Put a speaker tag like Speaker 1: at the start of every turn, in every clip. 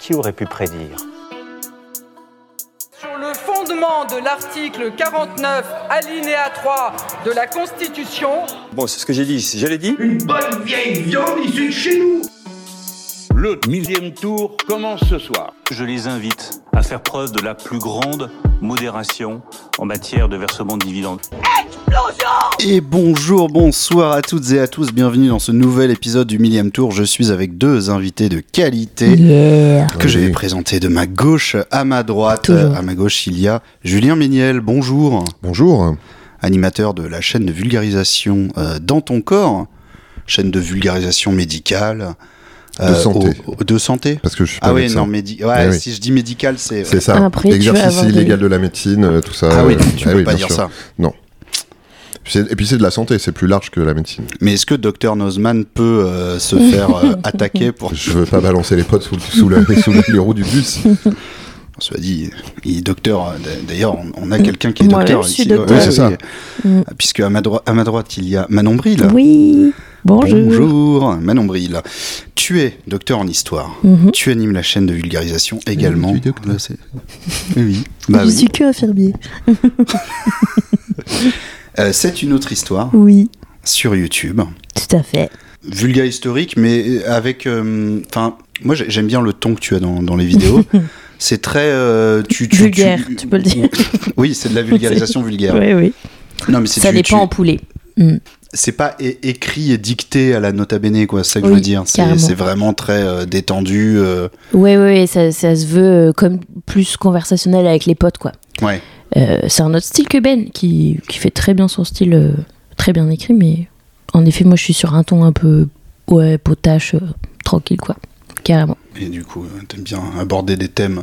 Speaker 1: Qui aurait pu prédire
Speaker 2: Sur le fondement de l'article 49, alinéa 3 de la Constitution,
Speaker 3: Bon, c'est ce que j'ai dit, je l'ai dit.
Speaker 4: Une bonne vieille viande issue de chez nous
Speaker 5: Le millième tour commence ce soir.
Speaker 6: Je les invite à faire preuve de la plus grande modération en matière de versement de dividendes.
Speaker 7: Et bonjour, bonsoir à toutes et à tous, bienvenue dans ce nouvel épisode du millième tour. Je suis avec deux invités de qualité que je vais présenter de ma gauche à ma droite.
Speaker 8: Toujours.
Speaker 7: À ma gauche, il y a Julien Méniel, bonjour,
Speaker 9: Bonjour.
Speaker 7: animateur de la chaîne de vulgarisation euh, Dans ton corps, chaîne de vulgarisation médicale. euh,
Speaker 9: De santé.
Speaker 7: au- au- de santé
Speaker 9: Parce que je suis pas
Speaker 7: Ah oui,
Speaker 9: médecin.
Speaker 7: non, médi- ouais,
Speaker 9: Eh oui.
Speaker 7: si je dis médical, c'est...
Speaker 9: C'est ça.
Speaker 8: Après, tu vas
Speaker 9: Exercice
Speaker 8: avoir des-
Speaker 9: illégal de la médecine, euh, tout ça.
Speaker 7: Ah oui,
Speaker 9: euh,
Speaker 7: tu peux pas dire
Speaker 9: bien sûr.
Speaker 7: ça.
Speaker 9: C'est- Et puis c'est de la santé, c'est plus large que la médecine.
Speaker 7: Mais est-ce que Dr Nozman peut euh, se faire euh, attaquer pour...
Speaker 9: Je veux pas balancer les potes sous, sous, la- sous les roues du bus.
Speaker 7: Soit dit, il est docteur. euh, D'ailleurs, on- on a quelqu'un qui est
Speaker 8: Mm. Moi,
Speaker 7: docteur.
Speaker 8: je suis
Speaker 7: ici.
Speaker 8: docteur.
Speaker 9: Oui, c'est ça.
Speaker 8: Mm.
Speaker 7: Ah, Puisque à ma, droi- à ma droite, il y a Manon Bril.
Speaker 8: Oui, bonjour.
Speaker 7: Bonjour, Manon Bril. Tu es docteur en histoire.
Speaker 8: Mm-hmm.
Speaker 7: Tu animes la chaîne de vulgarisation également.
Speaker 9: je suis docteur.
Speaker 7: Là, c'est- oui. Bah
Speaker 8: Je
Speaker 7: oui.
Speaker 8: suis que infirmier.
Speaker 7: Euh, c'est une autre histoire
Speaker 8: Oui,
Speaker 7: sur YouTube.
Speaker 8: tout à fait.
Speaker 7: vulgaire historique, mais avec. euh, Enfin, moi j'ai- j'aime bien le ton que tu as dans, dans les vidéos. c'est très. euh, tu, tu,
Speaker 8: Vulgaire, tu peux le dire.
Speaker 7: oui, c'est de la vulgarisation vulgaire.
Speaker 8: Oui, oui.
Speaker 7: Non, mais c'est
Speaker 8: Ça
Speaker 7: tu-
Speaker 8: dépend
Speaker 7: tu-
Speaker 8: en poulet.
Speaker 7: C'est pas é- écrit et dicté à la nota bene, quoi, c'est ça que je
Speaker 8: Oui,
Speaker 7: veux dire. C'est
Speaker 8: carrément.
Speaker 7: c'est vraiment très euh, détendu. euh,
Speaker 8: Ouais, ouais, ouais, ça, ça se veut euh, comme plus conversationnel avec les potes, quoi.
Speaker 7: ouais.
Speaker 8: Euh, c'est un autre style que Ben, qui, qui fait très bien son style, euh, très bien écrit, mais en effet, moi, je suis sur un ton un peu, ouais, potache, euh, tranquille, quoi. Carrément.
Speaker 7: Et du coup, euh, t'aimes bien aborder des thèmes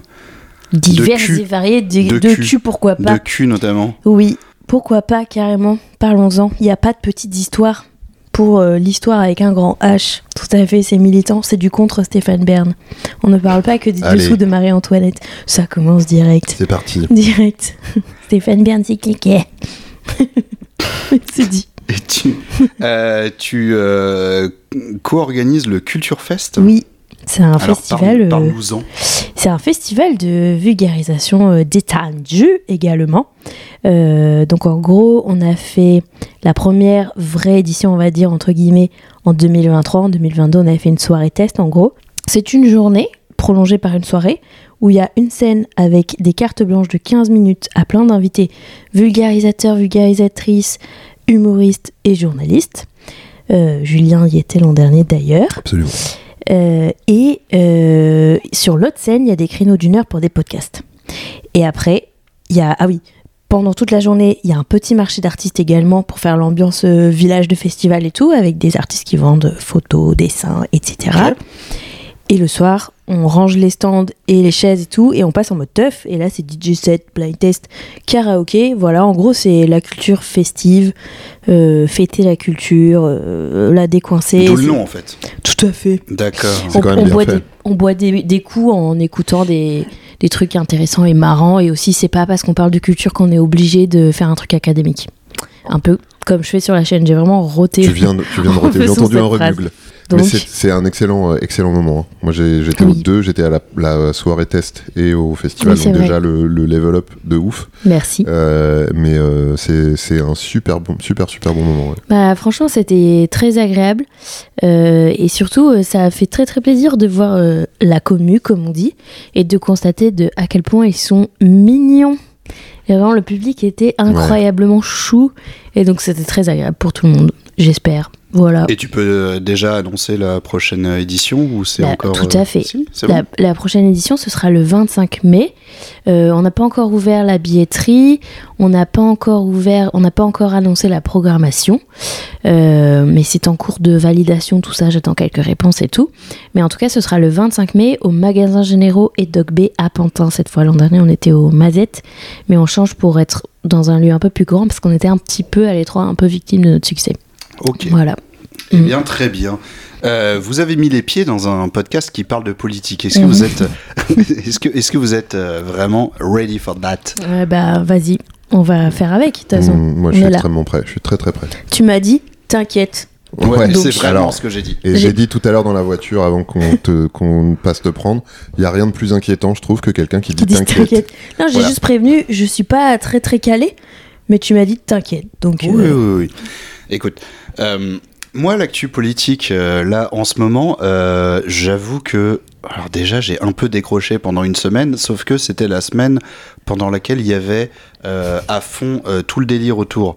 Speaker 8: Divers
Speaker 7: cul.
Speaker 8: et variés, des-
Speaker 7: De
Speaker 8: de,
Speaker 7: cul.
Speaker 8: cul. pourquoi pas.
Speaker 7: de cul notamment.
Speaker 8: Oui, pourquoi pas, carrément. Parlons-en. Il n'y a pas de petites histoires. Pour euh, l'histoire avec un grand H, tout à fait, c'est militant, c'est du contre Stéphane Bern. On ne parle pas que des
Speaker 9: Allez.
Speaker 8: dessous de Marie-Antoinette. Ça commence direct.
Speaker 9: C'est parti.
Speaker 8: Direct. Stéphane Bern, c'est cliquet. c'est dit.
Speaker 7: Et tu, euh, tu euh, co-organises le Culture Fest.
Speaker 8: Oui, c'est un
Speaker 7: Alors,
Speaker 8: festival. euh,
Speaker 7: parle- Parle-nous-en.
Speaker 8: C'est un festival de vulgarisation euh, d'état de jeu également. Euh, donc en gros, on a fait la première vraie édition, on va dire, entre guillemets, en 2023. En 2022, on a fait une soirée test en gros. C'est une journée prolongée par une soirée où il y a une scène avec des cartes blanches de 15 minutes à plein d'invités, vulgarisateurs, vulgarisatrices, humoristes et journalistes. Euh, Julien y était l'an dernier d'ailleurs.
Speaker 9: Absolument.
Speaker 8: Euh, et euh, sur l'autre scène, il y a des créneaux d'une heure pour des podcasts. Et après, il y a. Ah oui, pendant toute la journée, il y a un petit marché d'artistes également pour faire l'ambiance euh, village de festival et tout, avec des artistes qui vendent photos, dessins, etc. Et le soir, on range les stands et les chaises et tout, et on passe en mode teuf. Et là, c'est DJ set, blind test, karaoké. Voilà, en gros, c'est la culture festive, euh, fêter la culture, euh, la décoincer.
Speaker 7: D'où le
Speaker 8: c'est-
Speaker 7: nom en fait.
Speaker 8: Tout à fait
Speaker 7: D'accord.
Speaker 9: C'est quand même bien
Speaker 8: boit,
Speaker 9: fait.
Speaker 8: Des, on boit des, des coups en écoutant des, des trucs intéressants et marrants. Et aussi, c'est pas parce qu'on parle de culture qu'on est obligé de faire un truc académique. Un peu comme je fais sur la chaîne, j'ai vraiment roté.
Speaker 9: Tu viens de, tu viens de
Speaker 8: En
Speaker 9: roter. J'ai
Speaker 8: faisant
Speaker 9: entendu un
Speaker 8: cette phrase.
Speaker 9: remugle. Mais
Speaker 8: Donc,
Speaker 9: c'est c'est un excellent, euh, excellent moment. hein. Moi, j'ai- j'étais
Speaker 8: Oui.
Speaker 9: aux deux, j'étais à la, la soirée test et au festival.
Speaker 8: Oui, c'est
Speaker 9: donc
Speaker 8: vrai.
Speaker 9: déjà le, le level up de ouf.
Speaker 8: merci.
Speaker 9: Euh, mais euh, c'est c'est un super bon, super super bon moment. ouais.
Speaker 8: Bah, franchement, c'était très agréable. Euh, et surtout, euh, ça a fait très très plaisir de voir euh, la commu, comme on dit, et de constater de, à quel point ils sont mignons. Et vraiment, le public était incroyablement chou. Et donc, c'était très agréable pour tout le monde, j'espère. Voilà.
Speaker 7: Et tu peux euh, déjà annoncer la prochaine euh, édition ou c'est
Speaker 8: Bah,
Speaker 7: encore
Speaker 8: tout à
Speaker 7: euh,
Speaker 8: fait. Bah,
Speaker 7: si, c'est
Speaker 8: La,
Speaker 7: bon
Speaker 8: la prochaine édition, ce sera le 25 mai. Euh, on n'a pas encore ouvert la billetterie, on n'a pas encore ouvert, on n'a pas encore annoncé la programmation, Euh, mais c'est en cours de validation tout ça. J'attends quelques réponses et tout. Mais en tout cas, ce sera le 25 mai au magasin Généraux et Doc B à Pantin. Cette fois, l'an dernier, on était au Mazette, mais on change pour être dans un lieu un peu plus grand parce qu'on était un petit peu à l'étroit, un peu victime de notre succès.
Speaker 7: Ok.
Speaker 8: Voilà.
Speaker 7: Eh
Speaker 8: Mm.
Speaker 7: bien, très bien. Euh, vous avez mis les pieds dans un podcast qui parle de politique. Est-ce que
Speaker 8: Mhm.
Speaker 7: vous êtes, est-ce que, est-ce que vous êtes euh, vraiment ready for that
Speaker 8: Ouais, bah, vas-y, on va faire avec de toute façon.
Speaker 7: Mmh.
Speaker 9: Mm, moi,
Speaker 8: on
Speaker 9: je suis
Speaker 8: est là.
Speaker 9: extrêmement prêt. Je suis très très prêt.
Speaker 8: Tu m'as dit, t'inquiète,
Speaker 7: Ouais,
Speaker 8: Donc,
Speaker 7: c'est vraiment
Speaker 9: alors-
Speaker 7: ce que j'ai dit.
Speaker 9: Et
Speaker 8: J'ai-
Speaker 9: j'ai dit tout à l'heure dans la voiture, avant qu'on te- qu'on passe te prendre, il n'y a rien de plus inquiétant, je trouve, que quelqu'un qui dit
Speaker 8: Qui disent
Speaker 9: t'inquiète.
Speaker 8: t'inquiète. Non, j'ai
Speaker 9: Voilà.
Speaker 8: juste prévenu, je suis pas très très calée, mais tu m'as dit t'inquiète. Donc,
Speaker 7: Oui,
Speaker 8: euh,
Speaker 7: oui, oui. Écoute, euh, moi, l'actu politique, euh, là, en ce moment, euh, j'avoue que. Alors, déjà, j'ai un peu décroché pendant une semaine, sauf que c'était la semaine pendant laquelle il y avait euh, à fond euh, tout le délire autour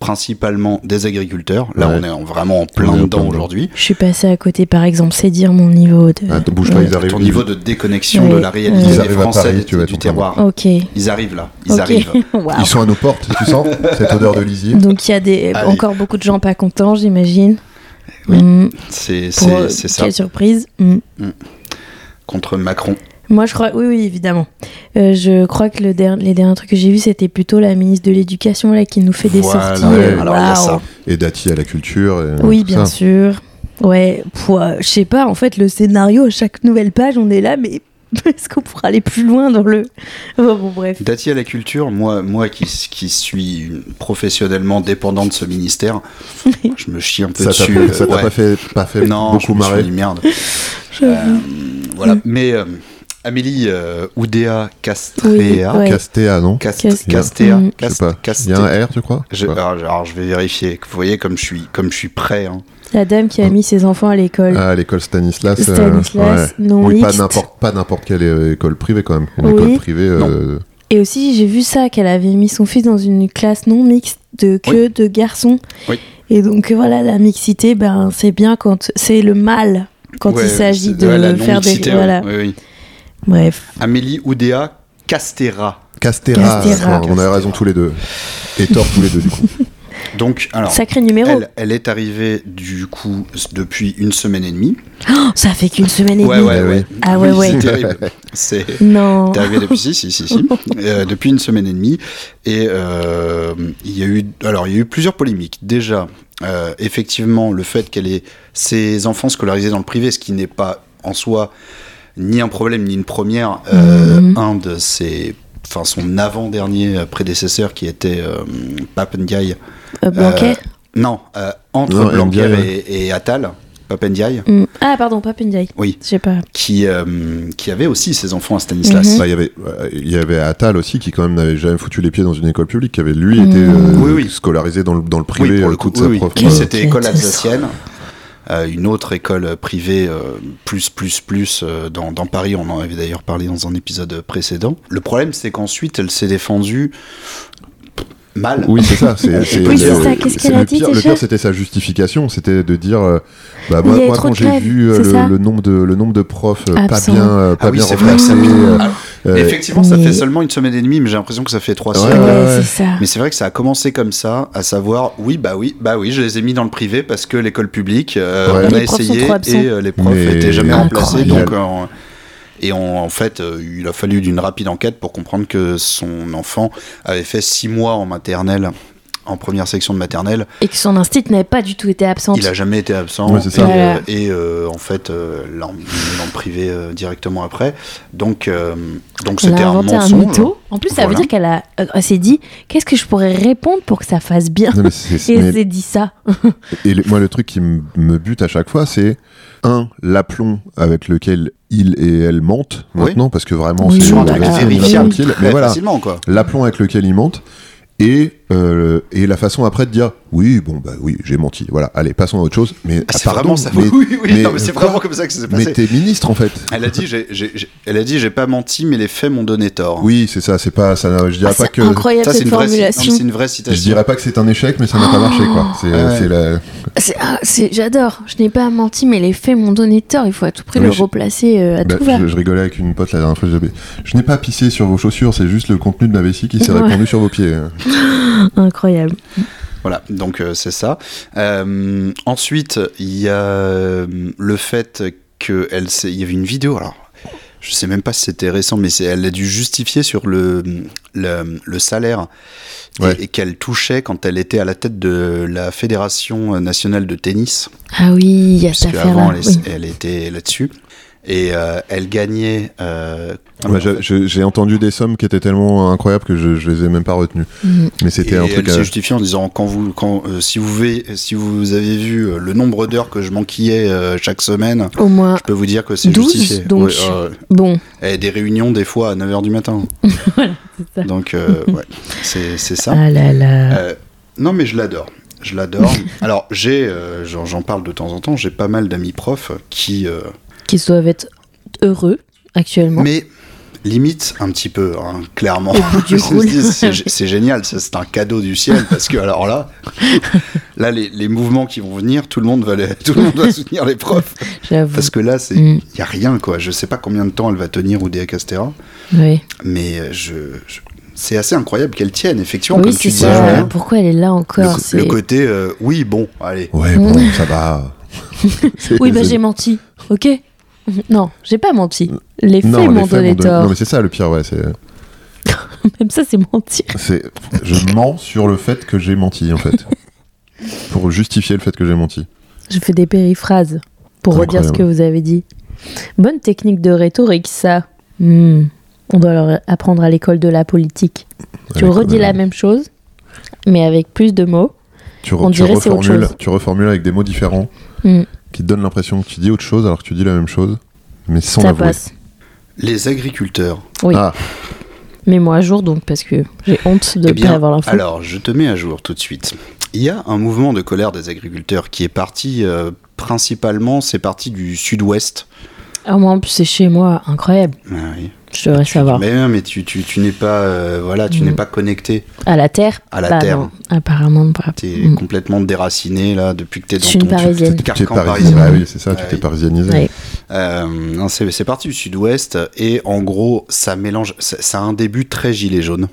Speaker 7: principalement des agriculteurs. Là,
Speaker 9: Ouais.
Speaker 7: on est en- vraiment en
Speaker 9: On est en
Speaker 7: plein
Speaker 9: plein
Speaker 7: dedans
Speaker 9: dedans.
Speaker 7: aujourd'hui.
Speaker 8: je suis passée à côté, par exemple, c'est dire mon niveau de.
Speaker 7: Ah,
Speaker 9: Attends, bouge pas, ils arrivent.
Speaker 7: Ton niveau de déconnexion
Speaker 8: Ouais.
Speaker 7: de la réalité
Speaker 9: Ils
Speaker 7: des
Speaker 9: arrivent à
Speaker 7: Français
Speaker 9: Paris,
Speaker 7: et
Speaker 9: tu vas
Speaker 7: du
Speaker 9: comprendre.
Speaker 7: terroir.
Speaker 8: Ok.
Speaker 7: Ils arrivent là, ils
Speaker 8: ok.
Speaker 7: arrivent. hein.
Speaker 8: Waouh.
Speaker 9: Ils sont à nos portes, tu sens cette odeur de lisier
Speaker 8: Donc il y a des, euh,
Speaker 7: Allez.
Speaker 8: encore beaucoup de gens pas contents, j'imagine.
Speaker 7: Oui.
Speaker 8: Mm,
Speaker 7: C'est
Speaker 8: pour,
Speaker 7: c'est-
Speaker 8: euh,
Speaker 7: c'est ça,
Speaker 8: quelle surprise. Mm.
Speaker 7: contre Macron.
Speaker 8: Moi, je crois, oui, oui, évidemment. Euh, je crois que le der- les derniers trucs que j'ai vus, c'était plutôt la ministre de l'Éducation là qui nous fait des
Speaker 7: Voilà,
Speaker 8: sorties. euh,
Speaker 7: alors il y a
Speaker 8: waouh.
Speaker 7: ça.
Speaker 9: et Dati à la culture. et
Speaker 8: Oui,
Speaker 9: tout
Speaker 8: bien
Speaker 9: ça.
Speaker 8: sûr. Ouais, pouah, je sais pas. En fait, le scénario, à chaque nouvelle page, on est là, mais est-ce qu'on pourra aller plus loin dans le Bon, bon, bref.
Speaker 7: Dati à la culture, moi, moi qui, qui suis une- professionnellement dépendant de ce ministère, je me chie un peu
Speaker 9: Ça t'a
Speaker 7: dessus.
Speaker 9: fait-
Speaker 7: euh,
Speaker 9: ça t'a
Speaker 7: ouais.
Speaker 9: pas fait, pas fait
Speaker 7: non, je
Speaker 9: beaucoup
Speaker 7: me suis
Speaker 9: marrer
Speaker 7: dit merde. Euh, voilà.
Speaker 8: Mm.
Speaker 7: Mais euh, Amélie euh, Oudéa Castréa,
Speaker 8: Oui, ouais.
Speaker 9: Castéa, non
Speaker 7: Cast-
Speaker 8: Cas-
Speaker 7: Castéa,
Speaker 8: Mm.
Speaker 9: Je sais
Speaker 7: Cast-
Speaker 9: pas. Il y a
Speaker 7: Castéa.
Speaker 9: un R, tu crois
Speaker 7: Je- alors, alors, je vais vérifier. Vous voyez comme je suis, comme je suis prêt. hein.
Speaker 8: La dame qui a mis ses enfants à l'école.
Speaker 9: Ah, l'école Stanislas. euh,
Speaker 8: Stanislas, non
Speaker 9: Oui, pas
Speaker 8: mixte.
Speaker 9: n'importe, pas n'importe quelle euh, école privée quand même. Une
Speaker 8: Oui.
Speaker 9: école privée. euh,
Speaker 8: Et aussi, j'ai vu ça, qu'elle avait mis son fils dans une classe non mixte de que de garçons.
Speaker 7: Oui.
Speaker 8: Et donc, voilà, la mixité, ben, c'est bien quand c'est le mal, quand
Speaker 7: Ouais,
Speaker 8: il s'agit
Speaker 7: c'est-
Speaker 8: de
Speaker 7: ouais, la
Speaker 8: faire des.
Speaker 7: non-mixité, ouais.
Speaker 8: Voilà.
Speaker 7: Oui, oui.
Speaker 8: Bref.
Speaker 7: Amélie Oudéa Castera.
Speaker 9: Castera.
Speaker 8: Castera.
Speaker 9: On a raison tous les deux. Et tort tous les deux, du coup.
Speaker 7: Donc, alors,
Speaker 8: Sacré numéro.
Speaker 7: elle, elle est arrivée du coup depuis une semaine et demie.
Speaker 8: Oh, ça fait qu'une semaine et
Speaker 7: Ouais,
Speaker 8: demie.
Speaker 7: ouais, ouais.
Speaker 8: Ah ouais, ouais.
Speaker 7: C'est terrible. C'est.
Speaker 8: Non.
Speaker 7: T'es arrivé depuis si, si, si, si. Euh, depuis une semaine et demie et euh, il y a eu alors il y a eu plusieurs polémiques déjà euh, effectivement le fait qu'elle ait ses enfants scolarisés dans le privé ce qui n'est pas en soi ni un problème ni une première euh,
Speaker 8: Mhm.
Speaker 7: un de ses enfin son avant dernier prédécesseur qui était euh, Pape Ndiaye
Speaker 8: Euh, Blanquet.
Speaker 7: euh, non euh, entre
Speaker 9: Non,
Speaker 7: Blanquer
Speaker 9: Ndiaye,
Speaker 7: et, et Attal Pape Ndiaye
Speaker 8: Mm. Ah, pardon, pas Penjai.
Speaker 7: oui
Speaker 8: Je sais pas.
Speaker 7: qui euh, qui avait aussi ses enfants à Stanislas
Speaker 8: Mhm. Mm.
Speaker 9: Bah, Il y avait, euh, il y avait Attal aussi qui quand même n'avait jamais foutu les pieds dans une école publique, qui avait lui été
Speaker 8: Mm.
Speaker 9: euh,
Speaker 7: Oui, oui.
Speaker 9: scolarisé dans le, dans le
Speaker 7: Oui,
Speaker 9: privé
Speaker 7: pour
Speaker 9: euh,
Speaker 7: le coup,
Speaker 9: toute
Speaker 7: oui,
Speaker 9: sa
Speaker 7: oui.
Speaker 9: prof.
Speaker 7: Qui
Speaker 8: euh,
Speaker 7: c'était école
Speaker 8: catastrophe.
Speaker 7: alsacienne, euh, une autre école privée euh, plus plus plus euh, dans, dans Paris. On en avait d'ailleurs parlé dans un épisode précédent. Le problème, c'est qu'ensuite, elle s'est défendue mal.
Speaker 9: Oui, c'est ça. C'est,
Speaker 8: Oui,
Speaker 9: le-
Speaker 8: c'est ça. Qu'est-ce
Speaker 9: c'est
Speaker 8: qu'elle a
Speaker 9: le
Speaker 8: dit
Speaker 9: pire, Le
Speaker 8: déjà
Speaker 9: pire, c'était sa justification. C'était de dire euh, bah, moi,
Speaker 8: Il y a eu
Speaker 9: moi,
Speaker 8: trop
Speaker 9: quand
Speaker 8: de
Speaker 9: j'ai
Speaker 8: grèves,
Speaker 9: vu euh,
Speaker 8: c'est ça
Speaker 9: le, le nombre de, le nombre de profs euh, pas
Speaker 8: Absents.
Speaker 9: bien, euh,
Speaker 7: Ah
Speaker 9: pas
Speaker 7: oui,
Speaker 9: bien
Speaker 7: c'est vrai que ça-
Speaker 9: remplacés, euh,
Speaker 7: Alors,
Speaker 9: euh,
Speaker 7: Effectivement, ça
Speaker 8: Mais-
Speaker 7: fait seulement une semaine et demie, mais j'ai l'impression que ça fait trois
Speaker 9: Ouais,
Speaker 8: Ouais,
Speaker 7: semaines.
Speaker 8: c'est ça.
Speaker 7: Mais c'est vrai que ça a commencé comme ça, à savoir, oui, bah oui, bah oui, je les ai mis dans le privé parce que l'école publique, euh,
Speaker 9: Ouais.
Speaker 7: on a
Speaker 8: Les profs sont
Speaker 7: essayé
Speaker 8: trop absents.
Speaker 7: et euh, les profs
Speaker 9: Mais-
Speaker 7: n'étaient jamais remplacés.
Speaker 9: Incroyable.
Speaker 7: Donc, euh, et en, en fait, euh, il a fallu d'une rapide enquête pour comprendre que son enfant avait fait six mois en maternelle, en première section de maternelle.
Speaker 8: Et que son instit n'avait pas du tout été absente.
Speaker 7: Il a jamais été absent.
Speaker 9: Ouais, c'est ça.
Speaker 7: Et,
Speaker 8: Voilà.
Speaker 7: euh, et, euh, en fait, euh, l'a emmené dans le privé euh, directement après. Donc, euh, donc
Speaker 8: Elle
Speaker 7: c'était
Speaker 8: a
Speaker 7: un
Speaker 8: inventé
Speaker 7: mensonge.
Speaker 8: un mytho. En plus, ça veut
Speaker 7: Voilà.
Speaker 8: dire qu'elle a, euh, elle s'est dit, qu'est-ce que je pourrais répondre pour que ça fasse bien
Speaker 9: non, mais c'est-
Speaker 8: Et
Speaker 9: mais-
Speaker 8: elle s'est dit ça.
Speaker 9: Et le- moi, le truc qui m- me bute à chaque fois, c'est un l'aplomb avec lequel il et elle mentent
Speaker 7: Oui.
Speaker 9: maintenant, parce que vraiment,
Speaker 8: Oui.
Speaker 9: c'est
Speaker 8: Sur un
Speaker 9: la
Speaker 8: truc
Speaker 9: vérité,
Speaker 8: vérifiable,
Speaker 9: universelle utile,
Speaker 7: très
Speaker 9: Mais voilà,
Speaker 7: facilement, quoi.
Speaker 9: l'aplomb avec lequel il mentent et euh, et la façon après de dire oui, bon bah oui, j'ai menti. Voilà, allez, passons à autre chose. Mais
Speaker 7: Ah,
Speaker 9: ah,
Speaker 7: c'est
Speaker 9: pardon,
Speaker 7: vraiment ça.
Speaker 9: mais-
Speaker 7: oui, oui, oui.
Speaker 9: mais
Speaker 7: non, mais c'est
Speaker 9: quoi
Speaker 7: vraiment comme ça que ça s'est
Speaker 9: Mais
Speaker 7: passé.
Speaker 9: t'es ministre en fait.
Speaker 7: Elle a dit, j'ai, j'ai- j'ai- elle a dit, j'ai pas menti, mais les faits m'ont donné tort.
Speaker 9: Oui, c'est ça. C'est pas ça. n'a- Je dirais
Speaker 8: Ah,
Speaker 9: pas
Speaker 8: c'est
Speaker 9: que.
Speaker 8: incroyable
Speaker 7: ça c'est
Speaker 8: cette
Speaker 7: une, vraie, ci- non, mais
Speaker 8: formulation.
Speaker 7: c'est une vraie
Speaker 9: Je
Speaker 7: citation.
Speaker 9: dirais pas que c'est un échec, mais ça n'a pas marché quoi. C'est
Speaker 7: Ouais.
Speaker 9: c'est la-
Speaker 8: C'est- ah, c'est- J'adore. Je n'ai pas menti, mais les faits m'ont donné tort. Il faut à tout prix
Speaker 9: Mais
Speaker 8: le
Speaker 9: je-
Speaker 8: replacer euh, à
Speaker 9: Bah,
Speaker 8: tout va.
Speaker 9: je, je rigolais avec une pote la dernière fois. Je, disais, je n'ai pas pissé sur vos chaussures, c'est juste le contenu de ma vessie qui s'est
Speaker 8: Ouais.
Speaker 9: répandu sur vos pieds.
Speaker 8: Incroyable.
Speaker 7: Voilà, donc euh, c'est ça. Euh, ensuite, il y a euh, le fait que elle s'est- il y avait une vidéo. Alors, je sais même pas si c'était récent, mais c'est, elle a dû justifier sur le le, le salaire et-
Speaker 9: Ouais.
Speaker 7: et, qu'elle touchait quand elle était à la tête de la fédération nationale de tennis.
Speaker 8: Ah oui, il y a cette
Speaker 7: Parce
Speaker 8: affaire-là.
Speaker 7: qu'avant, elle,
Speaker 8: oui.
Speaker 7: elle était là-dessus. Et euh, elle gagnait. euh,
Speaker 9: Bah, j'ai- j'ai j'ai entendu des sommes qui étaient tellement incroyables que je, je les ai même pas retenues.
Speaker 8: Mhm.
Speaker 9: Mais c'était
Speaker 7: et
Speaker 9: un truc. euh,
Speaker 7: elle
Speaker 9: à-
Speaker 7: s'est justifiée en disant quand vous, quand, euh, si, vous avez, si vous avez vu euh, le nombre d'heures que je manquillais euh, chaque semaine,
Speaker 8: Au moins,
Speaker 7: je peux vous dire que c'est
Speaker 8: 12,
Speaker 7: justifié.
Speaker 8: donc.
Speaker 7: Ouais, euh,
Speaker 8: bon.
Speaker 7: et des réunions des fois à 9h du matin.
Speaker 8: ça.
Speaker 7: Donc, euh, ouais, c'est c'est ça.
Speaker 8: Ah là là.
Speaker 7: Euh, non, mais je l'adore. Je l'adore. Alors, j'ai, euh, j'en j'en parle de temps en temps, j'ai pas mal d'amis profs qui. euh,
Speaker 8: Qu'ils doivent être heureux actuellement.
Speaker 7: mais limite un petit peu, hein, clairement.
Speaker 8: bout du
Speaker 7: Ils se
Speaker 8: rôle.
Speaker 7: disent, c'est gé- c'est génial, ça, c'est un cadeau du ciel, parce que alors là, là les, les mouvements qui vont venir, tout le monde va, les- tout le monde va soutenir les profs.
Speaker 8: J'avoue.
Speaker 7: Parce que là, il
Speaker 8: Mm.
Speaker 7: n'y a rien, quoi. Je sais pas combien de temps elle va tenir Oudéa Castera,
Speaker 8: Oui,
Speaker 7: mais euh, je. je- c'est assez incroyable qu'elle tienne, effectivement,
Speaker 8: oui
Speaker 7: comme tu
Speaker 8: c'est
Speaker 7: disais,
Speaker 8: ça.
Speaker 7: Julien.
Speaker 8: Pourquoi elle est là
Speaker 7: Le,
Speaker 8: encore
Speaker 7: co-
Speaker 8: c'est-
Speaker 7: le côté, euh, oui, bon, allez.
Speaker 9: Ouais, bon, ça va. C'est-
Speaker 8: Mm. Oui, bah
Speaker 9: c'est-
Speaker 8: j'ai menti, ok Non, j'ai pas menti. Les faits
Speaker 9: Non, les
Speaker 8: m'ont
Speaker 9: faits
Speaker 8: donné
Speaker 9: m'ont donné-
Speaker 8: tort.
Speaker 9: Non, mais c'est ça le pire, ouais. C'est,
Speaker 8: Même ça, c'est mentir.
Speaker 9: c'est, je mens sur le fait que j'ai menti, en fait. Pour justifier le fait que j'ai menti.
Speaker 8: Je fais des périphrases pour redire ce
Speaker 9: Incroyable.
Speaker 8: que vous avez dit. Bonne technique de rhétorique, ça. Hmm. On doit leur apprendre à l'école de la politique. Tu
Speaker 9: Avec-
Speaker 8: redis
Speaker 9: euh,
Speaker 8: la même chose, mais avec plus de mots.
Speaker 9: Tu, re-
Speaker 8: on
Speaker 9: tu
Speaker 8: dirait c'est autre
Speaker 9: reformules,
Speaker 8: chose.
Speaker 9: tu reformules avec des mots différents
Speaker 8: Mm.
Speaker 9: qui te donnent l'impression que tu dis autre chose alors que tu dis la même chose, mais sans
Speaker 8: ça
Speaker 9: l'avouer.
Speaker 8: passe.
Speaker 7: Les agriculteurs.
Speaker 8: Oui.
Speaker 9: Ah.
Speaker 8: Mais moi, à jour, donc, parce que j'ai honte de
Speaker 7: Eh
Speaker 8: ne
Speaker 7: bien,
Speaker 8: pas avoir l'info.
Speaker 7: alors, je te mets à jour tout de suite. Il y a un mouvement de colère des agriculteurs qui est parti euh, principalement, c'est parti du sud-ouest.
Speaker 8: Ah, moi, en plus, c'est chez moi. Incroyable.
Speaker 7: Ah oui.
Speaker 8: Je devrais savoir.
Speaker 7: Mais, non, mais tu, tu, tu n'es pas, euh, voilà, tu
Speaker 8: Mm.
Speaker 7: n'es pas connecté.
Speaker 8: À la terre
Speaker 7: À la
Speaker 8: Bah,
Speaker 7: terre.
Speaker 8: non. Apparemment, pas.
Speaker 7: Tu es
Speaker 8: Hmm.
Speaker 7: complètement déraciné là depuis que tu es
Speaker 8: Je
Speaker 7: dans
Speaker 8: suis une
Speaker 7: ton tu-
Speaker 8: Parisienne.
Speaker 7: tu- tu-
Speaker 9: Tu es
Speaker 7: carcan
Speaker 9: parisien.
Speaker 7: parisien.
Speaker 9: Bah oui, c'est ça, tu
Speaker 7: Ouais.
Speaker 9: t'es parisianisé.
Speaker 8: Ouais.
Speaker 7: Euh, non, c'est c'est parti du sud-ouest et en gros, ça mélange, ça ça a un début très gilet jaune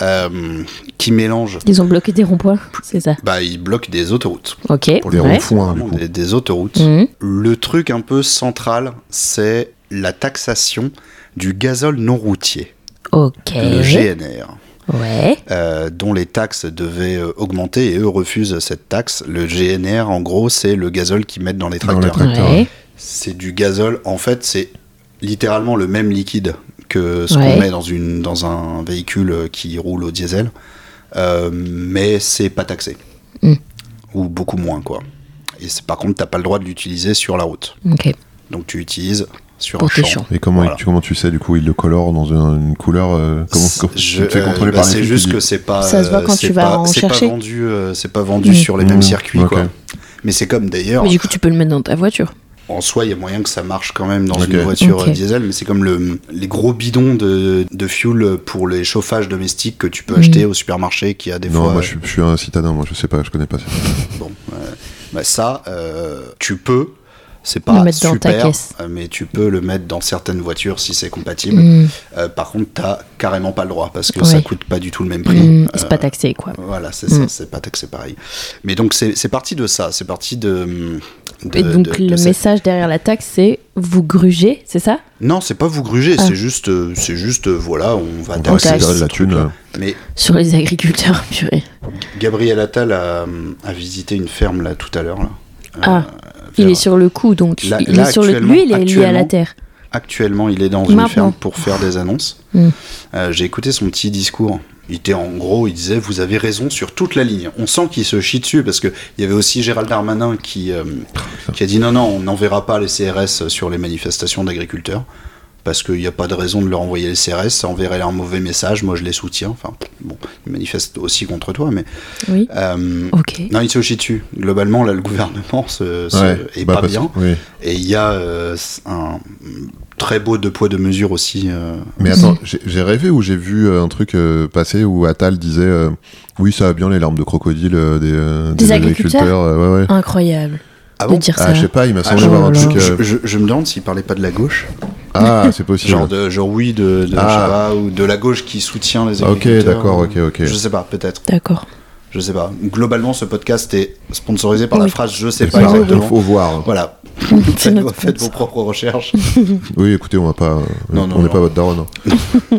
Speaker 7: euh, qui mélange.
Speaker 8: Ils ont bloqué des ronds-points, c'est ça.
Speaker 7: Bah, ils bloquent des autoroutes.
Speaker 8: Ok.
Speaker 9: Pour les
Speaker 8: ouais.
Speaker 9: ronds-points, du
Speaker 7: Vraiment
Speaker 9: coup.
Speaker 7: Des, des autoroutes.
Speaker 8: Mhm.
Speaker 7: Le truc un peu central, c'est la taxation du gazole non routier,
Speaker 8: Ok.
Speaker 7: le GNR,
Speaker 8: Ouais.
Speaker 7: euh, dont les taxes devaient euh, augmenter et eux refusent cette taxe. Le GNR, en gros, c'est le gazole qu'ils mettent dans les
Speaker 9: Dans les
Speaker 7: tracteurs.
Speaker 9: tracteurs. D'accord.
Speaker 8: Ouais.
Speaker 7: C'est du gazole, en fait, c'est littéralement le même liquide que ce
Speaker 8: Ouais.
Speaker 7: qu'on met dans, une, dans un véhicule qui roule au diesel, euh, mais c'est pas taxé.
Speaker 8: Mm.
Speaker 7: Ou beaucoup moins, quoi. Et c'est- par contre, t'as pas le droit de l'utiliser sur la route.
Speaker 8: Ok.
Speaker 7: Donc tu utilises sur
Speaker 8: Pour
Speaker 7: un
Speaker 8: tes
Speaker 7: champ.
Speaker 8: champs.
Speaker 9: Et comment,
Speaker 7: Voilà.
Speaker 9: tu, comment tu sais, du coup, il le colore dans une, une couleur euh, Comment, comment-
Speaker 7: Je-
Speaker 9: tu te fais
Speaker 7: euh,
Speaker 9: contrôler
Speaker 7: bah,
Speaker 9: par les
Speaker 7: c'est
Speaker 9: flics,
Speaker 7: juste
Speaker 9: tu
Speaker 7: que
Speaker 9: dis-
Speaker 7: c'est pas
Speaker 8: Ça se voit
Speaker 7: euh,
Speaker 8: quand
Speaker 7: c'est
Speaker 8: tu vas
Speaker 7: pas-
Speaker 8: en
Speaker 7: c'est pas
Speaker 8: chercher.
Speaker 7: vendu euh, c'est pas vendu
Speaker 8: Mm.
Speaker 7: sur les mêmes
Speaker 9: Mm.
Speaker 7: circuits
Speaker 9: Ok.
Speaker 7: quoi mais c'est comme d'ailleurs
Speaker 8: Mais du coup, tu peux le mettre dans ta voiture.
Speaker 7: en soi il y a moyen que ça marche quand même dans
Speaker 9: Ok.
Speaker 7: une voiture
Speaker 8: Ok.
Speaker 7: euh, diesel mais c'est comme le, les gros bidons de, de fuel pour les chauffages domestiques que tu peux
Speaker 8: Mm.
Speaker 7: acheter au supermarché qui a des
Speaker 9: Non,
Speaker 7: fois euh,
Speaker 9: moi, je, suis- je suis un citadin, moi, je sais pas, je connais pas ça.
Speaker 7: bon, euh, bah, ça euh, tu peux c'est pas
Speaker 8: Le mettre dans ta
Speaker 7: super,
Speaker 8: caisse.
Speaker 7: euh, mais tu peux le mettre dans certaines voitures si c'est compatible.
Speaker 8: Mm.
Speaker 7: Euh, par contre, t'as carrément pas le droit parce que ça
Speaker 8: Ouais.
Speaker 7: coûte pas du tout le même prix.
Speaker 8: Mm.
Speaker 7: Euh,
Speaker 8: C'est pas taxé, quoi.
Speaker 7: Voilà, c'est
Speaker 8: Mm.
Speaker 7: ça, c'est pas taxé pareil. Mais donc c'est c'est parti de ça, c'est parti de. de-
Speaker 8: Et donc,
Speaker 7: de- de
Speaker 8: le
Speaker 7: cette-
Speaker 8: message derrière la taxe, c'est vous grugez, c'est ça
Speaker 7: Non, c'est pas vous gruger,
Speaker 8: Ah.
Speaker 7: c'est juste, euh, c'est juste, euh, voilà, on va
Speaker 9: On va
Speaker 7: taxer
Speaker 8: taxe.
Speaker 9: récupérer
Speaker 7: ce
Speaker 9: de la thune.
Speaker 7: truc-là.
Speaker 9: euh.
Speaker 7: Mais
Speaker 8: Sur les agriculteurs, purée.
Speaker 7: Gabriel Attal a, euh, a visité une ferme là tout à l'heure. là.
Speaker 8: Ah,
Speaker 7: Euh,
Speaker 8: Il est
Speaker 7: vers-
Speaker 8: sur le coup, donc.
Speaker 7: Là-
Speaker 8: il
Speaker 7: là,
Speaker 8: est sur le...
Speaker 7: actuellement-
Speaker 8: Lui, il est lié à la
Speaker 7: actuellement-
Speaker 8: terre.
Speaker 7: Actuellement, il est dans
Speaker 8: Maintenant.
Speaker 7: une ferme pour faire des annonces.
Speaker 8: Mm.
Speaker 7: Euh, J'ai écouté son petit discours. Il était en gros, il disait Vous avez raison sur toute la ligne. On sent qu'il se chie dessus parce qu'il y avait aussi Gérald Darmanin qui, euh, qui a dit Non, non, on n'enverra pas les CRS sur les manifestations d'agriculteurs parce qu'il n'y a pas de raison de leur envoyer les CRS. Ça enverrait un mauvais message. Moi, je les soutiens. Enfin, bon, ils manifestent aussi contre toi, mais.
Speaker 8: Oui.
Speaker 7: euh,
Speaker 8: Ok.
Speaker 7: non, il se chie dessus. Globalement, là, le gouvernement se, se-
Speaker 9: Ouais,
Speaker 7: est
Speaker 9: bah,
Speaker 7: pas
Speaker 9: parce-
Speaker 7: bien.
Speaker 9: oui.
Speaker 7: Et il y a euh, un très beau deux poids deux mesures aussi. euh.
Speaker 9: Mais attends, j'ai j'ai rêvé ou j'ai vu euh, un truc euh, passer où Attal disait euh, Oui, ça va bien les larmes de crocodile euh, des, euh,
Speaker 8: Des
Speaker 9: des
Speaker 8: agriculteurs
Speaker 9: euh, ouais, ouais.
Speaker 8: Incroyable
Speaker 7: Ah
Speaker 8: de
Speaker 7: bon
Speaker 8: dire ça. oh
Speaker 9: Ah, je sais pas, il m'a
Speaker 7: Ah,
Speaker 9: semblé
Speaker 7: je,
Speaker 9: voir un
Speaker 8: là.
Speaker 9: truc.
Speaker 7: je-
Speaker 9: euh,
Speaker 7: je- je me demande s'il parlait pas de la gauche.
Speaker 9: Ah, c'est possible.
Speaker 7: Genre, de, genre oui, de, de-
Speaker 9: Ah.
Speaker 7: je sais pas, ou de la gauche qui soutient les
Speaker 9: Ah, ok,
Speaker 7: agriculteurs.
Speaker 9: d'accord, ok, ok.
Speaker 7: hein. Je sais pas, peut-être.
Speaker 8: D'accord.
Speaker 7: Je sais pas. Globalement, ce podcast est sponsorisé par
Speaker 8: Oui.
Speaker 7: la phrase je sais
Speaker 9: C'est
Speaker 7: pas
Speaker 9: pas-
Speaker 7: exactement.
Speaker 9: Il faut voir. hein.
Speaker 7: Voilà.
Speaker 8: C'est
Speaker 7: faites,
Speaker 8: notre
Speaker 7: faites
Speaker 8: sponsor.
Speaker 7: vos propres recherches.
Speaker 9: Oui, écoutez, on va pas. euh,
Speaker 7: Non, non,
Speaker 9: on n'est
Speaker 7: non.
Speaker 9: pas votre daronne. hein.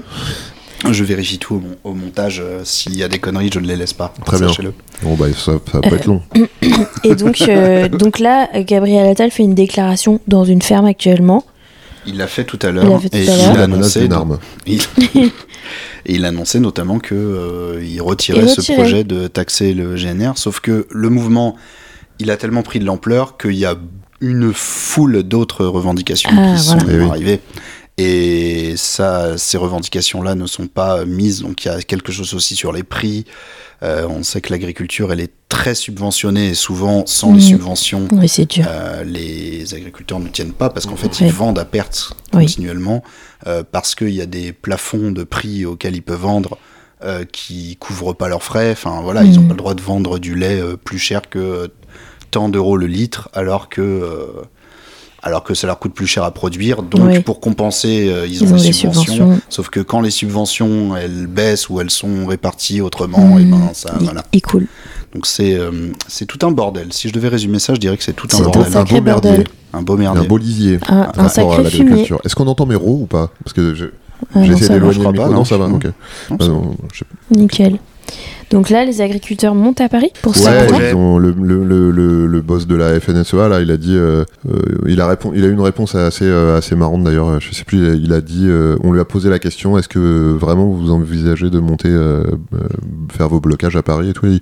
Speaker 7: Je vérifie tout au, mon- au montage. euh, S'il y a des conneries, je ne les laisse pas.
Speaker 9: Très bien.
Speaker 7: Sachez-le.
Speaker 9: Bon, bah, ça, ça
Speaker 8: Eh,
Speaker 9: va pas être long.
Speaker 8: Et donc, euh, donc là, Gabriel Attal fait une déclaration dans une ferme actuellement
Speaker 7: Il l'a fait tout à
Speaker 8: Il l'a
Speaker 7: l'heure
Speaker 8: fait tout
Speaker 7: et
Speaker 8: à l'heure.
Speaker 7: il
Speaker 9: la menace
Speaker 7: annonçait
Speaker 9: d'une arme.
Speaker 7: Il... Et il annonçait notamment que euh, il retirait
Speaker 8: Il
Speaker 7: ce
Speaker 8: retirait.
Speaker 7: projet de taxer le GNR, sauf que le mouvement, il a tellement pris de l'ampleur qu'il y a une foule d'autres revendications
Speaker 8: Ah,
Speaker 7: qui
Speaker 8: voilà.
Speaker 7: sont
Speaker 9: Eh oui.
Speaker 7: arrivées. Et ça, ces revendications-là ne sont pas mises. Donc il y a quelque chose aussi sur les prix. Euh, on sait que l'agriculture, elle est très subventionnée et souvent, sans les
Speaker 8: Mhm.
Speaker 7: subventions,
Speaker 8: Oui, c'est dur.
Speaker 7: euh, les agriculteurs ne tiennent pas parce qu'en fait
Speaker 8: Oui.
Speaker 7: ils vendent à perte
Speaker 8: Oui.
Speaker 7: continuellement euh, parce qu'il y a des plafonds de prix auxquels ils peuvent vendre euh, qui couvrent pas leurs frais. Enfin voilà, ils n'ont
Speaker 8: Mhm.
Speaker 7: pas le droit de vendre du lait euh, plus cher que euh, tant d'euros le litre alors que euh, alors que ça leur coûte plus cher à produire. Donc
Speaker 8: Oui.
Speaker 7: pour compenser, euh, ils, ont, des subventions. Sauf que quand les subventions elles baissent ou elles sont réparties autrement, et
Speaker 8: Mhm.
Speaker 7: ben ça
Speaker 8: Il-
Speaker 7: voilà.
Speaker 8: il coule.
Speaker 7: Donc c'est euh, c'est tout un bordel. Si je devais résumer ça, je dirais que c'est tout un
Speaker 8: C'est un
Speaker 7: bordel.
Speaker 8: sacré
Speaker 9: beau
Speaker 8: bordel.
Speaker 9: merdier.
Speaker 7: Un beau
Speaker 9: Un
Speaker 7: merdier.
Speaker 9: bolisier.
Speaker 8: Un- un
Speaker 9: par rapport à
Speaker 8: sacré
Speaker 9: l'agriculture. Est-ce qu'on entend mes roues ou pas Parce que je-
Speaker 8: Ah, non,
Speaker 9: j'essaie
Speaker 8: ça va.
Speaker 7: d'éloigner.
Speaker 9: d'éloigner
Speaker 7: Je
Speaker 9: le
Speaker 7: crois
Speaker 9: micro.
Speaker 7: pas,
Speaker 9: Non, ça va,
Speaker 7: non.
Speaker 9: ok.
Speaker 7: Non,
Speaker 9: Ah
Speaker 7: ça
Speaker 9: non, je sais pas.
Speaker 8: Nickel. Donc là, les agriculteurs montent à Paris pour ça.
Speaker 9: Ouais,
Speaker 6: projet.
Speaker 9: ils ont- le, le- le- le- le boss de la FNSEA, là, il a dit. euh, euh, il, a répon- il a eu une réponse assez, euh, assez marrante d'ailleurs. euh, Je sais plus, il a, il a dit. euh, on lui a posé la question est-ce que vraiment vous envisagez de monter, euh, euh, faire vos blocages à Paris et tout Il a dit.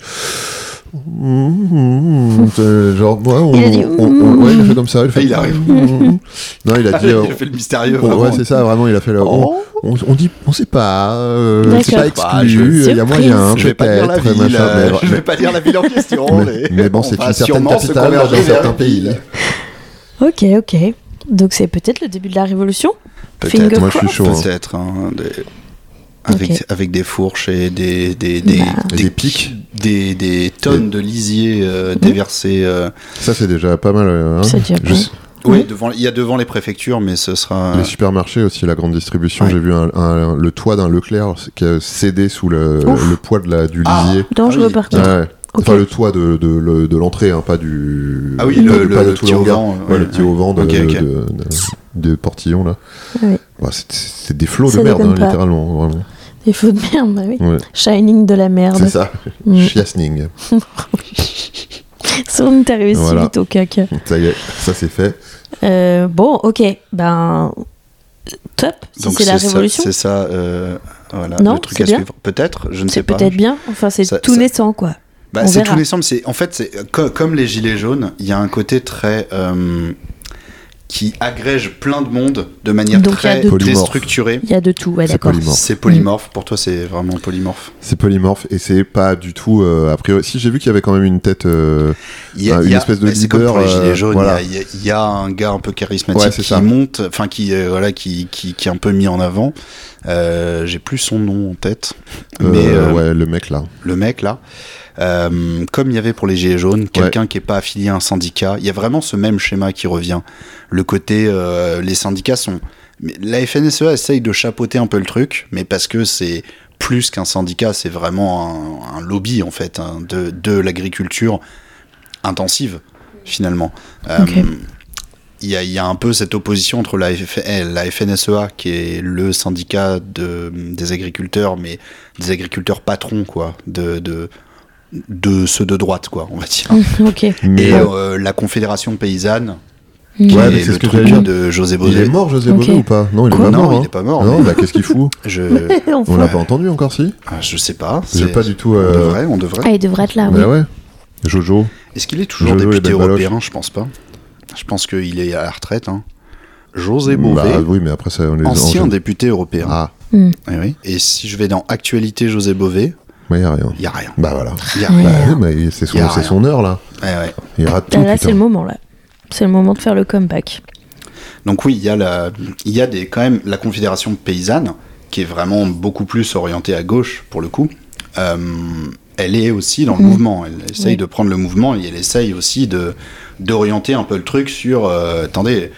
Speaker 9: Mm, mm, euh, genre, ouais, on,
Speaker 8: Il a dit,
Speaker 9: on- on-
Speaker 8: mm.
Speaker 9: ouais, il a fait comme ça. Il, fait,
Speaker 7: Il arrive. Ah,
Speaker 9: Mm, mm. Non, il a dit. euh,
Speaker 7: le mystérieux.
Speaker 9: on- ouais, c'est ça, vraiment, il a fait le. on- on, on dit, on sait pas, euh, c'est pas
Speaker 8: D'accord.
Speaker 9: exclu,
Speaker 8: Bah, je-
Speaker 9: il y a moyen,
Speaker 7: je vais pas dire la
Speaker 9: peut-être,
Speaker 7: ville.
Speaker 9: machin, mais-
Speaker 7: euh, je vais pas dire la ville en question.
Speaker 9: mais, mais bon,
Speaker 7: on
Speaker 9: c'est
Speaker 7: va
Speaker 9: une certaine
Speaker 7: Ah, sûrement se
Speaker 9: capitale dans
Speaker 7: converger
Speaker 9: un
Speaker 7: vers
Speaker 9: certain
Speaker 7: une
Speaker 9: pays.
Speaker 7: ville.
Speaker 8: Ok, ok. Donc c'est peut-être le début de la révolution.
Speaker 7: Peut-être.
Speaker 8: Finger
Speaker 9: Moi, je suis chaud. hein.
Speaker 7: Peut-être. hein, des- Avec,
Speaker 8: Ok.
Speaker 7: avec des fourches et des, des, des,
Speaker 8: Bah.
Speaker 9: Et des pics. Mmh.
Speaker 7: Des, des tonnes de lisier euh, déversées. euh,
Speaker 9: Ça, c'est déjà pas mal. euh, hein.
Speaker 8: C'est déjà
Speaker 9: Je
Speaker 8: pas
Speaker 9: sais-
Speaker 8: Oui.
Speaker 7: oui, devant, il y a devant les préfectures, mais ce sera.
Speaker 9: Les supermarchés aussi, la grande distribution.
Speaker 7: Ouais.
Speaker 9: J'ai vu un- un- le toit d'un Leclerc qui a cédé sous le,
Speaker 8: Ouf.
Speaker 9: le poids de la, du
Speaker 7: Ah.
Speaker 9: lisier.
Speaker 8: Dangereux
Speaker 7: Ah oui.
Speaker 8: par
Speaker 9: Ouais,
Speaker 8: contre.
Speaker 9: ouais.
Speaker 8: Ok.
Speaker 9: Enfin, le toit de, de, le- de l'entrée, hein, pas du.
Speaker 7: Ah oui, le-
Speaker 9: Mmh. pas du-
Speaker 7: le-
Speaker 9: pas de
Speaker 7: le
Speaker 9: tout
Speaker 7: petit
Speaker 9: hangar.
Speaker 7: auvent,
Speaker 9: Ouais,
Speaker 7: ouais.
Speaker 9: le petit auvent de,
Speaker 7: Ok, ok.
Speaker 9: de, de- de Portillon, là.
Speaker 8: Ouais.
Speaker 9: Bah, c'est, c'est des flots
Speaker 8: Ça
Speaker 9: de merde,
Speaker 8: déconne
Speaker 9: hein,
Speaker 8: pas.
Speaker 9: littéralement. Vraiment.
Speaker 8: Des faux de merde, bah oui.
Speaker 9: Ouais.
Speaker 8: Shining de la
Speaker 9: C'est
Speaker 8: merde.
Speaker 9: ça.
Speaker 8: Mm.
Speaker 9: Chiasning.
Speaker 8: Son est arrivé si
Speaker 9: Voilà.
Speaker 8: vite au caca.
Speaker 9: Ça y est, ça c'est fait.
Speaker 8: Euh, bon, ok. Ben, top. Si
Speaker 7: Donc
Speaker 8: c'est la
Speaker 7: ça-
Speaker 8: révolution,
Speaker 7: C'est ça, euh, voilà,
Speaker 8: Non,
Speaker 7: le truc
Speaker 8: c'est
Speaker 7: à
Speaker 8: bien.
Speaker 7: suivre. Peut-être, je ne sais
Speaker 8: c'est
Speaker 7: pas.
Speaker 8: peut-être bien. Enfin, c'est
Speaker 7: Ça-
Speaker 8: tout
Speaker 7: ça-
Speaker 8: naissant, quoi.
Speaker 7: Bah,
Speaker 8: On
Speaker 7: c'est
Speaker 8: verra.
Speaker 7: tout naissant, mais c'est en fait c'est co- comme les gilets jaunes, il y a un côté très euh, qui agrège plein de monde de manière
Speaker 8: Donc, il y a
Speaker 7: très
Speaker 8: de Mm. tout.
Speaker 7: déstructurée.
Speaker 8: Il y a de tout, ouais,
Speaker 9: C'est
Speaker 8: d'accord.
Speaker 9: polymorphe.
Speaker 7: C'est polymorphe. Pour toi, c'est vraiment polymorphe.
Speaker 9: C'est polymorphe et c'est pas du tout euh, a priori. Si j'ai vu qu'il y avait quand même une tête. euh,
Speaker 7: Il y a,
Speaker 9: Ah, une
Speaker 7: il y a-
Speaker 9: espèce de
Speaker 7: bah, c'est comme pour les
Speaker 9: leader,
Speaker 7: gilets
Speaker 9: euh,
Speaker 7: jaunes.
Speaker 9: voilà.
Speaker 7: Il y, a- il y a un gars un peu charismatique
Speaker 9: Ouais, c'est
Speaker 7: qui
Speaker 9: ça.
Speaker 7: monte, enfin qui euh, voilà, qui, qui qui est un peu mis en avant. Euh, J'ai plus son nom en tête, mais
Speaker 9: euh,
Speaker 7: euh,
Speaker 9: ouais, le mec là.
Speaker 7: le mec là, euh, comme il y avait pour les Gilets jaunes, quelqu'un qui n'est pas affilié à un syndicat, il y a vraiment ce même schéma qui revient. Le côté, euh, les syndicats sont. mais La FNSEA E essaye de chapeauter un peu le truc, mais parce que c'est plus qu'un syndicat, c'est vraiment un, un lobby en fait hein, de, de l'agriculture intensive finalement. Euh,
Speaker 8: Ok.
Speaker 7: il y, a, il y a un peu cette opposition entre la, F- eh, la FNSEA, qui est le syndicat de, des agriculteurs, mais des agriculteurs patrons, quoi, de, de, de ceux de droite, quoi, on va dire.
Speaker 8: ok.
Speaker 9: Mais
Speaker 7: Et
Speaker 9: euh,
Speaker 7: euh, la Confédération paysanne,
Speaker 8: Mm.
Speaker 7: qui
Speaker 9: Ouais, mais
Speaker 7: est
Speaker 9: c'est
Speaker 7: le
Speaker 9: ce que
Speaker 7: truc
Speaker 9: j'allais dire.
Speaker 7: de José
Speaker 9: euh, il
Speaker 7: Bové.
Speaker 9: est mort, José
Speaker 8: Ok.
Speaker 9: Bové ou pas Non, il est
Speaker 8: Quoi
Speaker 9: pas
Speaker 7: non,
Speaker 9: mort.
Speaker 7: il
Speaker 9: hein.
Speaker 7: est pas mort.
Speaker 9: Non,
Speaker 7: mais
Speaker 9: bah qu'est-ce qu'il fout
Speaker 7: je,
Speaker 9: On
Speaker 8: Enfin.
Speaker 9: l'a pas entendu encore, si
Speaker 7: ah, je sais pas.
Speaker 9: J'ai
Speaker 7: c'est-
Speaker 9: pas du tout.
Speaker 7: On
Speaker 9: euh,
Speaker 7: devrait, on devrait.
Speaker 8: Ah, il devrait être là,
Speaker 9: Bah
Speaker 8: oui.
Speaker 9: ouais. Jojo.
Speaker 7: Est-ce qu'il est toujours
Speaker 9: José Bové,
Speaker 7: député
Speaker 9: Ben Baloche.
Speaker 7: européen Je pense pas. Je pense qu'il est à la retraite. hein. José Bové,
Speaker 9: Bah, oui, mais après ça, on les
Speaker 7: ancien
Speaker 9: en-
Speaker 7: député européen.
Speaker 9: Ah,
Speaker 7: Eh oui. Et si je vais dans Actualité José Bové,
Speaker 9: mais y a rien.
Speaker 7: il y a rien.
Speaker 9: Bah voilà.
Speaker 7: Y a
Speaker 9: Bah,
Speaker 7: rien.
Speaker 9: oui, mais c'est
Speaker 7: Y a
Speaker 9: son, c'est
Speaker 7: rien.
Speaker 9: son heure là.
Speaker 7: Eh ouais.
Speaker 9: Il rate tout.
Speaker 8: Ah, là, c'est
Speaker 9: putain.
Speaker 8: le moment, là. C'est le moment de faire le comeback.
Speaker 7: Donc oui, il y a, la, il y a des, quand même la Confédération paysanne, qui est vraiment beaucoup plus orientée à gauche, pour le coup. Euh, elle est aussi dans le mouvement. Elle essaye
Speaker 8: Mhm. Oui.
Speaker 7: de prendre le mouvement et elle essaye aussi de d'orienter un peu le truc sur... euh, attendez,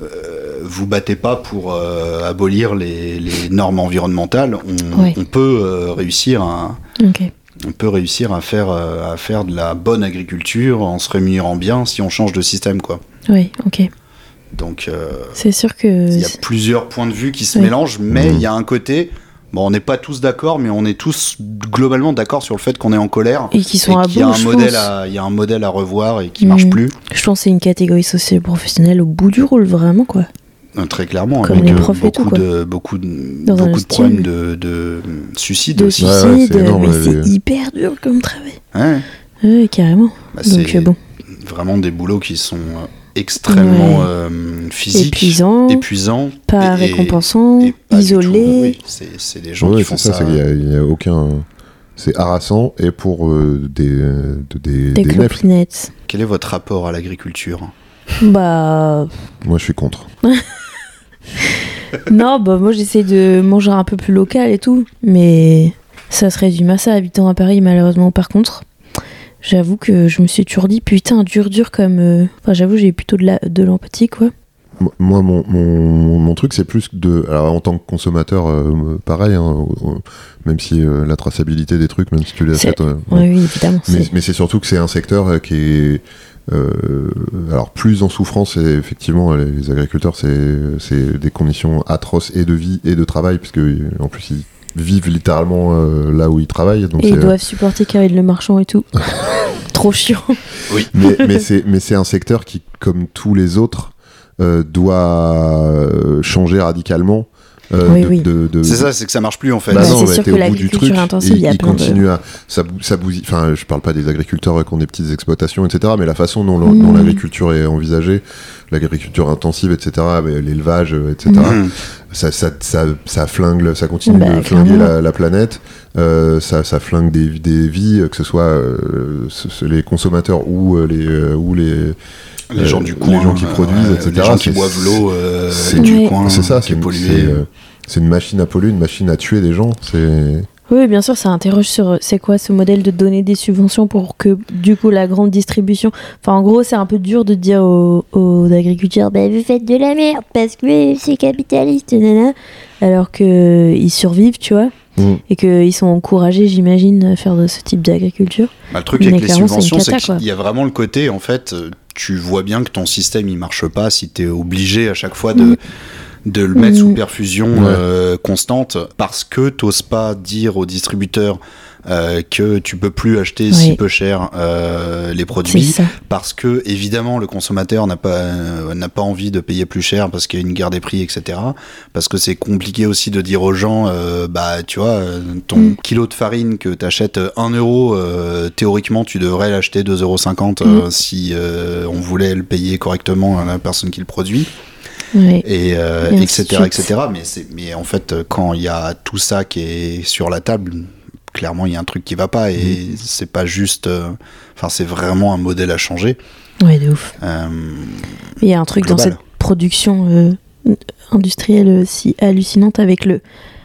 Speaker 7: euh, vous battez pas pour euh, abolir les, les normes environnementales. On,
Speaker 8: Oui.
Speaker 7: on peut euh, réussir à...
Speaker 8: Ok.
Speaker 7: On peut réussir à faire, euh, à faire de la bonne agriculture en se rémunérant bien si on change de système, quoi.
Speaker 8: Oui, ok.
Speaker 7: Donc, euh,
Speaker 8: C'est sûr que.
Speaker 7: il y a plusieurs points de vue qui se
Speaker 8: Oui.
Speaker 7: mélangent, mais
Speaker 9: Mhm.
Speaker 7: il y a un côté. Bon, on n'est pas tous d'accord, mais on est tous globalement d'accord sur le fait qu'on est en colère.
Speaker 8: Et qui sont à
Speaker 7: qu'il y a
Speaker 8: bout,
Speaker 7: un
Speaker 8: je
Speaker 7: modèle
Speaker 8: pense.
Speaker 7: à, il y a un modèle à revoir et qui
Speaker 8: Mhm.
Speaker 7: marche plus.
Speaker 8: Je pense que c'est une catégorie sociale professionnelle au bout du rôle, vraiment, quoi.
Speaker 7: euh, très clairement,
Speaker 8: Comme
Speaker 7: avec
Speaker 8: les
Speaker 7: euh,
Speaker 8: profs et tout,
Speaker 7: beaucoup,
Speaker 8: quoi.
Speaker 7: de, beaucoup de,
Speaker 8: Dans un
Speaker 7: beaucoup de
Speaker 8: hostel.
Speaker 7: problèmes de, de mm, suicide
Speaker 8: de
Speaker 7: aussi.
Speaker 9: ouais, c'est
Speaker 8: suicide,
Speaker 9: énorme,
Speaker 8: mais
Speaker 9: la
Speaker 8: c'est
Speaker 9: vie.
Speaker 8: hyper dur comme travail.
Speaker 7: Ouais.
Speaker 8: Ouais, carrément.
Speaker 7: Bah,
Speaker 8: Donc
Speaker 7: c'est
Speaker 8: euh, bon,
Speaker 7: vraiment des boulots qui sont euh, extrêmement
Speaker 8: Ouais.
Speaker 7: euh, physiques,
Speaker 8: Épuisants,
Speaker 7: épuisants,
Speaker 8: pas
Speaker 7: et- et-
Speaker 8: récompensant,
Speaker 7: et pas du tout,
Speaker 8: isolé.
Speaker 7: oui. C'est c'est des gens
Speaker 9: Ouais,
Speaker 7: qui
Speaker 9: c'est
Speaker 7: font
Speaker 9: ça,
Speaker 7: ça.
Speaker 9: c'est qu'il y a- il n'y a, aucun. C'est harassant et pour euh, des, de-
Speaker 8: Des
Speaker 9: des, des nefs.
Speaker 8: clopinettes.
Speaker 7: Quel est votre rapport à l'agriculture
Speaker 8: Bah.
Speaker 9: Moi, je suis contre.
Speaker 8: non, bah moi j'essaie de manger un peu plus local et tout. Mais ça se résume à ça, habitant à Paris, malheureusement. Par contre, j'avoue que je me suis toujours dit, putain, dur, dur comme. euh, Enfin, j'avoue, j'ai eu plutôt de la- de l'empathie, de quoi.
Speaker 9: Mo- Moi, mon, mon, mon truc, c'est plus de. Alors, en tant que consommateur, euh, pareil, hein, au- au- même si euh, la traçabilité des trucs, même si tu les
Speaker 8: C'est-
Speaker 9: achètes. euh,
Speaker 8: Ouais, oui, évidemment.
Speaker 9: Mais,
Speaker 8: c'est-
Speaker 9: mais c'est surtout que c'est un secteur euh, qui est euh, alors plus en souffrance et effectivement les les agriculteurs c'est c'est des conditions atroces et de vie et de travail parce que euh, en plus ils vivent littéralement euh, là où ils travaillent donc
Speaker 8: Et ils
Speaker 9: c'est- euh,
Speaker 8: doivent supporter Karine le Marchand et tout. Trop chiant.
Speaker 9: mais, mais c'est mais c'est un secteur qui comme tous les autres euh, doit euh, changer radicalement euh,
Speaker 8: Oui,
Speaker 9: de-
Speaker 8: oui.
Speaker 9: de- de-
Speaker 7: C'est ça, c'est que ça marche plus en fait.
Speaker 9: Bah
Speaker 8: Bah,
Speaker 9: non,
Speaker 8: c'est
Speaker 9: mais
Speaker 8: sûr
Speaker 9: t'es
Speaker 8: que
Speaker 9: au bout du
Speaker 8: l'agriculture
Speaker 9: truc,
Speaker 8: intensive,
Speaker 9: et
Speaker 8: il y a
Speaker 9: ils
Speaker 8: plein de-
Speaker 9: continuent à ça, bou- ça bousille- Enfin, je parle pas des agriculteurs euh, qui ont des petites exploitations, etc. Mais la façon dont, l'en-
Speaker 8: Mm.
Speaker 9: dont l'agriculture est envisagée, l'agriculture intensive, etc. mais L'élevage, euh, etc.
Speaker 7: Mhm.
Speaker 9: Ça, ça, ça, ça flingue, le- ça continue
Speaker 8: Bah,
Speaker 9: de flinguer
Speaker 8: clairement.
Speaker 9: la, la planète. euh, ça, ça flingue des, des vies, euh, que ce soit euh, ce- ce- les consommateurs ou euh, les euh, ou les
Speaker 7: Les gens du
Speaker 9: les
Speaker 7: coin,
Speaker 9: gens qui
Speaker 7: euh,
Speaker 9: produisent,
Speaker 7: ouais,
Speaker 9: etc.
Speaker 7: Les gens qui
Speaker 9: C'est-
Speaker 7: boivent l'eau euh,
Speaker 9: c'est-
Speaker 7: du
Speaker 8: Ouais.
Speaker 7: coin,
Speaker 9: c'est ça,
Speaker 7: qui
Speaker 9: c'est
Speaker 7: est
Speaker 9: une-
Speaker 7: polluée.
Speaker 9: c'est, euh, c'est une machine à polluer, une machine à tuer des gens. C'est
Speaker 8: Oui, bien sûr, ça interroge sur euh, c'est quoi ce modèle de donner des subventions pour que du coup la grande distribution. Enfin, en gros, c'est un peu dur de dire aux, aux agriculteurs bah, vous faites de la merde parce que c'est capitaliste, nana. Alors qu'ils survivent, tu vois,
Speaker 9: Mm.
Speaker 8: et qu'ils sont encouragés, j'imagine, à faire de ce type d'agriculture.
Speaker 7: Bah, le truc
Speaker 8: Mais
Speaker 7: avec les
Speaker 8: clairement, c'est une
Speaker 7: subventions, c'est
Speaker 8: cata, quoi.
Speaker 7: qu'il y a vraiment le côté, en fait, euh, tu vois bien que ton système, il marche pas si tu es obligé à chaque fois de, de le mettre sous
Speaker 8: Mhm.
Speaker 7: perfusion
Speaker 9: Ouais.
Speaker 7: euh, constante parce que t'oses pas dire au distributeur euh, que tu peux plus acheter si
Speaker 8: Oui.
Speaker 7: peu cher euh, les
Speaker 8: C'est
Speaker 7: produits
Speaker 8: ça.
Speaker 7: parce que évidemment le consommateur n'a pas euh, n'a pas envie de payer plus cher parce qu'il y a une guerre des prix etc parce que c'est compliqué aussi de dire aux gens euh, bah tu vois euh, ton
Speaker 8: Mm.
Speaker 7: kilo de farine que t'achètes euh, 1 euro euh, théoriquement tu devrais l'acheter 2,50 euros si euh, on voulait le payer correctement à la personne qui le produit
Speaker 8: Ouais.
Speaker 7: et, euh,
Speaker 8: Et ainsi
Speaker 7: etc
Speaker 8: de suite.
Speaker 7: etc mais c'est mais en fait euh, quand il y a tout ça qui est sur la table clairement il y a un truc qui va pas et c'est pas juste euh, enfin c'est vraiment un modèle à changer
Speaker 8: ouais, de ouf.
Speaker 7: euh,
Speaker 8: Il y a un truc dans
Speaker 7: Global.
Speaker 8: cette production euh, industrielle euh, si hallucinante avec le.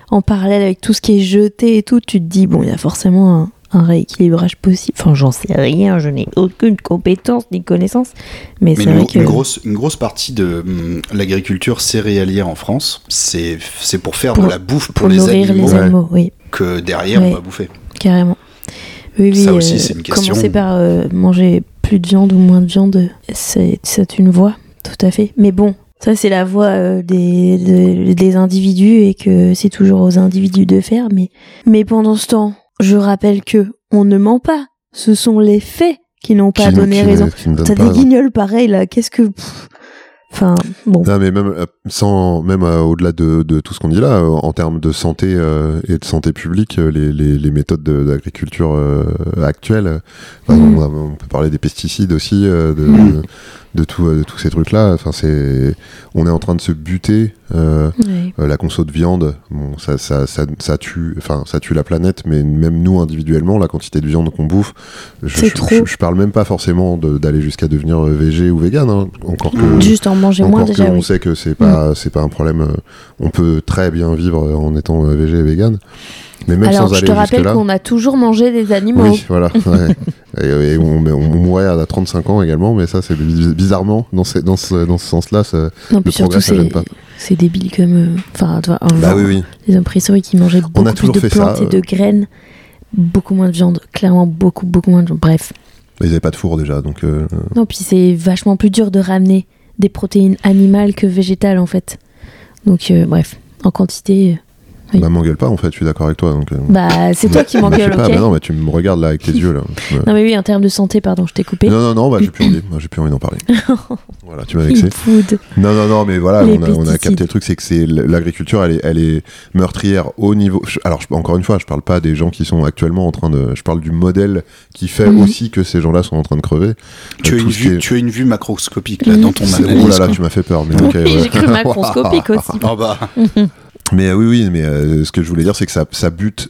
Speaker 8: En parallèle avec tout ce qui est jeté et tout, tu te dis, bon, il y a forcément un, un rééquilibrage possible. Enfin, j'en sais rien, je n'ai aucune compétence ni connaissance. Mais,
Speaker 7: mais
Speaker 8: c'est
Speaker 7: une,
Speaker 8: vrai
Speaker 7: gro-
Speaker 8: que.
Speaker 7: une grosse une grosse partie de hum, l'agriculture céréalière en France c'est c'est pour faire
Speaker 8: Pour-
Speaker 7: de la bouffe pour,
Speaker 8: pour
Speaker 7: les
Speaker 8: nourrir
Speaker 7: animaux
Speaker 8: les
Speaker 9: ouais.
Speaker 8: animaux, oui,
Speaker 7: que derrière
Speaker 8: Ouais.
Speaker 7: on va bouffer
Speaker 8: carrément. Oui, oui, euh,
Speaker 7: Ça aussi, c'est une question.
Speaker 8: Commencer par euh, manger plus de viande ou moins de viande, c'est c'est une voie, tout à fait. Mais bon, ça, c'est la voie euh, des, de- des individus et que c'est toujours aux individus de faire. Mais, mais pendant ce temps, je rappelle que on ne ment pas. Ce sont les faits qui n'ont pas
Speaker 9: qui-
Speaker 8: donné
Speaker 9: qui-
Speaker 8: raison.
Speaker 9: qui ne donne
Speaker 8: T'as
Speaker 9: pas
Speaker 8: des
Speaker 9: raison.
Speaker 8: guignols pareils, là. Qu'est-ce que. pff. Enfin, bon.
Speaker 9: Non, mais même euh, sans, même euh, au-delà de, de tout ce qu'on dit là, euh, en termes de santé euh, et de santé publique, euh, les, les, les méthodes de- d'agriculture euh, actuelles, euh, enfin,
Speaker 8: Mhm.
Speaker 9: on, a- on peut parler des pesticides aussi, euh, de,
Speaker 7: Mhm.
Speaker 9: de, tout, euh, de tous ces trucs-là. Enfin, c'est, on est en train de se buter. euh,
Speaker 8: Ouais.
Speaker 9: euh, la conso de viande, bon, ça, ça, ça, ça tue, enfin, ça tue la planète, mais même nous individuellement, la quantité de viande qu'on bouffe, je,
Speaker 8: C'est
Speaker 9: je,
Speaker 8: trop.
Speaker 9: je- je parle même pas forcément de- d'aller jusqu'à devenir euh, végé ou vegan, hein, encore que.
Speaker 8: Juste en manger moins,
Speaker 9: Encore
Speaker 8: déjà,
Speaker 9: que on
Speaker 8: oui. Mm.
Speaker 9: sait que c'est pas c'est pas un problème. euh, On peut très bien vivre euh, en étant euh, végé et vegan, mais même
Speaker 8: Alors,
Speaker 9: sans
Speaker 8: je
Speaker 9: aller
Speaker 8: te rappelle
Speaker 9: jusque là.
Speaker 8: qu'on a toujours mangé des animaux.
Speaker 9: Oui, voilà. ouais. et, et on, mais on mourait à 35 ans également, mais ça c'est bi- bizarrement dans ce dans ce, dans ce sens-là. ça-
Speaker 8: non, puis
Speaker 9: le
Speaker 8: surtout,
Speaker 9: progrès,
Speaker 8: c'est
Speaker 9: ça gêne pas. Bah
Speaker 8: c'est débile comme. euh, Enfin, tu vois, un genre,
Speaker 9: oui.
Speaker 8: les hommes préhistoriques, ils mangeaient beaucoup
Speaker 9: a
Speaker 8: plus
Speaker 9: toujours
Speaker 8: de
Speaker 9: fait ça,
Speaker 8: plantes et de
Speaker 9: euh.
Speaker 8: graines, beaucoup moins de viande. Clairement, beaucoup, beaucoup moins de viande. Bref.
Speaker 9: Ils avaient pas de four déjà, donc euh,
Speaker 8: Non, puis c'est vachement plus dur de ramener des protéines animales que végétales en fait. Donc euh, bref, en quantité, euh, Oui.
Speaker 9: Bah, m'engueule pas, en fait, je suis d'accord avec toi. Donc, euh,
Speaker 8: Bah, c'est toi
Speaker 9: bah,
Speaker 8: qui
Speaker 9: bah, je sais
Speaker 8: m'engueule,
Speaker 9: pas,
Speaker 8: ok
Speaker 9: bah non, mais tu me regardes là avec tes yeux, là. Tu me-
Speaker 8: Non, mais oui, en termes de santé, pardon, je t'ai coupé.
Speaker 9: Non, non, non, bah, j'ai plus envie, moi, j'ai plus envie d'en parler. voilà, tu m'as vexé.
Speaker 8: Feel food.
Speaker 9: Non, non, non, mais voilà,
Speaker 8: Les
Speaker 9: on a, on a
Speaker 8: pesticides.
Speaker 9: capté le truc, c'est que c'est l- l'agriculture, elle est, elle est meurtrière au niveau. je- Alors, je- encore une fois, je parle pas des gens qui sont actuellement en train de. Je parle du modèle qui fait
Speaker 8: Mhm.
Speaker 9: aussi que ces gens-là sont en train de crever.
Speaker 7: Tu,
Speaker 9: Euh,
Speaker 7: as
Speaker 9: tout
Speaker 7: une
Speaker 9: ce
Speaker 7: vue,
Speaker 9: qui est-
Speaker 7: tu as une vue macroscopique là, dans ton
Speaker 9: C'est-
Speaker 7: analyse.
Speaker 9: Oh là là,
Speaker 7: quoi.
Speaker 9: tu m'as fait peur. Mais
Speaker 7: Oui,
Speaker 9: ok,
Speaker 8: Oui,
Speaker 9: ouais.
Speaker 8: j'ai cru macroscopique aussi.
Speaker 7: Oh bah.
Speaker 9: Mais euh, oui, oui, mais euh, ce que je voulais dire, c'est que ça, ça bute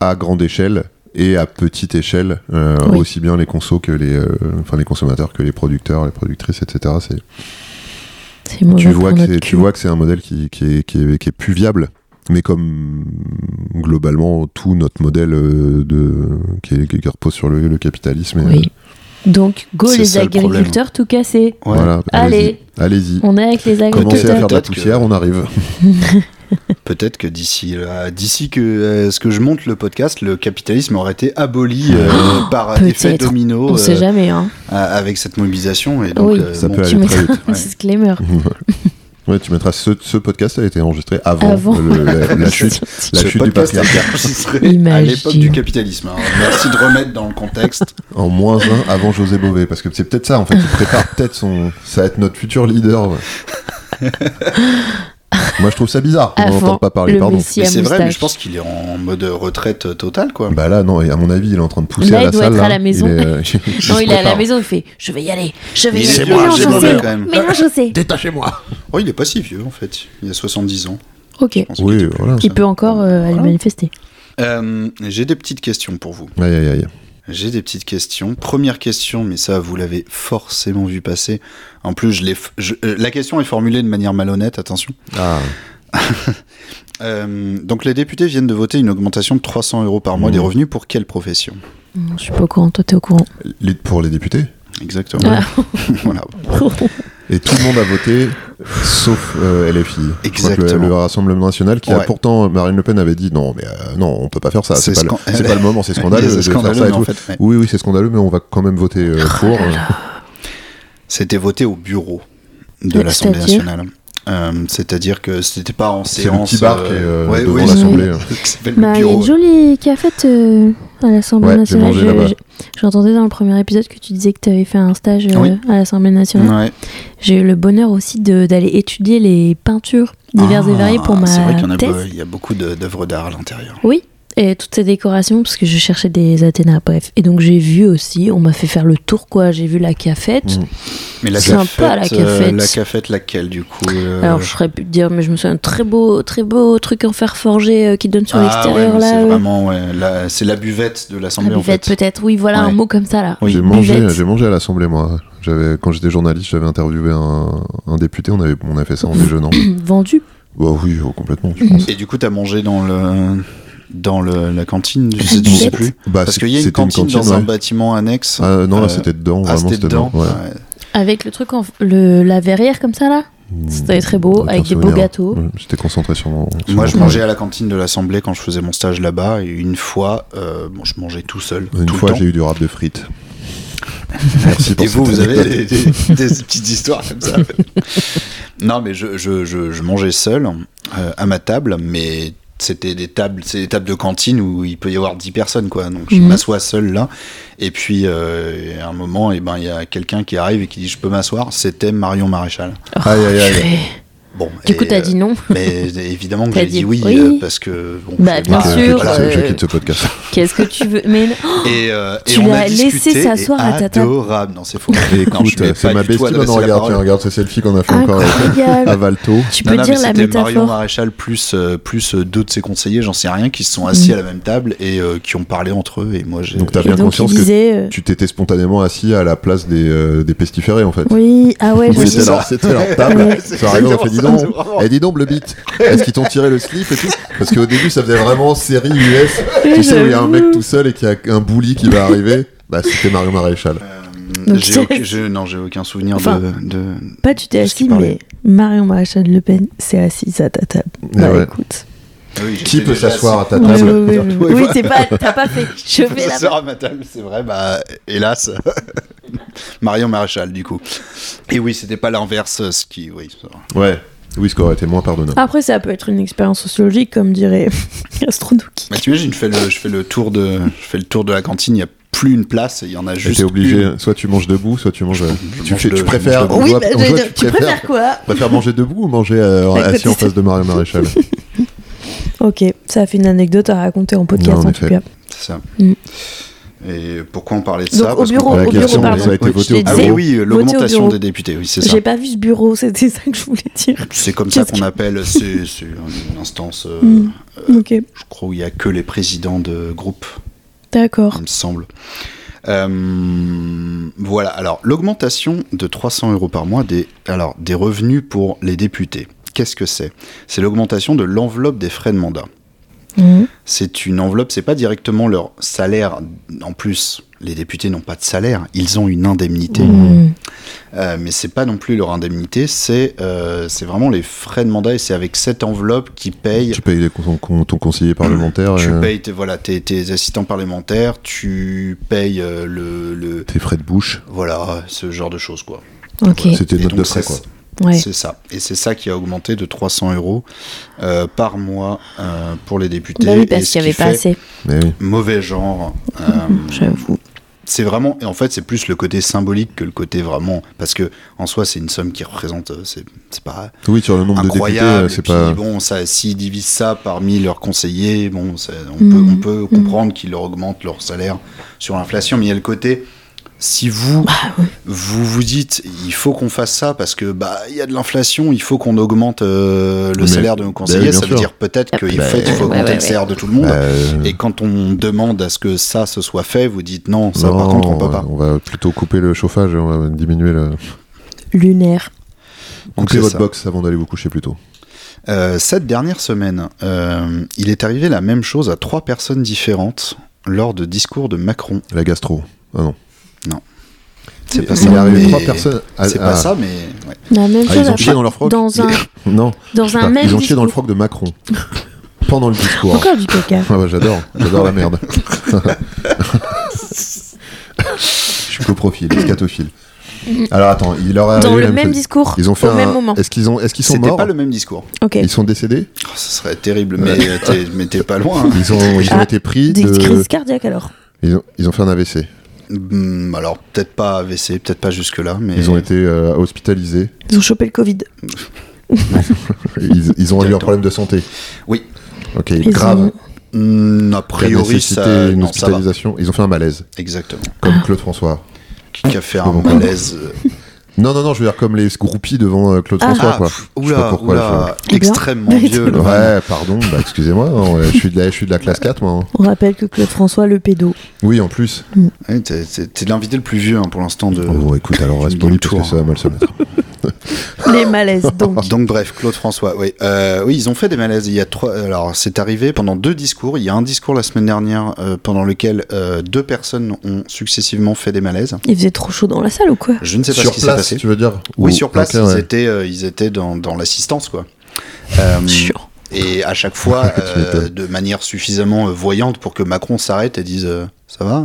Speaker 9: à grande échelle et à petite échelle, euh,
Speaker 8: Oui.
Speaker 9: aussi bien les consos que les, euh, enfin les consommateurs que les producteurs, les productrices, etc. C'est-
Speaker 8: C'est mauvais
Speaker 9: tu vois
Speaker 8: pour
Speaker 9: que
Speaker 8: notre
Speaker 9: c'est-
Speaker 8: cul.
Speaker 9: tu vois que c'est un modèle qui, qui, est, qui, est, qui est plus viable mais comme globalement tout notre modèle euh, de qui, est- qui repose sur le, le capitalisme et,
Speaker 8: Oui. Donc, go
Speaker 7: C'est
Speaker 8: les
Speaker 7: ça, le problème.
Speaker 8: agriculteurs tout cassés.
Speaker 9: euh, voilà
Speaker 8: Allez.
Speaker 9: allez-y
Speaker 8: On est avec les
Speaker 9: commencez à
Speaker 8: agriculteurs.
Speaker 9: faire de la
Speaker 7: Peut-être que-
Speaker 9: poussière on arrive
Speaker 7: Peut-être que d'ici là- d'ici que euh, ce que je monte le podcast, le capitalisme aurait été aboli euh, par
Speaker 8: Ah, peut-être.
Speaker 7: effet domino
Speaker 8: On
Speaker 7: euh,
Speaker 8: sait jamais, hein.
Speaker 7: à- avec cette mobilisation et donc
Speaker 8: Oui.
Speaker 7: euh,
Speaker 9: Ça
Speaker 7: bon,
Speaker 9: peut
Speaker 7: tu
Speaker 8: Tu
Speaker 9: aller
Speaker 7: mets-
Speaker 9: très
Speaker 8: mettras
Speaker 9: vite,
Speaker 8: un
Speaker 7: ouais.
Speaker 8: disclaimer.
Speaker 9: ouais tu mettras ce, ce podcast a été enregistré avant,
Speaker 8: Avant.
Speaker 9: le- la, la chute la
Speaker 7: ce
Speaker 9: chute du
Speaker 7: podcast a
Speaker 9: patriarcat
Speaker 7: été enregistré à
Speaker 8: Imagine.
Speaker 7: l'époque du capitalisme. hein. Merci de remettre dans le contexte.
Speaker 9: en moins un avant José Bové parce que c'est peut-être ça en fait il prépare peut-être son ça va être notre futur leader ouais. moi je trouve ça bizarre on
Speaker 8: Avant
Speaker 9: n'entend pas parler
Speaker 8: le
Speaker 9: pardon
Speaker 8: messie
Speaker 7: Mais
Speaker 8: à
Speaker 7: c'est vrai, mais
Speaker 8: moustache.
Speaker 7: je pense qu'il est en mode retraite euh, totale quoi.
Speaker 9: Bah là, non, et à mon avis, il est en train de pousser
Speaker 8: Là,
Speaker 9: à
Speaker 8: il
Speaker 9: la
Speaker 8: doit
Speaker 9: salle.
Speaker 8: être à
Speaker 9: là.
Speaker 8: la maison.
Speaker 9: Il est, euh, se
Speaker 8: Non, il est à la
Speaker 9: prépare.
Speaker 8: maison, il fait Je vais y aller, je vais
Speaker 7: Mais
Speaker 8: y
Speaker 7: c'est
Speaker 8: aller.
Speaker 7: moi,
Speaker 8: mélange
Speaker 7: c'est
Speaker 8: en
Speaker 7: moi,
Speaker 8: sel,
Speaker 7: quand même.
Speaker 8: mélange en sel.
Speaker 9: Détachez-moi
Speaker 7: Oh, il est pas si vieux en fait. Il a 70 ans.
Speaker 8: Ok.
Speaker 7: Je pense qu'il
Speaker 9: Oui,
Speaker 7: était plus
Speaker 9: voilà.
Speaker 7: comme
Speaker 8: Il
Speaker 7: Ah, ça. Ah.
Speaker 8: peut encore euh, aller
Speaker 7: Voilà.
Speaker 8: manifester.
Speaker 7: Euh, J'ai des petites questions pour vous.
Speaker 9: Aïe, aïe, aïe.
Speaker 7: J'ai des petites questions. Première question, mais ça, vous l'avez forcément vu passer. En plus, je l'ai. f- je- euh, la question est formulée de manière malhonnête, attention.
Speaker 9: Ah,
Speaker 7: Euh, donc, les députés viennent de voter une augmentation de 300 euros par mois
Speaker 9: Mmh.
Speaker 7: des revenus pour quelle profession
Speaker 8: Non, Je suis pas au courant, toi t'es au courant.
Speaker 9: les- pour les députés
Speaker 7: Exactement. voilà.
Speaker 9: Et tout le monde a voté, sauf euh, LFI. Je crois que le-
Speaker 7: Exactement.
Speaker 9: Le, Rassemblement National, qui
Speaker 7: Ouais.
Speaker 9: a pourtant, Marine Le Pen avait dit non, mais euh, non, on peut pas faire ça. C'est
Speaker 7: C'est
Speaker 9: pas, le-
Speaker 7: scan-
Speaker 9: c'est pas le moment, c'est scandaleux.
Speaker 7: C'est
Speaker 9: de faire
Speaker 7: scandaleux,
Speaker 9: ça et
Speaker 7: mais en
Speaker 9: tout.
Speaker 7: fait, ouais.
Speaker 9: Oui, oui, c'est scandaleux, mais on va quand même voter euh,
Speaker 8: Oh
Speaker 9: pour.
Speaker 7: C'était voté au bureau de
Speaker 8: Euh,
Speaker 7: l'Assemblée
Speaker 8: c'est-à-dire
Speaker 7: nationale. Euh, C'est-à-dire que c'était pas en
Speaker 9: C'est le
Speaker 7: séance.
Speaker 9: petit bar qui est, euh, devant
Speaker 8: l'Assemblée,
Speaker 9: hein.
Speaker 7: qui s'appelle
Speaker 8: Bah,
Speaker 7: le
Speaker 8: il y a une
Speaker 7: bureau.
Speaker 8: jolie cafette euh, à l'Assemblée
Speaker 9: Ouais, j'ai
Speaker 8: nationale.
Speaker 9: mangé là-bas.
Speaker 8: Je- je- J'entendais dans le premier épisode que tu disais que tu avais fait un stage euh,
Speaker 7: Oui.
Speaker 8: à l'Assemblée nationale.
Speaker 7: Ouais.
Speaker 8: J'ai eu le bonheur aussi de- d'aller étudier les peintures diverses et
Speaker 7: Ah,
Speaker 8: variées pour ma
Speaker 7: C'est vrai qu'il y en a,
Speaker 8: thèse.
Speaker 7: be- il y a beaucoup de- d'œuvres d'art à l'intérieur.
Speaker 8: Oui, et toutes ces décorations, parce que je cherchais des Athéna, bref. Et donc j'ai vu aussi, on m'a fait faire le tour, quoi. J'ai vu la cafette.
Speaker 9: Mmh.
Speaker 7: Mais la
Speaker 8: Sympa,
Speaker 7: cafette,
Speaker 8: la
Speaker 7: euh,
Speaker 8: cafette.
Speaker 7: la cafette, laquelle du coup euh,
Speaker 8: Alors je serais pu te dire, mais je me souviens, très beau, très beau truc en fer forgé euh, qui donne sur
Speaker 7: Ah ouais,
Speaker 8: l'extérieur,
Speaker 7: mais
Speaker 8: là.
Speaker 7: C'est
Speaker 8: euh,
Speaker 7: vraiment, ouais, la- c'est la buvette de l'Assemblée
Speaker 8: la
Speaker 7: en
Speaker 8: buvette,
Speaker 7: fait.
Speaker 8: peut-être. Oui, voilà,
Speaker 7: Ouais.
Speaker 8: un mot comme ça, là.
Speaker 7: Oui.
Speaker 9: j'ai mangé, euh,
Speaker 8: buvette.
Speaker 9: j'ai mangé à l'Assemblée, moi. J'avais, quand j'étais journaliste, j'avais interviewé un, un député. On avait, on a fait ça en déjeunant.
Speaker 8: Vendu.
Speaker 9: Bah oui, oh, complètement, je pense.
Speaker 7: Et du coup, t'as mangé dans le dans le, la cantine, je sais, je
Speaker 8: buvette.
Speaker 7: sais plus.
Speaker 9: Bah,
Speaker 7: Parce
Speaker 9: c'est-
Speaker 7: qu'il y a une
Speaker 9: c'était
Speaker 7: cantine, dans
Speaker 9: ouais.
Speaker 7: un bâtiment annexe.
Speaker 9: Ah non,
Speaker 7: Euh,
Speaker 9: là c'était dedans,
Speaker 7: ah,
Speaker 9: vraiment
Speaker 7: c'était dedans.
Speaker 9: ouais.
Speaker 7: Ouais.
Speaker 8: Avec le truc, en, le, la verrière comme ça là C'était très beau,
Speaker 9: Aucun
Speaker 8: avec des
Speaker 9: souvenir.
Speaker 8: beaux gâteaux.
Speaker 9: Ouais, J'étais concentré sur mon. sur
Speaker 7: Moi,
Speaker 9: mon
Speaker 7: je mangeais à la cantine de l'Assemblée quand je faisais mon stage là-bas. Et une fois, euh, bon, je mangeais tout seul.
Speaker 9: travail. Une
Speaker 7: tout
Speaker 9: fois,
Speaker 7: le temps.
Speaker 9: j'ai eu du rap de frites. Merci pour
Speaker 7: Et vous,
Speaker 9: cette
Speaker 7: vous avez
Speaker 9: anecdote.
Speaker 7: des, des- des petites histoires comme ça. non, mais je, je, je, je mangeais seul euh, à ma table, mais c'était des tables, c'est des tables de cantine où il peut y avoir 10 personnes, quoi. Donc je
Speaker 8: Mhm.
Speaker 7: m'assois seul là. Et puis, euh, et à un moment, eh ben, il y a quelqu'un qui arrive et qui dit Je peux m'asseoir C'était Marion Maréchal.
Speaker 9: Aïe, aïe, aïe.
Speaker 8: Purée.
Speaker 7: Bon,
Speaker 8: Du
Speaker 7: et,
Speaker 8: coup, t'as dit non
Speaker 7: euh, Mais évidemment que
Speaker 8: T'as
Speaker 7: j'ai
Speaker 8: dit
Speaker 7: dit, oui,
Speaker 8: oui.
Speaker 7: euh, parce que. Bon,
Speaker 8: Bah,
Speaker 7: je-
Speaker 8: bien
Speaker 7: voilà,
Speaker 9: Ok, je
Speaker 8: sûr,
Speaker 9: quitte
Speaker 7: voilà.
Speaker 9: ce-
Speaker 8: euh,
Speaker 9: Je quitte ce podcast.
Speaker 8: Qu'est-ce que tu veux Mais non.
Speaker 7: Et, euh, et
Speaker 8: Tu
Speaker 7: on
Speaker 8: l'as
Speaker 7: a
Speaker 8: laissé
Speaker 7: discuté, et
Speaker 8: s'asseoir à ta table.
Speaker 7: Adorable, non, c'est faux. Non, je
Speaker 9: Écoute,
Speaker 7: mets
Speaker 9: euh, c'est
Speaker 7: pas
Speaker 9: ma
Speaker 7: du tout à la- c'est
Speaker 9: bestie. Non, non,
Speaker 7: la
Speaker 9: regarde,
Speaker 7: parole.
Speaker 9: tiens, regarde ce selfie qu'on a fait encore euh, Ah, à
Speaker 8: Incroyable.
Speaker 9: Valto.
Speaker 8: tu
Speaker 7: Non, non,
Speaker 8: peux
Speaker 7: mais
Speaker 8: dire la
Speaker 7: c'était Marion
Speaker 8: métaphore.
Speaker 7: Maréchal plus, euh, plus euh, deux de ses conseillers, j'en sais rien, qui se sont
Speaker 8: Mm.
Speaker 7: assis à la même table et euh, qui ont parlé entre eux. Et moi, j'ai.
Speaker 9: Donc, t'as
Speaker 8: Et
Speaker 9: bien
Speaker 8: donc il
Speaker 9: conscience que
Speaker 8: disait. euh,
Speaker 9: tu t'étais spontanément assis à la place des euh, des pestiférés en fait.
Speaker 8: Oui, ah ouais, je
Speaker 9: C'était
Speaker 8: me
Speaker 7: c'est
Speaker 8: dis-
Speaker 7: ça.
Speaker 9: leur- C'était leur table.
Speaker 8: Ouais.
Speaker 9: Ça arrive, on fait dis donc.
Speaker 7: C'est vraiment-
Speaker 9: Eh dis donc, le beat. Est-ce qu'ils t'ont tiré le slip et tout Parce qu'au début, ça faisait vraiment série US. Tu sais, où il y a un mec tout seul et qu'il y a un bully qui va arriver. Bah, c'était Mario Maréchal.
Speaker 8: Donc,
Speaker 7: euh, J'ai
Speaker 8: c'est-
Speaker 7: aucun- je- non, j'ai aucun souvenir
Speaker 8: Enfin,
Speaker 7: de, de-
Speaker 8: Pas tu t'es
Speaker 7: Parce qu'il
Speaker 8: assis, mais
Speaker 7: parlait.
Speaker 8: Marion Maréchal Le Pen s'est assise à ta table. Bah
Speaker 9: Eh ouais.
Speaker 8: écoute.
Speaker 7: Ah oui,
Speaker 9: Qui
Speaker 7: j'étais
Speaker 9: peut
Speaker 7: déjà
Speaker 9: s'asseoir à
Speaker 7: assis.
Speaker 9: ta
Speaker 8: Oui, oui,
Speaker 9: table
Speaker 8: oui, oui.
Speaker 7: Ouais,
Speaker 8: Oui,
Speaker 7: voilà.
Speaker 8: t'es pas- t'as pas fait. Je
Speaker 7: Qui peut
Speaker 8: vais la
Speaker 7: s'asseoir à ma table, c'est vrai, bah, hélas. Marion Maréchal, du coup. Et oui, c'était pas l'inverse, ce qui. Oui, ça va.
Speaker 9: Ouais. Oui, ce qui aurait été moins pardonnable.
Speaker 7: Ah,
Speaker 8: Après, ça peut être une expérience sociologique, comme dirait Astronauki.
Speaker 7: Bah, T'imagines, je, fais le- je, fais le tour de- je fais le tour de la cantine, il n'y a plus une place, et il y en a juste.
Speaker 9: T'es obligé,
Speaker 7: une.
Speaker 9: soit tu manges debout, soit tu manges. euh,
Speaker 7: je
Speaker 9: tu,
Speaker 7: mange
Speaker 9: fais-
Speaker 7: de-
Speaker 9: tu
Speaker 7: je mange
Speaker 9: préfères.
Speaker 7: de-
Speaker 9: on
Speaker 8: oui,
Speaker 9: voit-
Speaker 8: bah,
Speaker 9: on
Speaker 8: j'allais
Speaker 9: voit que
Speaker 8: dire, tu préfères quoi
Speaker 9: tu préfères manger debout ou manger euh,
Speaker 7: Bah,
Speaker 8: Avec
Speaker 9: assis
Speaker 8: le
Speaker 9: en face de Mario Maréchal
Speaker 8: Ok, ça a fait une anecdote à raconter en podcast
Speaker 9: Non, en
Speaker 8: en tout
Speaker 9: effet.
Speaker 8: cas.
Speaker 7: C'est ça.
Speaker 8: Mm.
Speaker 7: Et pourquoi on parlait de
Speaker 8: Donc,
Speaker 7: ça
Speaker 8: au
Speaker 7: Parce que-
Speaker 8: bureau,
Speaker 9: la
Speaker 8: au bureau,
Speaker 9: question,
Speaker 8: pardon.
Speaker 9: ça a été
Speaker 8: Oui, je
Speaker 9: votée au
Speaker 8: l'ai
Speaker 7: Ah
Speaker 9: bureau.
Speaker 8: dit.
Speaker 7: oui, oui,
Speaker 8: au
Speaker 7: l'augmentation
Speaker 8: bureau.
Speaker 7: des députés, oui, c'est ça.
Speaker 8: J'ai pas vu ce bureau, c'était ça que je voulais dire.
Speaker 7: C'est comme ça
Speaker 8: Qu'est-ce
Speaker 7: qu'on
Speaker 8: que-
Speaker 7: appelle, c'est c'est une instance, euh,
Speaker 8: Mm. Ok,
Speaker 7: je crois, où il n'y a que les présidents de groupe,
Speaker 8: d'accord.
Speaker 7: il me semble. Euh, voilà, alors l'augmentation de 300 euros par mois des, alors, des revenus pour les députés, qu'est-ce que c'est C'est l'augmentation de l'enveloppe des frais de mandat.
Speaker 8: Mhm.
Speaker 7: C'est une enveloppe, c'est pas directement leur salaire. En plus, les députés n'ont pas de salaire, ils ont une
Speaker 9: Mmh.
Speaker 7: indemnité.
Speaker 8: Mhm.
Speaker 7: Euh, mais c'est pas non plus leur indemnité, c'est euh, c'est vraiment les frais de mandat et c'est avec cette enveloppe qu'ils payent.
Speaker 9: Tu payes les cons- con- ton conseiller parlementaire,
Speaker 7: Tu
Speaker 9: euh,
Speaker 7: payes tes, voilà, tes, tes assistants parlementaires, tu payes euh, le, le-
Speaker 9: tes frais de bouche.
Speaker 7: Voilà, ce genre de choses, quoi.
Speaker 8: Ok,
Speaker 9: C'était
Speaker 7: Et
Speaker 9: notre
Speaker 7: donc,
Speaker 9: de frais,
Speaker 7: c'est-
Speaker 9: quoi.
Speaker 8: ouais.
Speaker 7: C'est ça. Et c'est ça qui a augmenté de 300 euros euh, par mois euh, pour les députés.
Speaker 8: Bah oui,
Speaker 7: Et
Speaker 8: parce
Speaker 7: ce
Speaker 8: qu'il y
Speaker 7: qui
Speaker 8: avait pas
Speaker 7: fait
Speaker 8: assez,
Speaker 9: Mais oui.
Speaker 7: Mauvais genre. euh,
Speaker 8: j'avoue.
Speaker 7: c'est vraiment et en fait c'est plus le côté symbolique que le côté vraiment parce que en soi c'est une somme qui représente euh, c'est c'est pas
Speaker 9: Oui, sur le nombre
Speaker 7: incroyable. et
Speaker 9: de députés, euh, c'est
Speaker 7: puis,
Speaker 9: pas.
Speaker 7: bon, ça, s'ils divisent ça parmi leurs conseillers, bon, ça- on,
Speaker 8: Mhm.
Speaker 7: peut, on peut comprendre qu'ils leur augmentent leur salaire sur l'inflation, mais il y a le côté. Si vous,
Speaker 8: Bah,
Speaker 7: vous vous dites, il faut qu'on fasse ça parce que bah il y a de l'inflation, il faut qu'on augmente euh, le
Speaker 9: Mais- bah
Speaker 7: salaire de nos conseillers,
Speaker 9: bien
Speaker 7: ça veut
Speaker 9: sûr.
Speaker 7: dire peut-être qu'il
Speaker 9: Bah,
Speaker 7: faut, il faut
Speaker 8: ouais,
Speaker 7: augmenter
Speaker 8: ouais,
Speaker 7: le
Speaker 8: ouais.
Speaker 7: salaire de tout le monde.
Speaker 9: Bah, euh,
Speaker 7: Et quand on demande à ce que ça se soit fait, vous dites non, ça
Speaker 9: non,
Speaker 7: par contre on peut pas.
Speaker 9: On va plutôt couper le chauffage et on va diminuer le.
Speaker 8: Lunaire.
Speaker 7: Donc,
Speaker 9: Coupez
Speaker 7: c'est
Speaker 9: votre
Speaker 7: ça.
Speaker 9: box avant d'aller vous coucher plus tôt.
Speaker 7: Euh, cette dernière semaine, euh, il est arrivé la même chose à trois personnes différentes lors de discours de Macron.
Speaker 9: La gastro. Ah non.
Speaker 7: C'est
Speaker 9: Il est arrivé
Speaker 7: mais-
Speaker 9: trois personnes. à-
Speaker 7: C'est pas
Speaker 9: à-
Speaker 7: ça, mais ouais.
Speaker 8: La même
Speaker 9: Ah,
Speaker 8: chose
Speaker 9: ils ont
Speaker 8: à-
Speaker 9: chié dans leur froc
Speaker 8: Dans un,
Speaker 9: Non.
Speaker 8: dans
Speaker 9: je sais
Speaker 8: un
Speaker 9: pas,
Speaker 8: même
Speaker 9: Ils ont chié dans le
Speaker 8: discours.
Speaker 9: froc de Macron. Pendant le discours.
Speaker 8: Encore du caca.
Speaker 9: Ah bah j'adore, j'adore la merde. Je suis coprophile, scatophile. Alors attends, il leur a
Speaker 8: Dans
Speaker 9: arrivé
Speaker 8: le
Speaker 9: Ah, la
Speaker 8: même
Speaker 9: chose.
Speaker 8: discours,
Speaker 9: Ils ont fait
Speaker 8: au
Speaker 9: un-
Speaker 8: même moment.
Speaker 9: Est-ce qu'ils ont, est-ce qu'ils sont
Speaker 7: c'était
Speaker 9: morts
Speaker 7: pas le même discours.
Speaker 8: Ok.
Speaker 9: Ils sont décédés
Speaker 7: Oh, ce serait terrible, mais euh, t'es- mais t'es pas loin. hein.
Speaker 9: Ils ont, ils ont
Speaker 8: Ah,
Speaker 9: été pris
Speaker 8: Des
Speaker 9: de,
Speaker 8: crises cardiaques alors.
Speaker 9: ils ont, ils ont fait un AVC.
Speaker 7: Hmm, alors peut-être pas AVC, peut-être pas jusque là, mais
Speaker 9: Ils ont été euh, hospitalisés.
Speaker 8: Ils ont chopé le Covid.
Speaker 9: Ils, ils ont eu un problème de santé.
Speaker 7: Oui.
Speaker 9: Ok,
Speaker 8: Ils
Speaker 9: grave.
Speaker 8: ont-
Speaker 7: Hmm, a
Speaker 9: Qui a
Speaker 7: priori
Speaker 9: nécessité
Speaker 7: ça,
Speaker 9: une
Speaker 7: non, ça va.
Speaker 9: hospitalisation. Ils ont fait un malaise,
Speaker 7: Exactement.
Speaker 9: comme
Speaker 8: Ah.
Speaker 9: Claude François.
Speaker 7: Qui a fait un
Speaker 9: Bon, bon.
Speaker 7: malaise. euh,
Speaker 9: Non, non, non, je veux dire comme les groupies devant euh, Claude François.
Speaker 7: ah,
Speaker 9: quoi.
Speaker 7: pff,
Speaker 9: Je sais pas
Speaker 7: oula,
Speaker 9: pourquoi,
Speaker 7: oula,
Speaker 8: Eh bien.
Speaker 7: extrêmement vieux.
Speaker 9: Ouais, pardon, bah, excusez-moi, hein, ouais, je suis de la, je suis de la classe 4, moi. hein.
Speaker 8: On rappelle que Claude François, le pédo.
Speaker 9: Oui, en plus.
Speaker 7: Ouais, t'es- t'es t'es l'invité le plus vieux hein, pour l'instant de.
Speaker 9: Oh, écoute, alors on reste poli parce que
Speaker 7: Tour.
Speaker 9: ça va mal se mettre.
Speaker 8: Les malaises donc.
Speaker 7: Donc bref, Claude François, oui, Euh, oui, ils ont fait des malaises. Il y a trois. Alors c'est arrivé pendant deux discours. Il y a un discours la semaine dernière euh, pendant lequel euh, deux personnes ont successivement fait des malaises.
Speaker 8: Il faisait trop chaud dans la salle ou quoi
Speaker 7: Je ne sais pas
Speaker 9: sur
Speaker 7: ce qui s'est
Speaker 9: place,
Speaker 7: passé.
Speaker 9: tu veux dire
Speaker 7: Oui,
Speaker 9: Ou-
Speaker 7: sur place,
Speaker 9: ok, ouais.
Speaker 7: ils étaient, euh, ils étaient dans, dans l'assistance quoi. Euh,
Speaker 8: Chiant.
Speaker 7: et à chaque fois,
Speaker 9: Tu
Speaker 7: euh,
Speaker 9: m'étonnes.
Speaker 7: de manière suffisamment euh, voyante pour que Macron s'arrête et dise euh, ça va.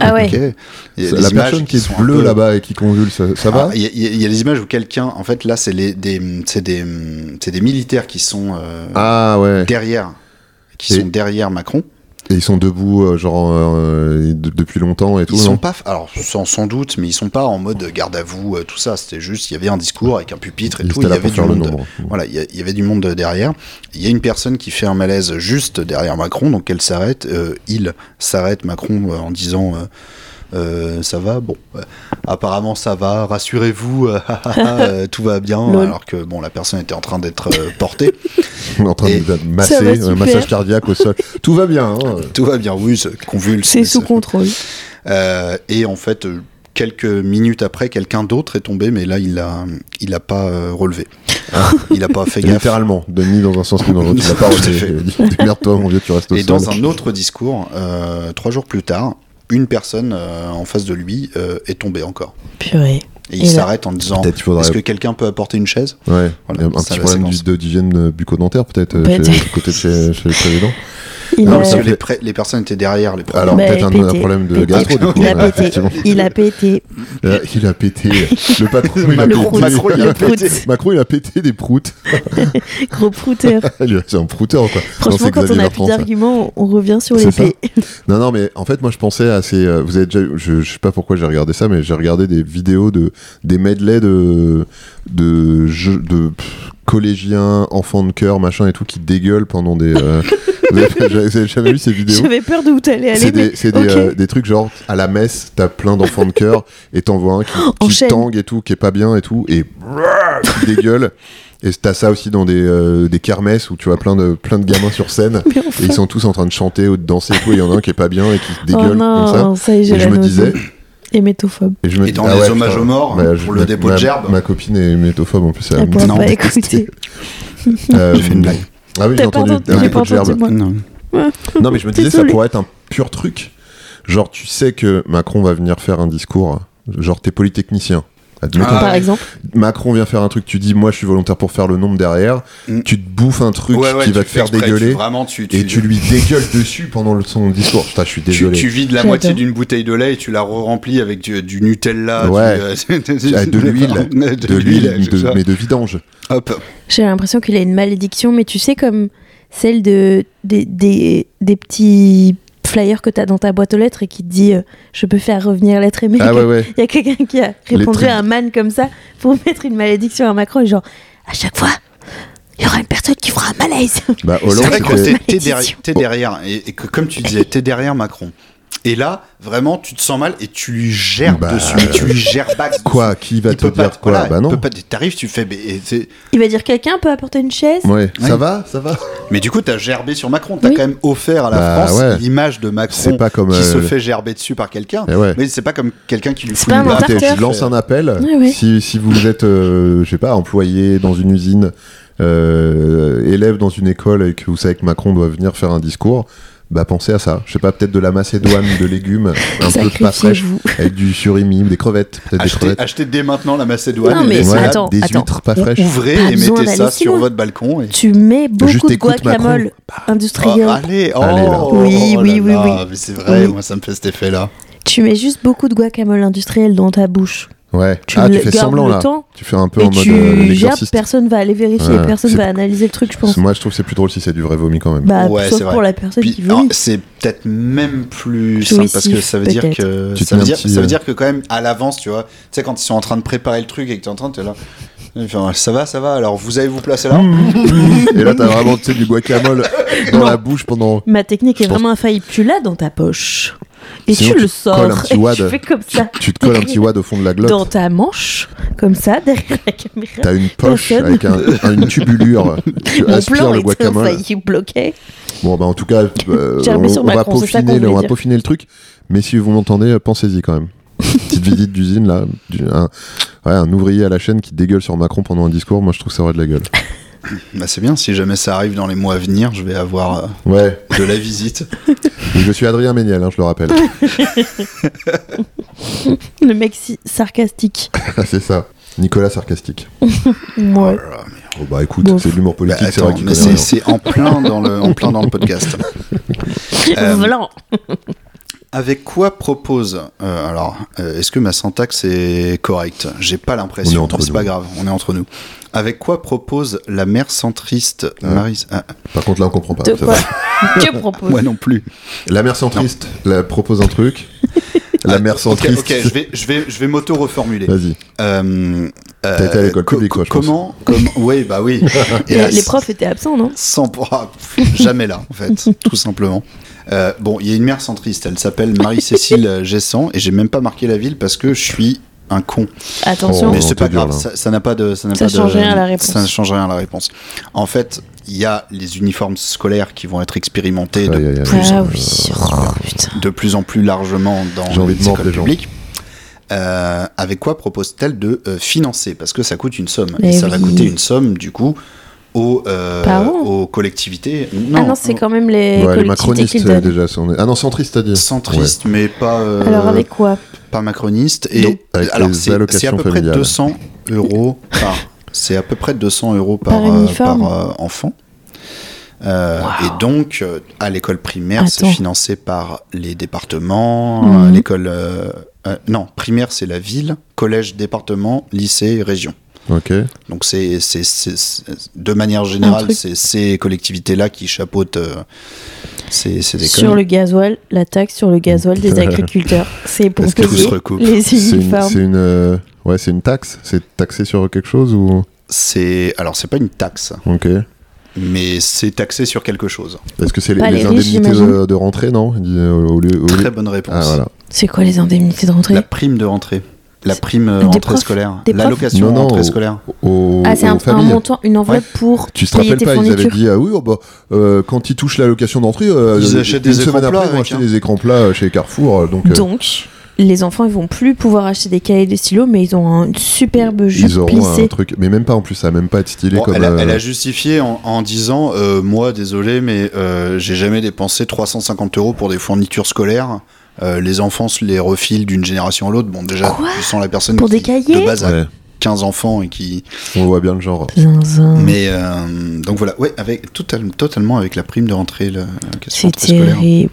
Speaker 8: Ah ouais.
Speaker 7: Ok. Il y a
Speaker 9: C'est
Speaker 7: des
Speaker 9: La
Speaker 7: images
Speaker 9: personne qui
Speaker 7: sont
Speaker 9: est
Speaker 7: un
Speaker 9: bleue
Speaker 7: peu-
Speaker 9: là-bas et qui convulse, ça, ça va
Speaker 7: Ah, Il y, a- il y a- il y a des images où quelqu'un, en fait, là, c'est les- des, c'est des, c'est des militaires qui sont euh,
Speaker 9: Ah ouais.
Speaker 7: derrière, qui
Speaker 9: Et-
Speaker 7: sont derrière Macron.
Speaker 9: Et ils sont debout, euh, genre, euh, de- depuis longtemps et tout.
Speaker 7: Ils
Speaker 9: non
Speaker 7: sont pas, alors sans, sans doute, mais ils sont pas en mode garde à vous, euh, tout ça. C'était juste, il y avait un discours avec un pupitre et
Speaker 9: Ils
Speaker 7: tout.
Speaker 9: étaient
Speaker 7: Il y
Speaker 9: là
Speaker 7: avait
Speaker 9: pour
Speaker 7: du
Speaker 9: faire le
Speaker 7: monde.
Speaker 9: nombre.
Speaker 7: Voilà, il y, a- il y avait du monde derrière. Il y a une personne qui fait un malaise juste derrière Macron, donc elle s'arrête. euh, il s'arrête Macron euh, en disant. euh, Euh, ça va, bon. euh, apparemment, ça va. Rassurez-vous, euh, ah, ah, ah, euh, tout va bien.
Speaker 8: Lol.
Speaker 7: Alors que bon, la personne était en train d'être euh, portée.
Speaker 9: On est en train
Speaker 7: Et-
Speaker 9: de
Speaker 8: Ça va
Speaker 9: masser, un
Speaker 8: super.
Speaker 9: massage cardiaque au sol. Tout va bien. hein.
Speaker 7: Tout va bien, oui, c'est convulse.
Speaker 8: C'est
Speaker 7: mais
Speaker 8: sous
Speaker 7: ça-
Speaker 8: contrôle.
Speaker 7: Euh, et en fait, euh, quelques minutes après, quelqu'un d'autre est tombé, mais là, il a, il a pas euh, relevé. Il a pas fait gaffe.
Speaker 9: Littéralement, de ni dans un sens ni dans l'autre. Tu l'as pas
Speaker 7: Tout à
Speaker 9: relevé.
Speaker 7: fait.
Speaker 9: Il a dit, Démerde-toi, mon vieux, tu restes au
Speaker 7: Et
Speaker 9: sol.
Speaker 7: dans un autre discours, euh, trois jours plus tard, une personne euh, en face de lui euh, est tombée encore.
Speaker 8: Purée.
Speaker 7: Et il
Speaker 8: Et là-
Speaker 7: s'arrête en disant
Speaker 9: Peut-être il faudrait-
Speaker 7: Est-ce que quelqu'un peut apporter une chaise
Speaker 9: Ouais,
Speaker 7: Voilà,
Speaker 9: un
Speaker 7: c'est
Speaker 9: petit
Speaker 7: la
Speaker 9: problème
Speaker 7: séquence.
Speaker 9: du- de- d'hygiène bucco-dentaire peut-être euh,
Speaker 8: Peut-être.
Speaker 9: chez- du côté de chez, chez le président.
Speaker 8: Il
Speaker 9: Non,
Speaker 8: a-
Speaker 9: mais
Speaker 7: Parce
Speaker 9: ça
Speaker 7: que
Speaker 9: fait-
Speaker 7: les, pré- les personnes étaient derrière. Les
Speaker 9: Alors
Speaker 8: Mais
Speaker 9: peut-être un, un
Speaker 8: pété.
Speaker 9: problème de
Speaker 8: Pété.
Speaker 9: gastro du coup.
Speaker 8: Il a
Speaker 9: ouais,
Speaker 8: pété.
Speaker 9: effectivement.
Speaker 8: Il a pété.
Speaker 9: Euh, il a pété. Le patron, il a
Speaker 8: Le
Speaker 9: pété.
Speaker 8: prout.
Speaker 7: Macron, il a
Speaker 8: Le prout.
Speaker 7: pété.
Speaker 9: Macron, il a pété des proutes.
Speaker 8: Gros prouteur.
Speaker 9: Lui, C'est un prouteur, quoi. Non,
Speaker 8: Franchement,
Speaker 9: c'est
Speaker 8: quand on
Speaker 9: Xavier
Speaker 8: a plus
Speaker 9: Bertrand, ça.
Speaker 8: d'arguments, on revient sur
Speaker 9: C'est
Speaker 8: l'épée.
Speaker 9: Non, non, mais en fait, moi, je pensais à ces. euh, vous avez déjà. eu- Je, je sais pas pourquoi j'ai regardé ça, mais j'ai regardé des vidéos de des medley de de jeux- de pff, collégiens, enfants de cœur, machin et tout, qui dégueulent pendant des. euh, vous, avez, pas- vous avez jamais vu ces vidéos
Speaker 8: J'avais peur de où t'allais aller.
Speaker 9: c'est
Speaker 8: mais-
Speaker 9: des, c'est des,
Speaker 8: ok.
Speaker 9: euh, des trucs genre à la messe, t'as plein d'enfants de cœur et t'en vois un qui, qui
Speaker 8: Enchaîne.
Speaker 9: tangue et tout, qui est pas bien et tout, et qui dégueule. Et t'as ça aussi dans des, euh, des kermesses où tu vois plein de, plein de gamins sur scène
Speaker 8: Mais enfin.
Speaker 9: et ils sont tous en train de chanter ou de danser et tout. et Il y en a un qui est pas bien et qui se dégueule
Speaker 8: oh non,
Speaker 9: comme ça.
Speaker 8: ça y est, j'ai
Speaker 9: Et je
Speaker 8: la
Speaker 9: me
Speaker 8: nausée.
Speaker 9: disais,
Speaker 8: Hémétophobe.
Speaker 9: et je me
Speaker 7: Et
Speaker 9: dis-
Speaker 7: dans
Speaker 9: ah
Speaker 7: les
Speaker 9: ouais,
Speaker 7: hommages
Speaker 9: putain.
Speaker 7: aux morts,
Speaker 9: Bah,
Speaker 7: pour le
Speaker 9: ma-
Speaker 7: dépôt de
Speaker 9: ma-
Speaker 7: gerbe.
Speaker 9: Ma copine est métophobe en plus. elle
Speaker 8: Elle
Speaker 9: me
Speaker 8: pourra
Speaker 9: dit-
Speaker 8: pas écouter.
Speaker 9: Euh,
Speaker 7: J'ai fait une blague.
Speaker 9: Ah oui, j'ai
Speaker 8: T'as pas
Speaker 9: entendu.
Speaker 8: entendu,
Speaker 9: un
Speaker 8: j'ai
Speaker 9: dépôt
Speaker 8: pas
Speaker 9: de gerbe.
Speaker 8: entendu, moi.
Speaker 7: Non.
Speaker 9: Non, mais je me disais, ça
Speaker 8: Désolée.
Speaker 9: pourrait être un pur truc. Genre, tu sais que Macron va venir faire un discours. Genre, t'es polytechnicien. Admettons.
Speaker 7: Ah,
Speaker 8: Par
Speaker 7: ouais.
Speaker 8: exemple,
Speaker 9: Macron vient faire un truc, tu dis, moi, je suis volontaire pour faire le nombre derrière.
Speaker 7: Mm.
Speaker 9: Tu te bouffes un truc
Speaker 7: Ouais, ouais,
Speaker 9: qui va
Speaker 7: tu
Speaker 9: te
Speaker 7: fais
Speaker 9: faire
Speaker 7: exprès,
Speaker 9: dégueuler.
Speaker 7: tu- vraiment, tu,
Speaker 9: et tu lui dégueules dessus pendant le- son discours. Putain, je suis
Speaker 7: tu,
Speaker 9: désolé.
Speaker 7: tu vides la
Speaker 8: J'adore.
Speaker 7: moitié d'une bouteille de lait et tu la remplis avec du, du Nutella,
Speaker 9: Ouais.
Speaker 7: du,
Speaker 9: Ah, de l'huile,
Speaker 7: de,
Speaker 9: de l'huile,
Speaker 7: tout
Speaker 9: de-
Speaker 7: ça.
Speaker 9: mais de vidange.
Speaker 7: Hop.
Speaker 8: j'ai l'impression qu'il a une malédiction, mais tu sais, comme celle de, des, des, des petits flyers que t'as dans ta boîte aux lettres et qui te dit euh, Je peux faire revenir l'être aimé.
Speaker 9: Ah ouais, ouais.
Speaker 8: Il y a quelqu'un qui a répondu
Speaker 9: trucs-
Speaker 8: à un man comme ça pour mettre une malédiction à Macron, et genre À chaque fois, il y aura une personne qui fera un malaise.
Speaker 9: Bah,
Speaker 7: C'est
Speaker 9: Hollande,
Speaker 7: vrai que t'es-
Speaker 9: c'était-
Speaker 7: t'es derrière,
Speaker 8: Malédiction.
Speaker 7: t'es derrière et, et que comme tu disais, t'es derrière Macron. Et là, vraiment, tu te sens mal et tu lui gères
Speaker 9: Bah,
Speaker 7: dessus, mais tu lui gères back. dessus.
Speaker 9: Quoi Qui va
Speaker 7: Il
Speaker 9: te
Speaker 7: peut pas
Speaker 9: dire quoi
Speaker 7: voilà,
Speaker 9: Bah
Speaker 7: il
Speaker 9: non.
Speaker 7: peut pas- T'arrives, tu fais. Mais, et c'est-
Speaker 8: Il va dire Quelqu'un peut apporter une chaise
Speaker 9: Ouais.
Speaker 7: Ouais.
Speaker 9: Ça va Ça va
Speaker 7: mais du coup, t'as gerbé sur Macron. T'as
Speaker 8: Oui.
Speaker 7: quand même offert à la
Speaker 9: Bah,
Speaker 7: France
Speaker 9: ouais.
Speaker 7: l'image de Macron
Speaker 9: C'est pas comme,
Speaker 7: qui se
Speaker 9: euh,
Speaker 7: fait gerber dessus par quelqu'un.
Speaker 9: Eh ouais.
Speaker 7: Mais c'est pas comme quelqu'un qui lui
Speaker 8: C'est
Speaker 7: fout
Speaker 8: pas
Speaker 7: une
Speaker 8: un Ah
Speaker 7: baffe.
Speaker 8: menteur.
Speaker 9: Écoutez, je lance un appel.
Speaker 8: Oui, oui.
Speaker 9: Si, si vous êtes, euh, je sais pas, employé dans une usine, euh, élève dans une école et que vous savez que Macron doit venir faire un discours, bah pensez à ça. Je sais pas, peut-être de la macédoine, de légumes, un peu de pas fraîche,
Speaker 8: Sacrifiez-vous.
Speaker 9: avec du surimi, des crevettes, peut-être des
Speaker 7: Achetez,
Speaker 9: crevettes.
Speaker 7: achetez dès maintenant la Macédoine.
Speaker 8: Non,
Speaker 7: et
Speaker 8: mais
Speaker 7: des-
Speaker 9: Voilà,
Speaker 8: ça, attends,
Speaker 9: des
Speaker 8: attends.
Speaker 9: huîtres pas
Speaker 8: On-
Speaker 9: fraîches.
Speaker 7: Ouvrez
Speaker 8: Pas
Speaker 7: et
Speaker 8: besoin
Speaker 7: mettez
Speaker 8: d'aller
Speaker 7: ça
Speaker 8: si
Speaker 7: sur
Speaker 8: loin.
Speaker 7: votre balcon. Et...
Speaker 8: Tu mets beaucoup de
Speaker 9: Bah, écoute, Macron. Bah,
Speaker 8: guacamole industriel.
Speaker 7: Oh, allez, oh,
Speaker 9: Allez, là.
Speaker 8: Oui,
Speaker 7: oh
Speaker 8: oui,
Speaker 7: là
Speaker 8: oui,
Speaker 7: là,
Speaker 8: oui.
Speaker 7: mais C'est vrai,
Speaker 8: Oui.
Speaker 7: moi ça me fait cet effet-là.
Speaker 9: ah.
Speaker 8: Tu mets juste beaucoup de guacamole industriel dans ta bouche.
Speaker 9: Ouais.
Speaker 8: Tu
Speaker 9: ah,
Speaker 8: le
Speaker 9: tu fais
Speaker 8: gardes
Speaker 9: semblant
Speaker 8: le
Speaker 9: là.
Speaker 8: temps
Speaker 9: Tu fais un peu
Speaker 8: Et
Speaker 9: en mode
Speaker 8: tu
Speaker 9: euh,
Speaker 8: gères,
Speaker 9: l'exorciste.
Speaker 8: personne va aller vérifier,
Speaker 9: Ouais,
Speaker 8: personne
Speaker 9: c'est-
Speaker 8: va analyser le truc, je pense.
Speaker 9: Moi, je trouve que c'est plus drôle si c'est du vrai vomi quand même.
Speaker 8: Bah,
Speaker 7: Ouais, c'est
Speaker 8: sauf
Speaker 7: vrai.
Speaker 8: pour la personne
Speaker 7: Puis,
Speaker 8: qui veut.
Speaker 7: alors, c'est peut-être même plus simple parce que
Speaker 8: Jouissif,
Speaker 7: ça veut dire
Speaker 8: peut-être.
Speaker 7: que
Speaker 9: Tu te
Speaker 7: ça veut
Speaker 9: mets un
Speaker 7: dire,
Speaker 9: petit,
Speaker 7: ça veut
Speaker 9: euh,
Speaker 7: dire que quand même à l'avance, tu vois, tu sais quand ils sont en train de préparer le truc et que tu es en train de t'es là, Enfin, ça va, ça va. Alors vous allez vous placer là.
Speaker 9: Et là, t'as vraiment tu sais, du guacamole dans la bouche pendant.
Speaker 8: Ma technique
Speaker 9: Je
Speaker 8: est
Speaker 9: pense-
Speaker 8: vraiment infaillible. Tu l'as dans ta poche. Et
Speaker 9: Sinon,
Speaker 8: tu le
Speaker 9: tu te colles un
Speaker 8: sors.
Speaker 9: petit
Speaker 8: Et
Speaker 9: wad.
Speaker 8: tu fais comme
Speaker 9: Tu,
Speaker 8: ça.
Speaker 9: tu te colles un petit wad au fond de la glotte.
Speaker 8: Dans ta manche, comme ça, derrière la caméra.
Speaker 9: T'as une poche
Speaker 8: Personne.
Speaker 9: avec un- un- une tubulure. Tu
Speaker 8: Mon
Speaker 9: aspires
Speaker 8: plan
Speaker 9: le
Speaker 8: est
Speaker 9: guacamole.
Speaker 8: infaillible, bloqué.
Speaker 9: Bon, bah en tout cas, euh,
Speaker 8: J'ai remis
Speaker 9: on,
Speaker 8: sur
Speaker 9: on va
Speaker 8: Macron, c'est ça qu'on
Speaker 9: peaufiner, le,
Speaker 8: voulait
Speaker 9: on va
Speaker 8: dire.
Speaker 9: peaufiner le truc. Mais si vous m'entendez, euh, pensez-y quand même. Petite visite d'usine là, du- un, ouais, un ouvrier à la chaîne qui dégueule sur Macron pendant un discours. Moi, je trouve que ça aurait de la gueule.
Speaker 7: Bah c'est bien. Si jamais ça arrive dans les mois à venir, je vais avoir euh,
Speaker 9: Ouais.
Speaker 7: de la visite.
Speaker 9: Je suis Adrien Méniel, hein, je le rappelle.
Speaker 8: Le mec si- sarcastique.
Speaker 9: c'est ça. Nicolas sarcastique.
Speaker 8: Moi.
Speaker 9: Oh, bah écoute,
Speaker 8: Bon.
Speaker 9: c'est de l'humour
Speaker 7: Bah,
Speaker 9: politique. c'est
Speaker 7: attends,
Speaker 9: vrai qu'il
Speaker 7: mais
Speaker 9: connaît
Speaker 7: c'est
Speaker 9: rien.
Speaker 7: c'est en plein dans le en plein dans le podcast. Euh,
Speaker 9: oh,
Speaker 8: Blanc.
Speaker 7: Avec quoi propose euh, Alors, euh, est-ce que ma syntaxe est correcte J'ai pas
Speaker 9: On est
Speaker 7: l'impression.
Speaker 9: entre
Speaker 7: mais C'est
Speaker 9: nous.
Speaker 7: pas grave. On est entre nous. Avec quoi propose la mère centriste
Speaker 9: Hein
Speaker 7: Marie ah,
Speaker 9: Par contre, là, on comprend pas.
Speaker 8: De
Speaker 9: ça
Speaker 8: quoi
Speaker 9: va.
Speaker 8: Tu proposes.
Speaker 7: Moi non plus.
Speaker 9: La mère centriste la propose un truc. La mère centriste.
Speaker 7: Ok, ok, je vais, je vais, je vais m'auto reformuler.
Speaker 9: Vas-y.
Speaker 7: Euh,
Speaker 9: T'as été à l'école publique, quoi, je pense.
Speaker 7: Comment, comment Oui, bah oui. Et à
Speaker 8: Les, les profs étaient absents, non
Speaker 7: Sans ah, pff, jamais là, en fait, tout simplement. Euh, bon, il y a une mère centriste, elle s'appelle Marie-Cécile Gessan, et j'ai même pas marqué la ville parce que je suis un con.
Speaker 8: Attention.
Speaker 9: Oh,
Speaker 7: Mais c'est
Speaker 9: t'es
Speaker 7: pas
Speaker 9: dur,
Speaker 7: grave,
Speaker 9: là.
Speaker 7: ça ça n'a pas de. Ça n'a
Speaker 8: Ça
Speaker 7: pas de-
Speaker 8: change rien à la réponse.
Speaker 7: Ça ne change rien à la réponse. En fait, il y a les uniformes scolaires qui vont être expérimentés de,
Speaker 9: Aïe, aïe, aïe.
Speaker 8: Ah oui, oh, putain.
Speaker 7: de plus en plus largement dans
Speaker 9: J'ai envie de
Speaker 7: les
Speaker 9: mordre
Speaker 7: écoles
Speaker 9: les gens.
Speaker 7: publiques. Euh, avec quoi propose-t-elle de euh, financer Parce que ça coûte une somme.
Speaker 8: Mais
Speaker 7: et ça va
Speaker 8: oui.
Speaker 7: coûter une somme, du coup, aux, euh,
Speaker 8: Parents
Speaker 7: aux collectivités.
Speaker 8: ah non, c'est
Speaker 7: aux-
Speaker 8: quand même les
Speaker 9: Ouais, les
Speaker 8: collectivités
Speaker 9: macronistes,
Speaker 8: qu'ils
Speaker 9: euh,
Speaker 8: donnent.
Speaker 9: déjà. sont- Ah non, centriste, t'as dit.
Speaker 7: centriste, mais pas, euh,
Speaker 8: Alors avec quoi
Speaker 7: pas macroniste. Et
Speaker 9: Non, avec
Speaker 7: alors,
Speaker 9: les
Speaker 7: c'est
Speaker 9: allocations
Speaker 7: c'est à peu près
Speaker 9: familiales.
Speaker 7: 200 euros par. C'est à peu près 200 euros par,
Speaker 8: Par
Speaker 7: euh,
Speaker 8: uniforme.
Speaker 7: par, euh, enfant. Euh,
Speaker 8: Wow.
Speaker 7: Et donc, euh, à l'école primaire, c'est
Speaker 8: Attends.
Speaker 7: financé par les départements.
Speaker 8: Mhm.
Speaker 7: euh, L'école. euh, euh, non, primaire, c'est la ville, collège, département, lycée, région.
Speaker 9: Ok.
Speaker 7: Donc, c'est c'est- c'est- c'est- de manière générale,
Speaker 8: truc-
Speaker 7: c'est ces collectivités-là qui chapeautent euh, ces, ces écoles.
Speaker 8: Sur le gasoil, la taxe sur le gasoil des agriculteurs. C'est pour
Speaker 7: Parce que tout se
Speaker 8: payer
Speaker 7: recoupe.
Speaker 8: les
Speaker 9: C'est une,
Speaker 8: uniformes.
Speaker 9: c'est une, euh, ouais, c'est une taxe. C'est taxé sur quelque chose ou
Speaker 7: C'est alors c'est pas une taxe,
Speaker 9: Ok.
Speaker 7: mais c'est taxé sur quelque chose.
Speaker 9: Est-ce que c'est les,
Speaker 8: Pas
Speaker 9: les
Speaker 8: les riches,
Speaker 9: indemnités de,
Speaker 8: j'imagine.
Speaker 9: de rentrée, non Il dit, euh, au lieu, au lieu-
Speaker 7: Très bonne réponse.
Speaker 9: Ah voilà.
Speaker 8: C'est quoi les indemnités de rentrée
Speaker 7: La prime de rentrée, la prime euh,
Speaker 8: Des
Speaker 7: rentrée
Speaker 8: profs
Speaker 7: scolaire,
Speaker 8: Des profs
Speaker 7: l'allocation
Speaker 9: Non, non,
Speaker 7: rentrée
Speaker 9: au-
Speaker 7: scolaire.
Speaker 9: Au-
Speaker 8: Ah, c'est
Speaker 9: aux
Speaker 8: un, un
Speaker 9: familles.
Speaker 8: montant, une enveloppe pour
Speaker 9: Tu te
Speaker 8: payer
Speaker 9: rappelles
Speaker 8: tes
Speaker 9: pas, ils avaient
Speaker 8: fournitures.
Speaker 9: dit ah oui, oh bah, euh, quand ils touchent l'allocation d'entrée, euh,
Speaker 7: Ils
Speaker 9: une
Speaker 7: achètent des
Speaker 9: semaine
Speaker 7: écrans plats
Speaker 9: après, ils vont
Speaker 7: avec,
Speaker 9: acheter
Speaker 7: hein.
Speaker 9: des écrans plats euh, chez Carrefour. euh, Donc, euh,
Speaker 8: Donc, les enfants, ils vont plus pouvoir acheter des cahiers et des stylos, mais ils ont un- une superbe jupe
Speaker 9: ils auront
Speaker 8: plissée.
Speaker 9: un truc, mais même pas en plus, ça va même pas être stylé
Speaker 7: Bon,
Speaker 9: comme.
Speaker 7: elle, a,
Speaker 9: euh,
Speaker 7: elle a justifié en, en disant euh, moi désolé mais euh, j'ai jamais dépensé 350 euros pour des fournitures scolaires. Euh, les enfants se les refilent d'une génération à l'autre. Bon déjà
Speaker 8: Quoi
Speaker 7: tu sens la personne
Speaker 8: Pour
Speaker 7: qui,
Speaker 8: des cahiers
Speaker 7: de base a
Speaker 9: ouais,
Speaker 7: 15 enfants et qui
Speaker 9: on voit bien le genre.
Speaker 8: Zinzin.
Speaker 7: mais euh, donc voilà ouais avec total- totalement avec la prime de rentrée la- l'allocation
Speaker 8: C'est
Speaker 7: rentrée scolaire.
Speaker 8: terrible.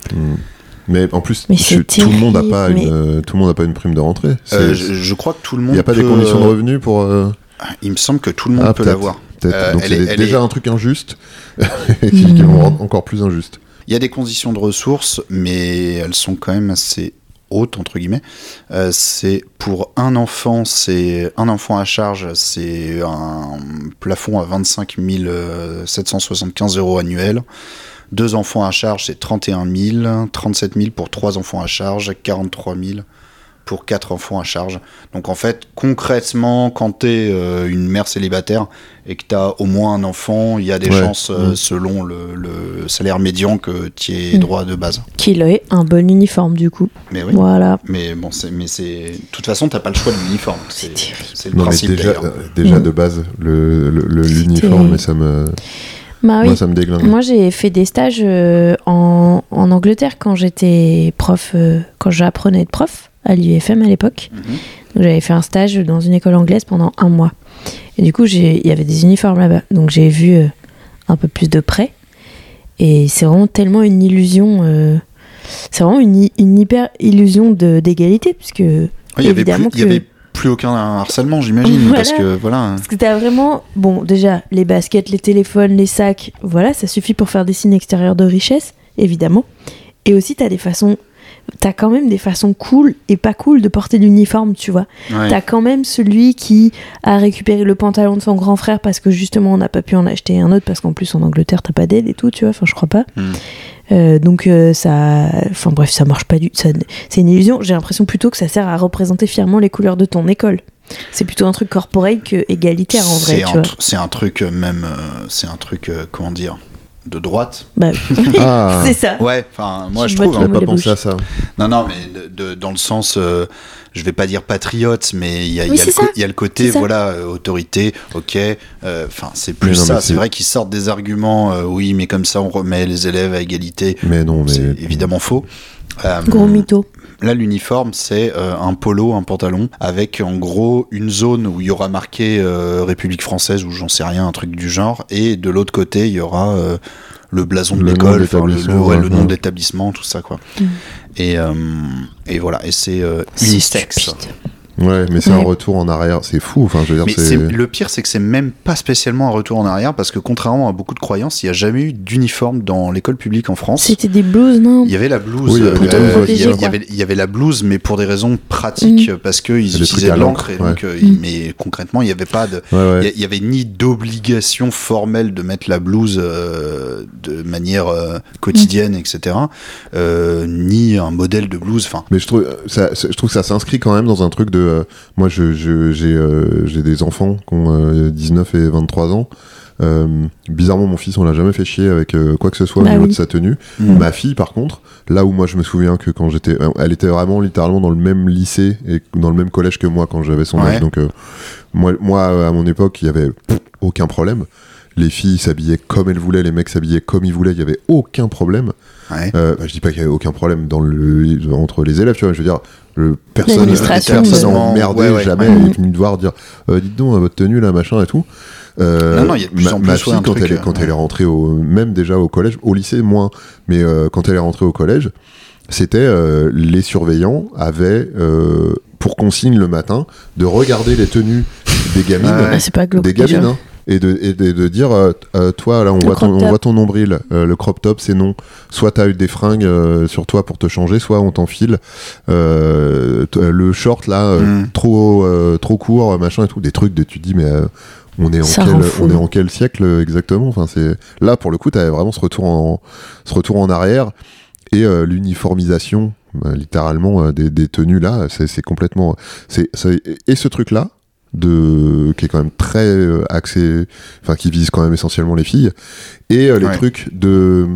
Speaker 9: Mais en plus,
Speaker 8: Mais
Speaker 9: je-
Speaker 8: c'est
Speaker 9: tout le monde n'a
Speaker 8: terrible,
Speaker 9: pas
Speaker 8: mais-
Speaker 9: une, euh, tout le monde a pas une prime de rentrée.
Speaker 7: Euh,
Speaker 9: C'est-
Speaker 7: je, je crois que tout le
Speaker 9: Il
Speaker 7: monde.
Speaker 9: n'y a pas des
Speaker 7: peut,
Speaker 9: conditions de
Speaker 7: euh,
Speaker 9: revenus pour. euh,
Speaker 7: Il me semble que tout le monde
Speaker 9: Ah,
Speaker 7: peut
Speaker 9: peut-être.
Speaker 7: l'avoir.
Speaker 9: peut-être.
Speaker 7: Euh,
Speaker 9: Donc
Speaker 7: elle
Speaker 9: c'est
Speaker 7: est- elle
Speaker 9: déjà
Speaker 7: est-
Speaker 9: un truc injuste
Speaker 8: Mm.
Speaker 9: qui qui vont rendre encore plus injuste.
Speaker 7: Il y a des conditions de ressources, mais elles sont quand même assez hautes entre guillemets. Euh, c'est pour un enfant, c'est un enfant à charge, c'est un plafond à euh, 25 775 euros annuels. Deux enfants à charge, c'est 31 000, 37 000 pour trois enfants à charge, 43 000 pour quatre enfants à charge. Donc en fait, concrètement, quand tu es une mère célibataire et que tu as au moins un enfant, il y a des
Speaker 9: Ouais.
Speaker 7: chances, euh,
Speaker 9: Mm.
Speaker 7: selon le, le salaire médian, que tu aies
Speaker 8: Mm.
Speaker 7: droit de base.
Speaker 8: Qu'il ait un bon uniforme, du coup.
Speaker 7: Mais oui.
Speaker 8: Voilà.
Speaker 7: Mais bon, c'est, mais c'est, de toute façon, t'as pas le choix de l'uniforme. C'est,
Speaker 8: terrible.
Speaker 7: c'est le
Speaker 9: Non, mais
Speaker 7: principe
Speaker 9: déjà,
Speaker 7: d'ailleurs.
Speaker 9: euh,
Speaker 8: Mm.
Speaker 9: déjà de base, le- le- le- l'uniforme,
Speaker 8: terrible.
Speaker 9: mais ça me,
Speaker 8: Bah oui.
Speaker 9: moi, ça me déglingue.
Speaker 8: Moi, j'ai fait des stages euh, en, en Angleterre quand j'étais prof, euh, quand j'apprenais de prof à l'UFM à l'époque.
Speaker 7: Mhm.
Speaker 8: Donc, J'avais fait un stage dans une école anglaise pendant un mois. Et du coup, j'ai- il y avait des uniformes là-bas. Donc, j'ai vu euh, un peu plus de près. Et c'est vraiment tellement une illusion. euh, c'est vraiment une, hi- une hyper illusion de- d'égalité, puisque
Speaker 7: Il y avait plus,
Speaker 8: évidemment
Speaker 7: il y
Speaker 8: que-
Speaker 7: avait plus aucun harcèlement, j'imagine,
Speaker 8: Voilà.
Speaker 7: parce que voilà.
Speaker 8: Parce que t'as vraiment, bon, déjà, les baskets, les téléphones, les sacs, voilà, ça suffit pour faire des signes extérieurs de richesse, évidemment. Et aussi, t'as des façons, t'as quand même des façons cool et pas cool de porter l'uniforme, tu vois.
Speaker 7: ouais.
Speaker 8: T'as quand même celui qui a récupéré le pantalon de son grand frère parce que justement, on n'a pas pu en acheter un autre, parce qu'en plus, en Angleterre, t'as pas d'aide et tout, tu vois, enfin, je crois pas.
Speaker 7: Hmm.
Speaker 8: Euh, donc, euh, ça, enfin, bref, ça marche pas du ça- C'est une illusion, j'ai l'impression plutôt que ça sert à représenter fièrement les couleurs de ton école. C'est plutôt un truc corporel que égalitaire en vrai,
Speaker 7: c'est,
Speaker 8: tu
Speaker 7: un,
Speaker 8: vois.
Speaker 7: tr- c'est un truc euh, même, euh, c'est un truc euh, comment dire, de droite.
Speaker 8: Bah,
Speaker 9: Ah,
Speaker 8: c'est ça.
Speaker 7: Ouais, enfin moi
Speaker 8: Je
Speaker 7: je
Speaker 8: me
Speaker 7: trouve.
Speaker 8: trompe.
Speaker 9: j'avais
Speaker 7: hein.
Speaker 9: pas
Speaker 8: les
Speaker 9: pensé
Speaker 8: bouches.
Speaker 9: à ça.
Speaker 7: Non non, mais de- de- dans le sens, euh, je vais pas dire patriote, mais il y a, il
Speaker 8: Oui,
Speaker 7: y a le
Speaker 8: c'est
Speaker 7: co-
Speaker 8: ça.
Speaker 7: il y a le côté
Speaker 8: C'est ça.
Speaker 7: voilà euh, autorité, ok. euh, Enfin c'est plus
Speaker 9: Mais non, mais
Speaker 7: ça. C'est
Speaker 9: c'est-
Speaker 7: vrai qu'ils sortent des arguments, euh, oui, mais comme ça on remet les élèves à égalité.
Speaker 9: Mais non, mais
Speaker 7: C'est évidemment faux. Euh,
Speaker 8: Gros mytho.
Speaker 7: Là, l'uniforme, c'est euh, un polo, un pantalon, avec en gros une zone où il y aura marqué euh, République française ou j'en sais rien, un truc du genre, et de l'autre côté, il y aura euh, le blason de
Speaker 9: Le nom
Speaker 7: l'école, enfin, le,
Speaker 9: d'établissement,
Speaker 7: le- ouais,
Speaker 9: ouais,
Speaker 7: le nom
Speaker 9: ouais.
Speaker 7: d'établissement, tout ça, quoi. Et, euh, et voilà, et c'est euh, unisexe.
Speaker 8: stupide.
Speaker 9: Ouais, mais c'est un
Speaker 8: Ouais.
Speaker 9: retour en arrière, c'est fou. Enfin, je veux
Speaker 7: Mais
Speaker 9: dire,
Speaker 7: c'est-
Speaker 9: c'est.
Speaker 7: le pire, c'est que c'est même pas spécialement un retour en arrière, parce que contrairement à beaucoup de croyances, il n'y a jamais eu d'uniforme dans l'école publique en France.
Speaker 8: C'était des blues, non
Speaker 7: Il y avait la blouse,
Speaker 9: Oui, il y
Speaker 7: euh,
Speaker 9: avait
Speaker 7: il y
Speaker 9: des
Speaker 7: avait-
Speaker 9: blousons
Speaker 7: il y avait- il y
Speaker 8: quoi.
Speaker 7: avait- il y avait la blouse, mais pour des raisons
Speaker 8: Mm.
Speaker 7: pratiques, parce qu'ils
Speaker 9: trucs
Speaker 7: utilisaient
Speaker 9: à
Speaker 7: de l'encre.
Speaker 9: l'encre,
Speaker 7: et donc, euh, ils- Mais concrètement, il n'y avait pas de.
Speaker 9: Ouais,
Speaker 7: Il
Speaker 9: ouais.
Speaker 7: y- il y avait ni d'obligation formelle de mettre la blouse euh, de manière euh, quotidienne,
Speaker 8: Mm.
Speaker 7: etc., euh, ni un modèle de blouse. Enfin,
Speaker 9: Mais je trouve euh, ça, ça- je trouve que ça s'inscrit quand même dans un truc de. euh, moi, je, je- j'ai, euh, j'ai des enfants qui ont euh, 19 et 23 ans. Euh, bizarrement, mon fils, on l'a jamais fait chier avec euh, quoi que ce soit
Speaker 8: Bah
Speaker 9: au niveau
Speaker 8: oui.
Speaker 9: de sa tenue.
Speaker 7: Mm.
Speaker 9: Ma fille, par contre, là où moi je me souviens que quand j'étais, euh, elle était vraiment littéralement dans le même lycée et dans le même collège que moi quand j'avais son
Speaker 7: Ouais.
Speaker 9: âge. Donc euh, moi, moi, euh, à mon époque, il y avait pff, aucun problème. Les filles s'habillaient comme elles voulaient, les mecs s'habillaient comme ils voulaient. Il y avait aucun problème.
Speaker 7: ouais.
Speaker 9: Euh, bah, je dis pas qu'il y avait aucun problème dans le, entre les élèves, tu vois, mais je veux dire, le personne
Speaker 8: L'administration,
Speaker 9: personne
Speaker 8: euh,
Speaker 9: emmerdé
Speaker 7: ouais, ouais,
Speaker 9: jamais,
Speaker 7: ouais.
Speaker 9: euh, il est venu me voir dire, euh, dites donc, à votre tenue là, machin et tout. Euh,
Speaker 7: Non, non, il y a de plus
Speaker 9: ma,
Speaker 7: en plus,
Speaker 9: ma
Speaker 7: ouais,
Speaker 9: fille,
Speaker 7: un
Speaker 9: quand,
Speaker 7: truc,
Speaker 9: elle est, quand
Speaker 7: euh,
Speaker 9: elle est rentrée au, même déjà au collège, au lycée moins, mais euh, quand elle est rentrée au collège, c'était euh, les surveillants avaient euh, pour consigne le matin de regarder les tenues des gamines,
Speaker 7: Ah ouais.
Speaker 8: bah, C'est pas glauque.
Speaker 9: des
Speaker 8: déjà.
Speaker 9: gamines, hein, et de, et de, de dire euh, t- euh, toi là on, voit
Speaker 8: crop
Speaker 9: ton, on
Speaker 8: top.
Speaker 9: voit ton nombril, euh, le crop top c'est non, soit t'as eu des fringues euh, sur toi pour te changer, soit on t'enfile euh, t- euh, le short là euh,
Speaker 7: Mm.
Speaker 9: trop euh, trop court machin et tout des trucs de tu te dis mais euh, on est en
Speaker 8: Ça
Speaker 9: quel
Speaker 8: rend fou.
Speaker 9: on est en quel siècle euh, exactement enfin c'est là pour le coup t'avais vraiment ce retour en ce retour en arrière et euh, l'uniformisation bah, littéralement euh, des, des tenues là c'est c'est complètement c'est c'est- et ce truc là de qui est quand même très euh, axé enfin qui vise quand même essentiellement les filles et euh, les
Speaker 7: Ouais.
Speaker 9: trucs de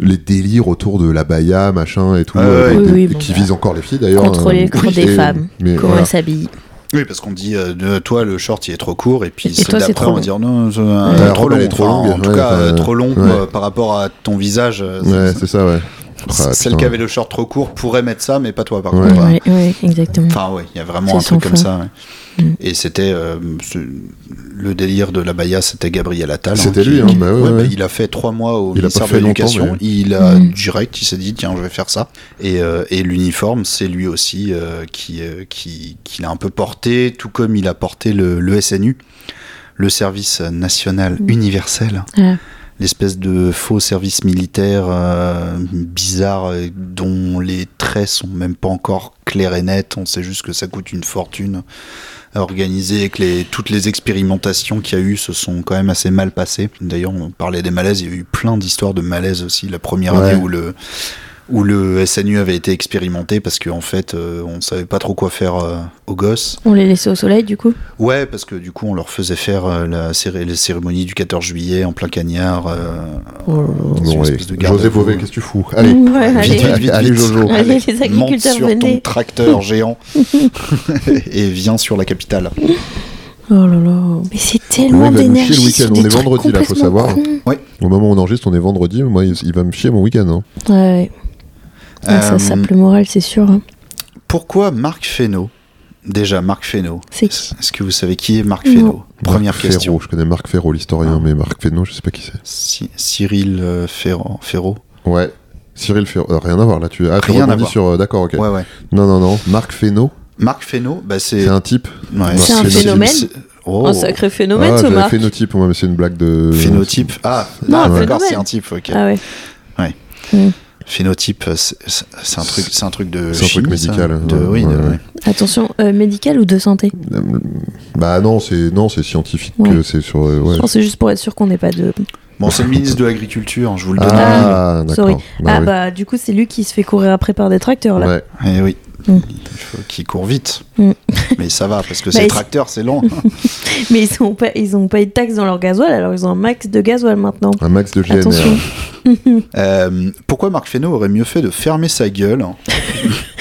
Speaker 9: les délires autour de la baya machin et tout
Speaker 7: Ah Ouais,
Speaker 9: euh,
Speaker 7: ouais.
Speaker 9: des-
Speaker 8: Oui, oui,
Speaker 9: qui
Speaker 8: bon,
Speaker 9: visent encore les filles d'ailleurs
Speaker 8: Contrôler
Speaker 9: euh,
Speaker 8: le corps
Speaker 9: oui,
Speaker 8: des
Speaker 9: et-
Speaker 8: femmes.
Speaker 9: mais
Speaker 8: Comment
Speaker 9: voilà.
Speaker 8: elle s'habille.
Speaker 7: Oui, parce qu'on dit, euh, de- toi, le short, il est trop court, et puis
Speaker 8: Et
Speaker 7: celle
Speaker 8: toi, c'est
Speaker 7: d'après,
Speaker 8: trop
Speaker 7: on va
Speaker 8: long.
Speaker 7: dire, non, c'est, euh,
Speaker 9: Ta
Speaker 7: trop
Speaker 9: robe, elle
Speaker 7: long.
Speaker 9: est trop
Speaker 7: Enfin,
Speaker 9: longue,
Speaker 7: En tout
Speaker 9: ouais,
Speaker 7: cas,
Speaker 9: enfin,
Speaker 7: euh, trop long
Speaker 9: ouais.
Speaker 7: euh, par rapport à ton visage. euh, c'est-
Speaker 9: ouais
Speaker 7: c'est-
Speaker 9: c'est ça ouais Ah,
Speaker 7: Celle
Speaker 9: putain.
Speaker 7: qui avait le short trop court pourrait mettre ça, mais pas toi, par
Speaker 9: Ouais.
Speaker 7: contre. hein.
Speaker 8: Ouais, ouais, exactement.
Speaker 7: Enfin, ouais, il y a vraiment
Speaker 8: Ça
Speaker 7: un truc
Speaker 8: s'en
Speaker 7: comme
Speaker 8: fait.
Speaker 7: ça. ouais.
Speaker 8: Mm.
Speaker 7: Et c'était euh, ce- le délire de la Baïa, c'était Gabriel Attal.
Speaker 9: C'était
Speaker 7: qui-
Speaker 9: lui, hein,
Speaker 7: qui-
Speaker 9: bah ouais, ouais.
Speaker 7: bah, il a fait trois mois au
Speaker 9: Il a
Speaker 7: ministère
Speaker 9: pas
Speaker 7: de
Speaker 9: fait
Speaker 7: l'Éducation.
Speaker 9: longtemps,
Speaker 7: Il a
Speaker 8: Mm.
Speaker 7: direct, il s'est dit tiens, je vais faire ça. Et, euh, et l'uniforme, c'est lui aussi euh, qui, euh, qui, qui l'a un peu porté, tout comme il a porté le, le SNU, le service national
Speaker 8: Mm.
Speaker 7: universel.
Speaker 8: Ah.
Speaker 7: L'espèce de faux service militaire euh, bizarre euh, dont les traits sont même pas encore clairs et nets. On sait juste que ça coûte une fortune à organiser et que les, toutes les expérimentations qu'il y a eu se sont quand même assez mal passées. D'ailleurs, on parlait des malaises. Il y a eu plein d'histoires de malaises aussi. La première
Speaker 9: Ouais.
Speaker 7: année où le où le SNU avait été expérimenté parce qu'en fait, euh, on savait pas trop quoi faire euh, aux gosses.
Speaker 8: On les laissait au soleil, du coup
Speaker 7: Ouais, parce que du coup, on leur faisait faire euh, la, céré- la cérémonie du 14 juillet en plein cagnard. euh, sur
Speaker 9: Bon,
Speaker 7: une
Speaker 9: allez.
Speaker 7: espèce de garde à
Speaker 9: José
Speaker 7: vous.
Speaker 9: Beauvais qu'est-ce que tu fous allez
Speaker 8: Ouais, allez.
Speaker 9: Vite, vite, Allez, Jojo.
Speaker 8: Allez, les agriculteurs,
Speaker 7: monte sur ton
Speaker 8: venez.
Speaker 7: tracteur géant et viens sur la capitale.
Speaker 8: Oh là là. Mais c'est tellement
Speaker 9: il va nous
Speaker 8: d'énergie.
Speaker 9: chier le week-end.
Speaker 8: sur
Speaker 9: On
Speaker 8: des
Speaker 9: est
Speaker 8: trucs
Speaker 9: vendredi, là, faut
Speaker 8: complètement
Speaker 9: savoir.
Speaker 8: cons.
Speaker 9: Au moment où on enregistre, on est vendredi. Moi, il, il va me chier mon week-end. hein.
Speaker 8: Ouais, ouais. Ah,
Speaker 7: Euh,
Speaker 8: Ça sape le moral, c'est sûr. hein.
Speaker 7: Pourquoi Marc Fesneau Déjà, Marc Fesneau.
Speaker 8: C'est qui
Speaker 7: Est-ce que vous savez qui est Marc
Speaker 8: Non.
Speaker 7: Fesneau Première
Speaker 9: Marc
Speaker 7: question.
Speaker 9: Ferraud, je connais Marc Ferro, l'historien,
Speaker 7: Ah.
Speaker 9: mais Marc Fesneau, je sais pas qui c'est.
Speaker 7: Cy- Cyril euh, Ferrand- Ferraud.
Speaker 9: Ouais. Cyril Ferro. Rien à voir là. Tu ah, tu
Speaker 7: Rien à
Speaker 9: rebondis
Speaker 7: voir.
Speaker 9: sur. euh, D'accord, ok.
Speaker 7: Ouais, ouais.
Speaker 9: Non, non, non. Marc Fesneau,
Speaker 7: Marc Fesneau, bah, c'est.
Speaker 9: c'est un type.
Speaker 7: ouais,
Speaker 8: C'est un phénomène
Speaker 7: c'est- Oh.
Speaker 8: Un sacré phénomène,
Speaker 9: Ah,
Speaker 8: ce
Speaker 9: j'avais
Speaker 8: Marc.
Speaker 9: phénotype, moi, mais c'est une blague de.
Speaker 7: Phénotype. Ah,
Speaker 8: Non,
Speaker 7: ah,
Speaker 8: un
Speaker 7: d'accord,
Speaker 8: phénomène.
Speaker 7: c'est un type. Ok.
Speaker 8: Ah ouais.
Speaker 7: Phénotype, euh, c'est c'est- c'est un truc, c'est un truc de.
Speaker 9: C'est un truc
Speaker 7: chimie, ça
Speaker 9: médical,
Speaker 7: De-
Speaker 9: ouais,
Speaker 7: oui, de-
Speaker 9: ouais,
Speaker 7: ouais.
Speaker 9: ouais.
Speaker 8: Attention, euh, médical ou de santé
Speaker 9: Euh, Bah non, c'est non, c'est scientifique.
Speaker 8: Ouais.
Speaker 9: euh, C'est sur. euh, ouais.
Speaker 8: Non, C'est juste pour être sûr qu'on n'est pas de.
Speaker 7: Bon, c'est le ministre de l'Agriculture, je vous le donne.
Speaker 9: Ah,
Speaker 8: Sorry.
Speaker 9: d'accord.
Speaker 8: ah
Speaker 9: oui.
Speaker 8: bah du coup c'est lui qui se fait courir après par des tracteurs là.
Speaker 9: Ouais.
Speaker 7: Eh oui.
Speaker 8: Mm.
Speaker 7: Il faut qu'il court vite.
Speaker 8: Mm.
Speaker 7: Mais ça va, parce que
Speaker 8: Bah,
Speaker 7: ces
Speaker 8: il-
Speaker 7: tracteurs, c'est lent.
Speaker 8: Mais ils ont pas ils ont pas eu de taxe dans leur gasoil alors ils ont un max de gasoil maintenant.
Speaker 9: Un max de GNR.
Speaker 8: Attention.
Speaker 7: Euh, pourquoi Marc Fesneau aurait mieux fait de fermer sa gueule hein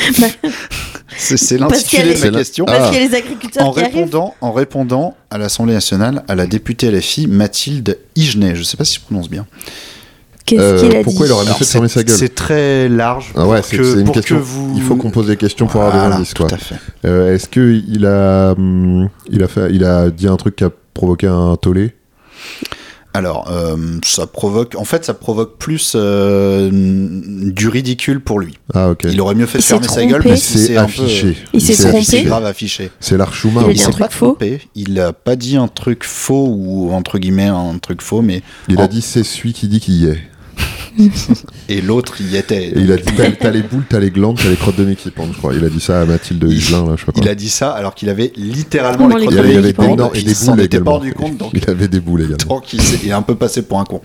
Speaker 7: C'est c'est
Speaker 8: qu'elle
Speaker 7: l'intitulé
Speaker 8: est-
Speaker 7: de ma question.
Speaker 9: Ah.
Speaker 7: Ah.
Speaker 8: Parce Bah, qu'il y a les agriculteurs
Speaker 7: En
Speaker 8: qui arrivent.
Speaker 7: répondant, en répondant à l'Assemblée nationale à la députée LFI Mathilde Higenet, je ne sais pas si je prononce bien.
Speaker 8: Qu'est-ce
Speaker 9: Euh,
Speaker 8: qu'il a
Speaker 9: pourquoi
Speaker 8: dit
Speaker 9: il aurait mieux
Speaker 7: Alors,
Speaker 9: fait de fermer sa gueule
Speaker 7: C'est très large.
Speaker 9: Ah ouais,
Speaker 7: pour
Speaker 9: c'est
Speaker 7: que-
Speaker 9: c'est une
Speaker 7: pour que
Speaker 9: question.
Speaker 7: vous-
Speaker 9: Il faut qu'on pose des questions pour avoir
Speaker 7: Voilà,
Speaker 9: des indices,
Speaker 7: tout
Speaker 9: quoi.
Speaker 7: à fait.
Speaker 9: Euh, Est-ce que il a, hum, il a fait, il a dit un truc qui a provoqué un tollé
Speaker 7: Alors, euh, ça provoque. En fait, ça provoque plus euh, du ridicule pour lui.
Speaker 9: Ah ok.
Speaker 7: Il aurait mieux fait de
Speaker 8: Il s'est
Speaker 7: fermer sa
Speaker 8: trompé.
Speaker 7: gueule
Speaker 8: Mais
Speaker 9: Il
Speaker 7: parce qu'il
Speaker 9: s'est
Speaker 7: s'est un peu- euh,
Speaker 9: affiché.
Speaker 8: Il s'est trompé.
Speaker 7: C'est
Speaker 9: affiché.
Speaker 7: grave affiché.
Speaker 9: C'est hein. l'archuma.
Speaker 8: Il a
Speaker 9: ou
Speaker 8: dit un
Speaker 9: pas.
Speaker 8: truc faux.
Speaker 7: trompé. Il a pas dit un truc faux ou entre guillemets un truc faux, mais
Speaker 9: Il
Speaker 7: Oh.
Speaker 9: a dit c'est celui qui dit qu'il y est.
Speaker 7: et l'autre y était.
Speaker 9: Et il a dit t'as t'as les boules, t'as les glandes, t'as les crottes de nez qui pendent, je crois. Il a dit ça à Mathilde
Speaker 7: Il-
Speaker 9: Hugelin, là, je sais pas.
Speaker 7: Il
Speaker 9: quoi.
Speaker 7: a dit ça alors qu'il avait littéralement
Speaker 8: Vraiment
Speaker 7: les
Speaker 8: les
Speaker 9: Il
Speaker 7: crottes
Speaker 9: y
Speaker 7: de
Speaker 9: avait, il y
Speaker 7: nez
Speaker 9: avait
Speaker 7: qui
Speaker 9: des,
Speaker 7: pendent,
Speaker 9: non, et
Speaker 7: il
Speaker 9: des
Speaker 7: s'en
Speaker 9: boules
Speaker 7: était pas
Speaker 9: également.
Speaker 7: rendu compte, donc
Speaker 9: Il avait des boules également.
Speaker 7: tant qu'il s'est- il est un peu passé pour un con.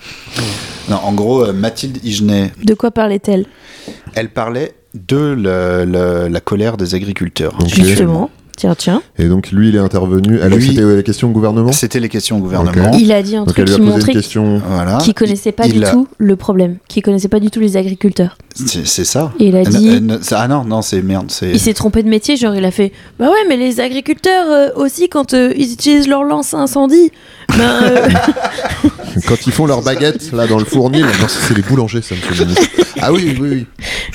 Speaker 7: Non, en gros, euh, Mathilde Higenet,
Speaker 8: De quoi parlait-elle
Speaker 7: elle parlait de le- le- la colère des agriculteurs.
Speaker 9: Ok.
Speaker 8: Justement. Tiens tiens.
Speaker 9: Et donc lui, il est intervenu. Elle-
Speaker 7: Lui-
Speaker 9: C'était euh, la question au gouvernement.
Speaker 7: C'était les questions au gouvernement.
Speaker 8: Il a dit un
Speaker 9: Hein Donc
Speaker 8: truc
Speaker 9: elle lui a
Speaker 8: qui
Speaker 9: posé
Speaker 8: montrait
Speaker 9: une question.
Speaker 7: Voilà.
Speaker 8: qu'il connaissait pas
Speaker 7: Hein Il
Speaker 8: du
Speaker 7: a-
Speaker 8: tout le problème, qu'il connaissait pas du tout les agriculteurs.
Speaker 7: C'est c'est ça.
Speaker 8: Et il a
Speaker 7: Elle-
Speaker 8: dit-
Speaker 7: elle- ça- ah non, non, c'est merde. c'est-
Speaker 8: Il s'est trompé de métier, genre il a fait Bah ouais, mais les agriculteurs euh, aussi, quand euh, ils utilisent leur lance à incendie, ben, euh,
Speaker 9: Quand ils font leurs baguettes là dans le fournil, non, ça, c'est les boulangers, ça me fait Ah oui, oui,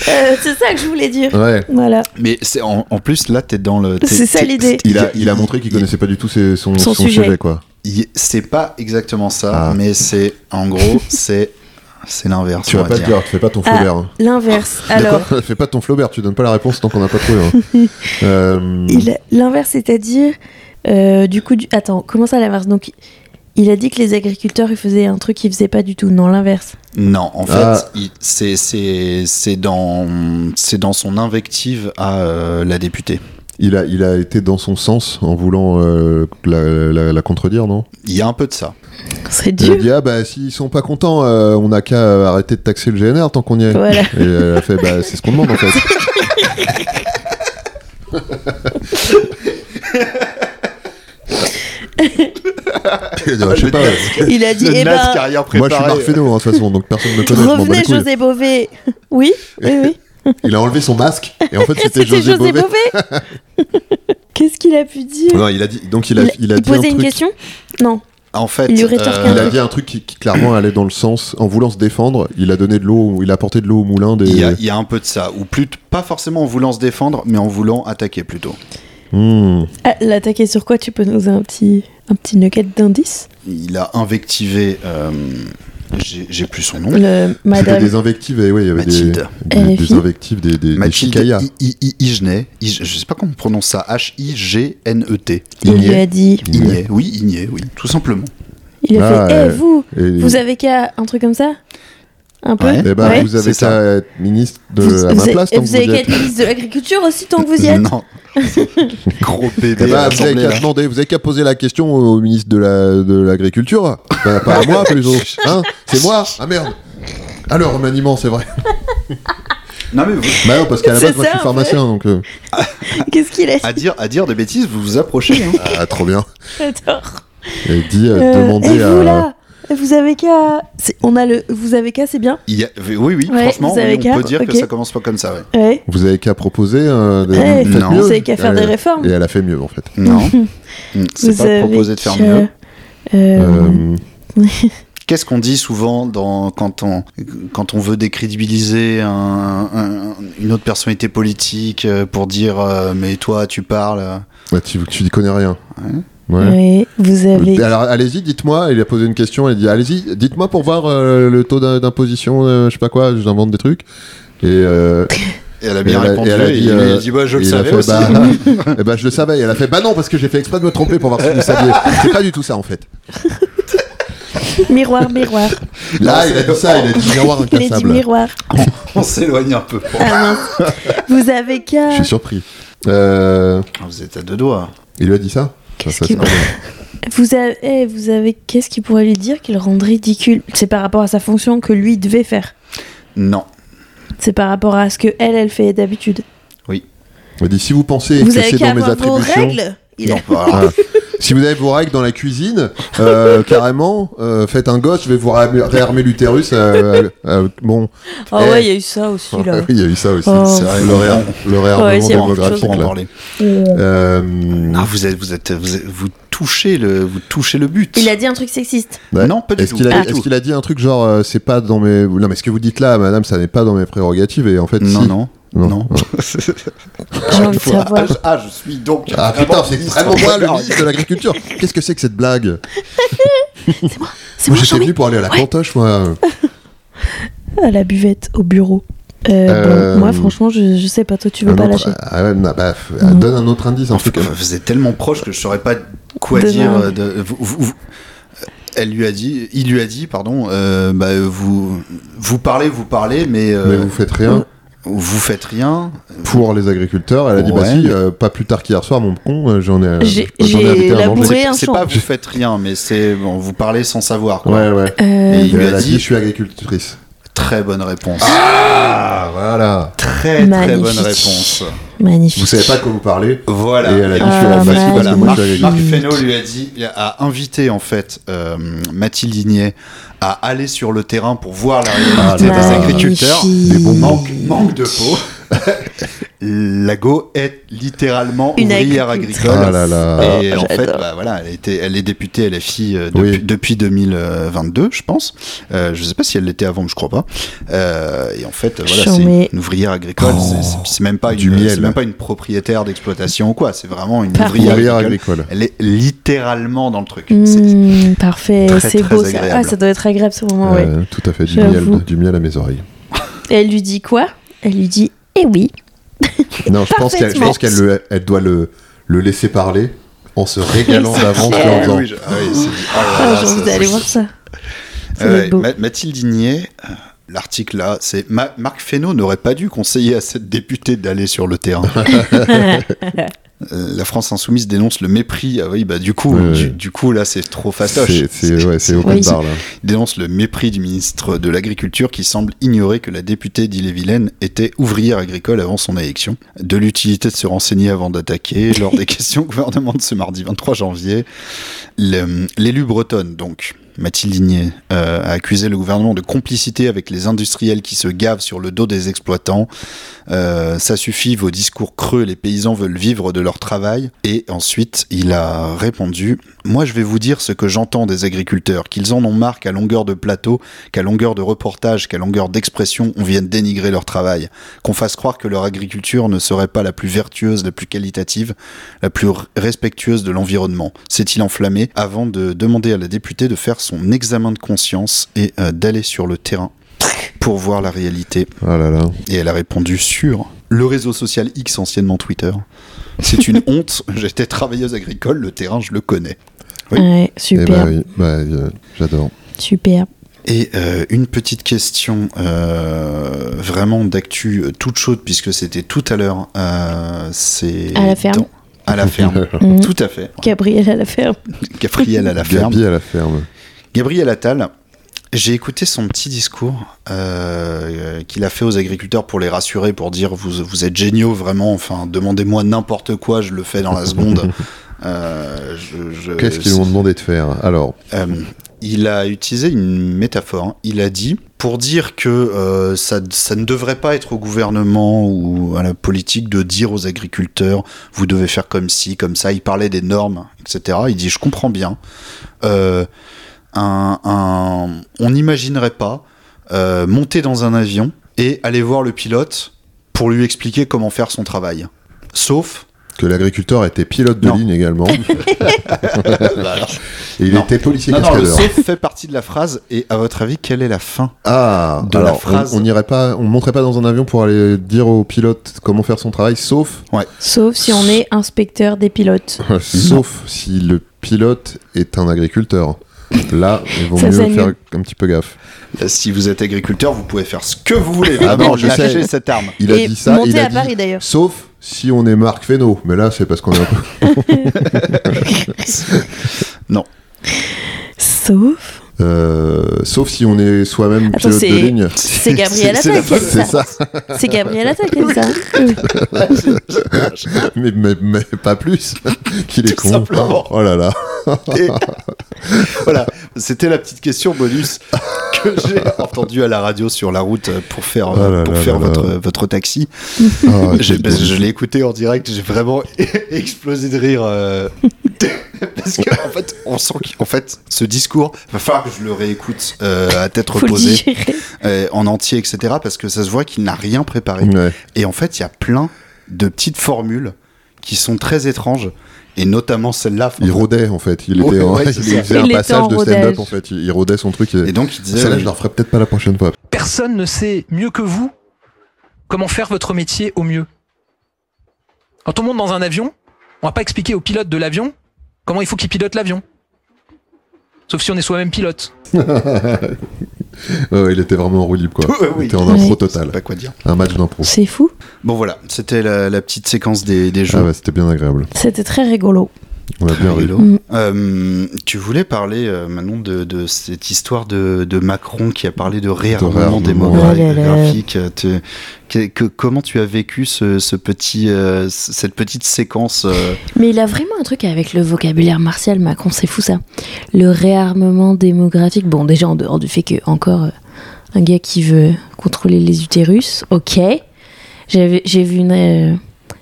Speaker 8: euh, c'est ça que je voulais dire.
Speaker 9: oui. Ouais.
Speaker 8: Voilà.
Speaker 7: Mais c'est en, en plus là, t'es dans le. t'es-
Speaker 8: C'est ça
Speaker 7: t'es-
Speaker 8: l'idée.
Speaker 7: t'es-
Speaker 9: Il a, il a montré qu'il connaissait pas du tout ses- son,
Speaker 8: Son
Speaker 9: son
Speaker 8: sujet.
Speaker 9: sujet. quoi.
Speaker 7: y- c'est pas exactement ça,
Speaker 9: Ah.
Speaker 7: mais c'est en gros, c'est c'est l'inverse.
Speaker 9: Tu
Speaker 7: on
Speaker 9: vas
Speaker 7: va
Speaker 9: pas
Speaker 7: dire.
Speaker 9: dire, tu fais pas ton
Speaker 8: Ah.
Speaker 9: Flaubert. hein.
Speaker 8: L'inverse.
Speaker 9: De
Speaker 8: Ah, Alors,
Speaker 9: quoi Fais pas ton Flaubert, tu donnes pas la réponse tant qu'on n'a pas trouvé. hein. Euh,
Speaker 8: il- l'inverse, c'est-à-dire, euh, du coup, du... attends, comment ça l'inverse Donc, il a dit que les agriculteurs, ils faisaient un truc qu'ils faisaient pas du tout. Non, l'inverse.
Speaker 7: Non, en fait,
Speaker 9: Ah.
Speaker 7: il- c'est c'est c'est dans c'est dans son invective à euh, la députée.
Speaker 9: il, a, il a été dans son sens en voulant euh, la, la- la contredire, non
Speaker 7: Il y a un peu de ça.
Speaker 8: C'est
Speaker 9: Il a
Speaker 8: dur.
Speaker 9: dit Ah bah s'ils sont pas contents, euh, on a qu'à euh, arrêter de taxer le GNR tant qu'on y est.
Speaker 8: Voilà.
Speaker 9: Et elle a fait Bah c'est ce qu'on demande en fait. Je sais pas,
Speaker 8: Il a dit, eh ben,
Speaker 7: carrière
Speaker 9: moi je suis Marfeno hein, de toute façon, donc personne ne me connaît. je m'en bats les
Speaker 8: revenez
Speaker 9: couilles.
Speaker 8: José Bové. Oui, oui, oui.
Speaker 9: Il a enlevé son masque et en fait c'était José, Bové.
Speaker 8: Bové. Qu'est-ce qu'il a pu dire
Speaker 9: Non, il a dit, donc il a, il a dit un
Speaker 8: posait
Speaker 9: truc, Euh,
Speaker 8: une question Non.
Speaker 7: En fait, euh,
Speaker 8: Il lui rétorque
Speaker 9: Il
Speaker 8: un-
Speaker 9: a dit un truc qui, qui clairement allait dans le sens, en voulant se défendre, il a donné de l'eau, il a apporté de l'eau au moulin des.
Speaker 7: il y, a, il y a un peu de ça, ou plus pas forcément en voulant se défendre, mais en voulant attaquer plutôt.
Speaker 9: Hmm.
Speaker 8: Ah, L'attaquer sur quoi Tu peux nous donner un petit, un petit nugget d'indice
Speaker 7: Il a invectivé, euh, j'ai j'ai plus son nom,
Speaker 8: Le
Speaker 9: C'était
Speaker 8: Madame.
Speaker 9: des invectives et oui, il y avait des,
Speaker 7: Mathilde.
Speaker 9: des,
Speaker 8: LFI.
Speaker 9: des invectives, des, des, des
Speaker 7: Mathilde
Speaker 9: chicayas.
Speaker 7: I- I- I- Igenet, Ige- je sais pas comment on prononce ça, H-I-G-N-E-T.
Speaker 8: Il lui
Speaker 7: Ignet.
Speaker 8: a dit.
Speaker 7: Ignet, oui, Ignet, oui, tout simplement.
Speaker 8: Il lui a
Speaker 9: Ah,
Speaker 8: fait. Eh
Speaker 9: euh,
Speaker 8: vous,
Speaker 9: Et-
Speaker 8: vous avez qu'à un truc comme ça Un peu.
Speaker 7: Ouais.
Speaker 9: Eh ben,
Speaker 8: Ouais.
Speaker 9: vous avez
Speaker 7: C'est
Speaker 9: qu'à être ministre de,
Speaker 8: Vous-
Speaker 9: à
Speaker 8: vous
Speaker 9: ma
Speaker 8: avez-
Speaker 9: place.
Speaker 8: et
Speaker 9: tant que
Speaker 8: vous avez
Speaker 9: y
Speaker 8: qu'à
Speaker 9: êtes.
Speaker 8: être ministre de l'agriculture aussi tant que vous y êtes
Speaker 7: Non. Gros
Speaker 9: Eh
Speaker 7: bébé.
Speaker 9: ben,
Speaker 7: à
Speaker 9: vous avez
Speaker 7: l'Assemblée,
Speaker 9: qu'à
Speaker 7: là.
Speaker 9: demander, vous avez qu'à poser la question au au ministre de la- de l'Agriculture. Ben, pas à moi, plus aux autres. Hein C'est moi Ah merde Ah le remaniement, c'est vrai.
Speaker 7: Non, mais vous-
Speaker 9: Bah non, parce qu'à la
Speaker 8: C'est
Speaker 9: base, moi je
Speaker 8: ça,
Speaker 9: suis
Speaker 8: en
Speaker 9: pharmacien, donc. euh,
Speaker 8: Qu'est-ce qu'il a
Speaker 7: à dire, à dire des bêtises, vous vous approchez. hein.
Speaker 9: Ah, trop bien.
Speaker 8: J'adore.
Speaker 9: Et dit, euh,
Speaker 8: Euh,
Speaker 9: demander
Speaker 8: Et vous
Speaker 9: à.
Speaker 8: là Vous avez qu'à. c'est- On a le. Vous avez qu'à, c'est bien
Speaker 7: Il y a- oui, oui,
Speaker 8: Ouais,
Speaker 7: franchement,
Speaker 8: vous avez
Speaker 7: oui, on
Speaker 8: qu'à,
Speaker 7: peut dire
Speaker 8: ok.
Speaker 7: que ça commence pas comme ça. ouais.
Speaker 8: Ouais.
Speaker 9: Vous avez qu'à proposer. euh, des...
Speaker 8: Ouais,
Speaker 9: faites
Speaker 7: Non.
Speaker 9: mieux.
Speaker 8: Vous avez qu'à faire des
Speaker 9: Elle-
Speaker 8: réformes.
Speaker 9: Et elle a fait mieux, en fait.
Speaker 7: Non, Mm, c'est
Speaker 8: Vous
Speaker 7: pas
Speaker 8: avez
Speaker 7: proposé de faire
Speaker 8: qu'à-
Speaker 7: mieux.
Speaker 8: Euh,
Speaker 9: Euh,
Speaker 7: Qu'est-ce qu'on dit souvent dans, quand, on, quand on veut décrédibiliser un- un- une autre personnalité politique euh, pour dire euh, mais toi tu parles euh.
Speaker 9: bah, tu, tu n'y connais rien. Ouais.
Speaker 8: ouais, Vous avez.
Speaker 9: Alors allez-y, dites-moi. Il a posé une question. Il a dit allez-y, dites-moi pour voir euh, le taux d'im- d'imposition, euh, je sais pas quoi. J'invente des trucs. Et, euh,
Speaker 7: Et elle a
Speaker 9: et
Speaker 7: bien
Speaker 9: elle a-
Speaker 7: répondu.
Speaker 9: et elle a
Speaker 7: et
Speaker 9: dit,
Speaker 7: il
Speaker 9: euh,
Speaker 7: a dit ouais, je le
Speaker 9: il a
Speaker 7: savais
Speaker 9: fait,
Speaker 7: aussi.
Speaker 9: Bah, eh ben, je le savais. Et elle a fait bah non parce que j'ai fait exprès de me tromper pour voir si vous saviez. C'est pas du tout ça en fait.
Speaker 8: Miroir, miroir.
Speaker 9: Là il a dit ça. Il a dit miroir
Speaker 8: Il est dit
Speaker 9: incassable.
Speaker 8: miroir.
Speaker 7: on s'éloigne un peu.
Speaker 8: Ah mince. Vous avez
Speaker 9: Je
Speaker 8: qu'à.
Speaker 9: suis surpris. Euh,
Speaker 7: Ah, Vous êtes à deux doigts.
Speaker 9: il lui a dit ça. Ça, ça,
Speaker 8: qu'il-
Speaker 9: c'est pas bien.
Speaker 8: Vous avez. eh, vous avez. Qu'est-ce qu'il pourrait lui dire qui le rendrait ridicule C'est par rapport à sa fonction que lui devait faire.
Speaker 7: Non.
Speaker 8: C'est par rapport à ce que elle, elle fait d'habitude.
Speaker 9: Il a dit si vous pensez
Speaker 8: Vous
Speaker 9: que
Speaker 8: avez
Speaker 9: c'est
Speaker 8: qu'à
Speaker 9: dans mes
Speaker 8: avoir vos
Speaker 9: attributions.
Speaker 8: règles. Il a-
Speaker 7: Non, pas-
Speaker 9: Ah. Si vous avez vos règles dans la cuisine, euh, carrément, euh, faites un gosse, je vais vous ré- réarmer l'utérus. euh, euh, bon,
Speaker 8: Ah
Speaker 9: Eh.
Speaker 8: ouais, il y a eu ça aussi là.
Speaker 9: oui, il y a eu ça aussi.
Speaker 8: Oh.
Speaker 9: C'est vrai, le, réar- le
Speaker 8: Ouais,
Speaker 9: réarmement
Speaker 8: c'est
Speaker 7: Pour
Speaker 9: démographique.
Speaker 7: en
Speaker 9: Là. Mmh.
Speaker 7: parler.
Speaker 9: Euh,
Speaker 7: Ah, vous êtes, vous êtes, vous êtes- vous touchez le, vous touchez le but.
Speaker 8: Il a dit un truc sexiste.
Speaker 9: ouais.
Speaker 7: Non, pas du
Speaker 9: Est-ce
Speaker 7: tout.
Speaker 9: qu'il a,
Speaker 7: Pas
Speaker 9: est-ce
Speaker 7: du tout.
Speaker 9: qu'il a dit un truc genre euh, c'est pas dans mes non mais ce que vous dites là madame ça n'est pas dans mes prérogatives et en fait
Speaker 7: Non,
Speaker 9: si.
Speaker 7: non.
Speaker 9: Non.
Speaker 7: Non.
Speaker 8: J'ai envie de savoir.
Speaker 7: Ah, je suis donc.
Speaker 9: ah putain c'est vraiment moi le
Speaker 7: Regarde.
Speaker 9: ministre de l'agriculture qu'est-ce que c'est que cette blague
Speaker 8: C'est
Speaker 9: moi
Speaker 8: moi,
Speaker 9: j'étais
Speaker 8: Jean-Mi
Speaker 9: venu pour aller à la cantoche moi
Speaker 8: Ah, À la buvette, au bureau. Euh,
Speaker 9: Euh,
Speaker 8: bon, moi, franchement, je, je sais pas. Toi, tu veux
Speaker 9: Un
Speaker 8: pas
Speaker 9: autre-
Speaker 8: lâcher.
Speaker 9: ah, ouais, bah, bah, f-
Speaker 8: Non.
Speaker 9: donne un autre indice en tout cas
Speaker 7: Vous êtes tellement proche que je saurais pas quoi
Speaker 8: De
Speaker 7: dire.
Speaker 8: rien.
Speaker 7: euh, de- vous- vous- vous- Elle lui a dit, il lui a dit, pardon, euh, bah, vous, vous parlez, vous parlez, mais, euh,
Speaker 9: mais vous faites rien
Speaker 7: vous... faites rien.
Speaker 9: pour les agriculteurs. Elle a dit bah
Speaker 7: Ouais.
Speaker 9: si, euh, pas plus tard qu'hier soir, mon con, euh, j'en ai, euh,
Speaker 8: J'ai-
Speaker 9: j'en ai
Speaker 8: j'ai
Speaker 9: invité à
Speaker 8: labouré.
Speaker 9: manger.
Speaker 8: un
Speaker 7: C'est c'est
Speaker 8: champ.
Speaker 7: pas vous faites rien, mais c'est bon, vous parlez sans savoir. Quoi.
Speaker 9: Ouais, ouais.
Speaker 8: Euh,
Speaker 7: Et
Speaker 9: Et
Speaker 7: il lui
Speaker 9: elle
Speaker 7: a dit,
Speaker 9: je suis agricultrice.
Speaker 7: très bonne réponse.
Speaker 9: Ah voilà.
Speaker 7: très très
Speaker 8: magnifique.
Speaker 7: bonne réponse.
Speaker 8: Magnifique.
Speaker 9: Vous savez pas de quoi vous parlez.
Speaker 7: Voilà.
Speaker 9: Et elle a dit,
Speaker 7: Ah,
Speaker 9: je suis la
Speaker 7: bah,
Speaker 9: facile, parce
Speaker 7: voilà.
Speaker 9: que moi, je suis
Speaker 7: Marc,
Speaker 9: agricultrice.
Speaker 7: Marc Fesneau lui a dit, a invité en fait euh, Mathilde Lignet à aller sur le terrain pour voir la réalité
Speaker 9: là
Speaker 7: des
Speaker 9: Ah, là.
Speaker 7: agriculteurs.
Speaker 8: Magnifique.
Speaker 7: Manque, manque de peau. Lago est littéralement
Speaker 8: Une
Speaker 7: ouvrière
Speaker 8: agricultrice.
Speaker 7: agricole.
Speaker 9: Ah là là.
Speaker 7: Et en fait,
Speaker 8: j'adore.
Speaker 7: bah, voilà, elle, était, elle est députée LFI euh, depuis,
Speaker 9: Oui.
Speaker 7: depuis 2022, je pense. Euh, je sais pas si elle l'était avant, mais je crois pas. Euh, et en fait, euh, voilà,
Speaker 8: Chant,
Speaker 7: c'est
Speaker 8: mais-
Speaker 7: une ouvrière agricole. c'est- c'est- c'est même pas
Speaker 9: Oh, Du
Speaker 7: une,
Speaker 9: miel.
Speaker 7: c'est même pas une propriétaire d'exploitation ou quoi. C'est vraiment une
Speaker 8: Parfait.
Speaker 7: ouvrière,
Speaker 9: Ouvrière
Speaker 7: agricole.
Speaker 9: agricole.
Speaker 7: Elle est littéralement dans le truc. C'est-
Speaker 8: Mmh, parfait,
Speaker 7: Très,
Speaker 8: c'est
Speaker 7: très
Speaker 8: beau ça.
Speaker 7: agréable.
Speaker 8: Ah, ça doit être agréable ce moment, ouais.
Speaker 9: Euh, tout à fait, du
Speaker 8: J'avoue.
Speaker 9: miel, du miel à mes oreilles.
Speaker 8: Et elle lui dit quoi Elle lui dit Eh oui.
Speaker 9: Non, je pense qu'elle, je pense qu'elle
Speaker 8: Parfaitement.
Speaker 9: le- elle doit le, le laisser parler en se régalant
Speaker 8: Oui, c'est
Speaker 9: d'avance et
Speaker 8: clair.
Speaker 9: en
Speaker 7: Ah
Speaker 9: faisant.
Speaker 7: oui, je- ah oui, c'est- oh là
Speaker 8: Ah,
Speaker 7: là,
Speaker 8: J'ai
Speaker 7: ça,
Speaker 8: envie d'aller voir ça. Ça doit
Speaker 7: Ouais,
Speaker 8: être beau.
Speaker 7: Euh, Ma- Mathilde Igné, euh, l'article là, c'est Ma- Marc Fesneau n'aurait pas dû conseiller à cette députée d'aller sur le terrain. Euh, La France insoumise dénonce le mépris. Ah oui, bah du coup,
Speaker 9: Ouais,
Speaker 7: du,
Speaker 9: ouais.
Speaker 7: du coup là, c'est trop fastoche.
Speaker 9: C'est, c'est, ouais, c'est open
Speaker 8: Oui.
Speaker 9: bar là.
Speaker 7: Il dénonce le mépris du ministre de l'Agriculture qui semble ignorer que la députée d'Ille-et-Vilaine était ouvrière agricole avant son élection. De l'utilité de se renseigner avant d'attaquer lors des questions gouvernement de ce mardi 23 janvier. Le- L'élu bretonne, donc, Mathilde Ligné, euh, a accusé le gouvernement de complicité avec les industriels qui se gavent sur le dos des exploitants. Euh, ça suffit, vos discours creux, les paysans veulent vivre de leur travail. Et ensuite, il a répondu Moi, je vais vous dire ce que j'entends des agriculteurs, qu'ils en ont marre qu'à longueur de plateau, qu'à longueur de reportage, qu'à longueur d'expression, on vienne dénigrer leur travail, qu'on fasse croire que leur agriculture ne serait pas la plus vertueuse, la plus qualitative, la plus r- respectueuse de l'environnement. S'est-il enflammé avant de demander à la députée de faire son examen de conscience et euh, d'aller sur le terrain pour voir la réalité
Speaker 9: Ah là là.
Speaker 7: et elle a répondu sur le réseau social X, anciennement Twitter. C'est une honte, j'étais travailleuse agricole, le terrain je le connais. Oui.
Speaker 8: Ouais,
Speaker 9: Eh
Speaker 8: super,
Speaker 9: bah oui, bah, euh, j'adore.
Speaker 8: super.
Speaker 7: Et euh, une petite question euh, vraiment d'actu euh, toute chaude, puisque c'était tout à l'heure. euh, c'est
Speaker 8: À la ferme.
Speaker 7: dans- À la ferme.
Speaker 8: Mmh.
Speaker 7: tout à fait.
Speaker 8: Gabriel à la ferme.
Speaker 7: Gabriel à la ferme. Euh,
Speaker 9: Gabi à la ferme.
Speaker 7: Gabriel Attal, j'ai écouté son petit discours euh, euh, qu'il a fait aux agriculteurs pour les rassurer, pour dire vous, vous êtes géniaux vraiment, enfin demandez-moi n'importe quoi, je le fais dans la seconde. Euh, je- je-
Speaker 9: Qu'est-ce qu'ils m'ont demandé de faire Alors,
Speaker 7: Euh, il a utilisé une métaphore. hein. Il a dit pour dire que euh, ça, ça ne devrait pas être au gouvernement ou à la politique de dire aux agriculteurs vous devez faire comme ci, comme ça. Il parlait des normes, etc. Il dit je comprends bien. Euh, un- un- on n'imaginerait pas euh, monter dans un avion et aller voir le pilote pour lui expliquer comment faire son travail. Sauf
Speaker 9: que l'agriculteur était pilote de
Speaker 7: Non.
Speaker 9: ligne également. et il
Speaker 7: Non.
Speaker 9: était policier
Speaker 7: non, non, le
Speaker 9: cascadeur.
Speaker 7: sauf fait partie de la phrase. Et à votre avis, quelle est la fin
Speaker 9: Ah,
Speaker 7: de la
Speaker 9: alors,
Speaker 7: phrase.
Speaker 9: on, on irait pas, on monterait pas dans un avion pour aller dire au pilote comment faire son travail, sauf,
Speaker 8: Sauf si on est inspecteur des pilotes.
Speaker 9: sauf si le pilote est un agriculteur. Là, il vaut
Speaker 8: Ça,
Speaker 9: mieux
Speaker 8: c'est
Speaker 9: faire
Speaker 8: mieux.
Speaker 9: un petit peu gaffe.
Speaker 7: Si vous êtes agriculteur, vous pouvez faire ce que vous voulez.
Speaker 9: Ah
Speaker 7: Vraiment,
Speaker 9: non, je
Speaker 7: lâchez
Speaker 9: sais.
Speaker 7: cette arme.
Speaker 9: Il
Speaker 8: Et
Speaker 9: a dit ça,
Speaker 8: monter
Speaker 9: il a
Speaker 8: à
Speaker 9: dit,
Speaker 8: Paris, d'ailleurs.
Speaker 9: sauf si on est Marc Fesneau. Mais là, c'est parce qu'on est un peu...
Speaker 8: Sauf.
Speaker 9: Euh, sauf si on est soi-même
Speaker 8: Attends,
Speaker 9: pilote de
Speaker 8: c'est-
Speaker 9: ligne.
Speaker 8: C'est Gabriel
Speaker 7: c'est
Speaker 8: Attal
Speaker 7: la
Speaker 8: qui a dit
Speaker 9: C'est
Speaker 8: ça.
Speaker 9: ça,
Speaker 8: C'est Gabriel Attal qui a dit ça.
Speaker 9: mais, mais- mais pas plus qu'il est
Speaker 7: Tout
Speaker 9: con.
Speaker 7: simplement.
Speaker 9: Oh là là.
Speaker 7: Et- voilà, c'était la petite question bonus que j'ai entendue à la radio sur la route pour faire,
Speaker 9: Ah là
Speaker 7: pour
Speaker 9: là
Speaker 7: faire
Speaker 9: là
Speaker 7: votre,
Speaker 9: là.
Speaker 7: votre taxi.
Speaker 9: Ah,
Speaker 7: J'ai-
Speaker 9: quel
Speaker 7: parce que
Speaker 9: bon-
Speaker 7: je l'ai écouté en direct, j'ai vraiment explosé de rire. euh, parce que, en fait, on sent qu'en fait, ce discours, il va falloir que je le réécoute euh, à tête
Speaker 8: Faut le
Speaker 7: reposée,
Speaker 8: digérer.
Speaker 7: euh, en entier, etc. Parce que ça se voit qu'il n'a rien préparé.
Speaker 9: Ouais.
Speaker 7: Et en fait, il y a plein de petites formules qui sont très étranges, et notamment celle-là.
Speaker 9: Il rodait en fait, il était
Speaker 7: Ouais,
Speaker 9: en-
Speaker 7: ouais,
Speaker 9: il
Speaker 7: c'est ça.
Speaker 9: faisait
Speaker 8: Il
Speaker 9: un
Speaker 8: était
Speaker 9: passage
Speaker 8: en
Speaker 9: de
Speaker 8: rodage.
Speaker 9: stand-up en fait, il, il rodait son truc. Il...
Speaker 7: Et donc, il disait. euh,
Speaker 9: Celle-là, je la referai peut-être pas la prochaine fois.
Speaker 1: Personne ne sait mieux que vous comment faire votre métier au mieux. Quand on monte dans un avion, on va pas expliquer au pilote de l'avion comment il faut qu'il pilote l'avion. Sauf si on est soi-même pilote.
Speaker 9: Ouais, ouais, il était vraiment en roue libre quoi.
Speaker 7: Ouais, ouais,
Speaker 9: il
Speaker 7: oui.
Speaker 9: était en
Speaker 8: Ouais.
Speaker 9: impro
Speaker 7: Je sais
Speaker 9: total.
Speaker 7: pas quoi dire.
Speaker 9: Un match d'impro.
Speaker 8: C'est fou.
Speaker 7: Bon, voilà, c'était la, la petite séquence des, des
Speaker 9: Ah
Speaker 7: jeux.
Speaker 9: ouais, c'était bien agréable.
Speaker 8: C'était très rigolo.
Speaker 9: On
Speaker 7: Ah,
Speaker 9: a bien ri.
Speaker 7: Rigolo.
Speaker 8: Mm.
Speaker 7: Euh, tu voulais parler, euh, Manon, de, de cette histoire de, de Macron qui a parlé de réarmement
Speaker 9: réarmement.
Speaker 8: Oh là là.
Speaker 7: démographique. Euh, tu- que- que- comment tu as vécu ce, ce petit, euh, c- cette petite séquence euh,
Speaker 8: Mais il a vraiment un truc avec le vocabulaire martial, Macron, c'est fou ça. Le réarmement démographique, bon déjà en dehors du fait que encore euh, un gars qui veut contrôler les utérus, ok. J'avais- J'ai vu une, euh,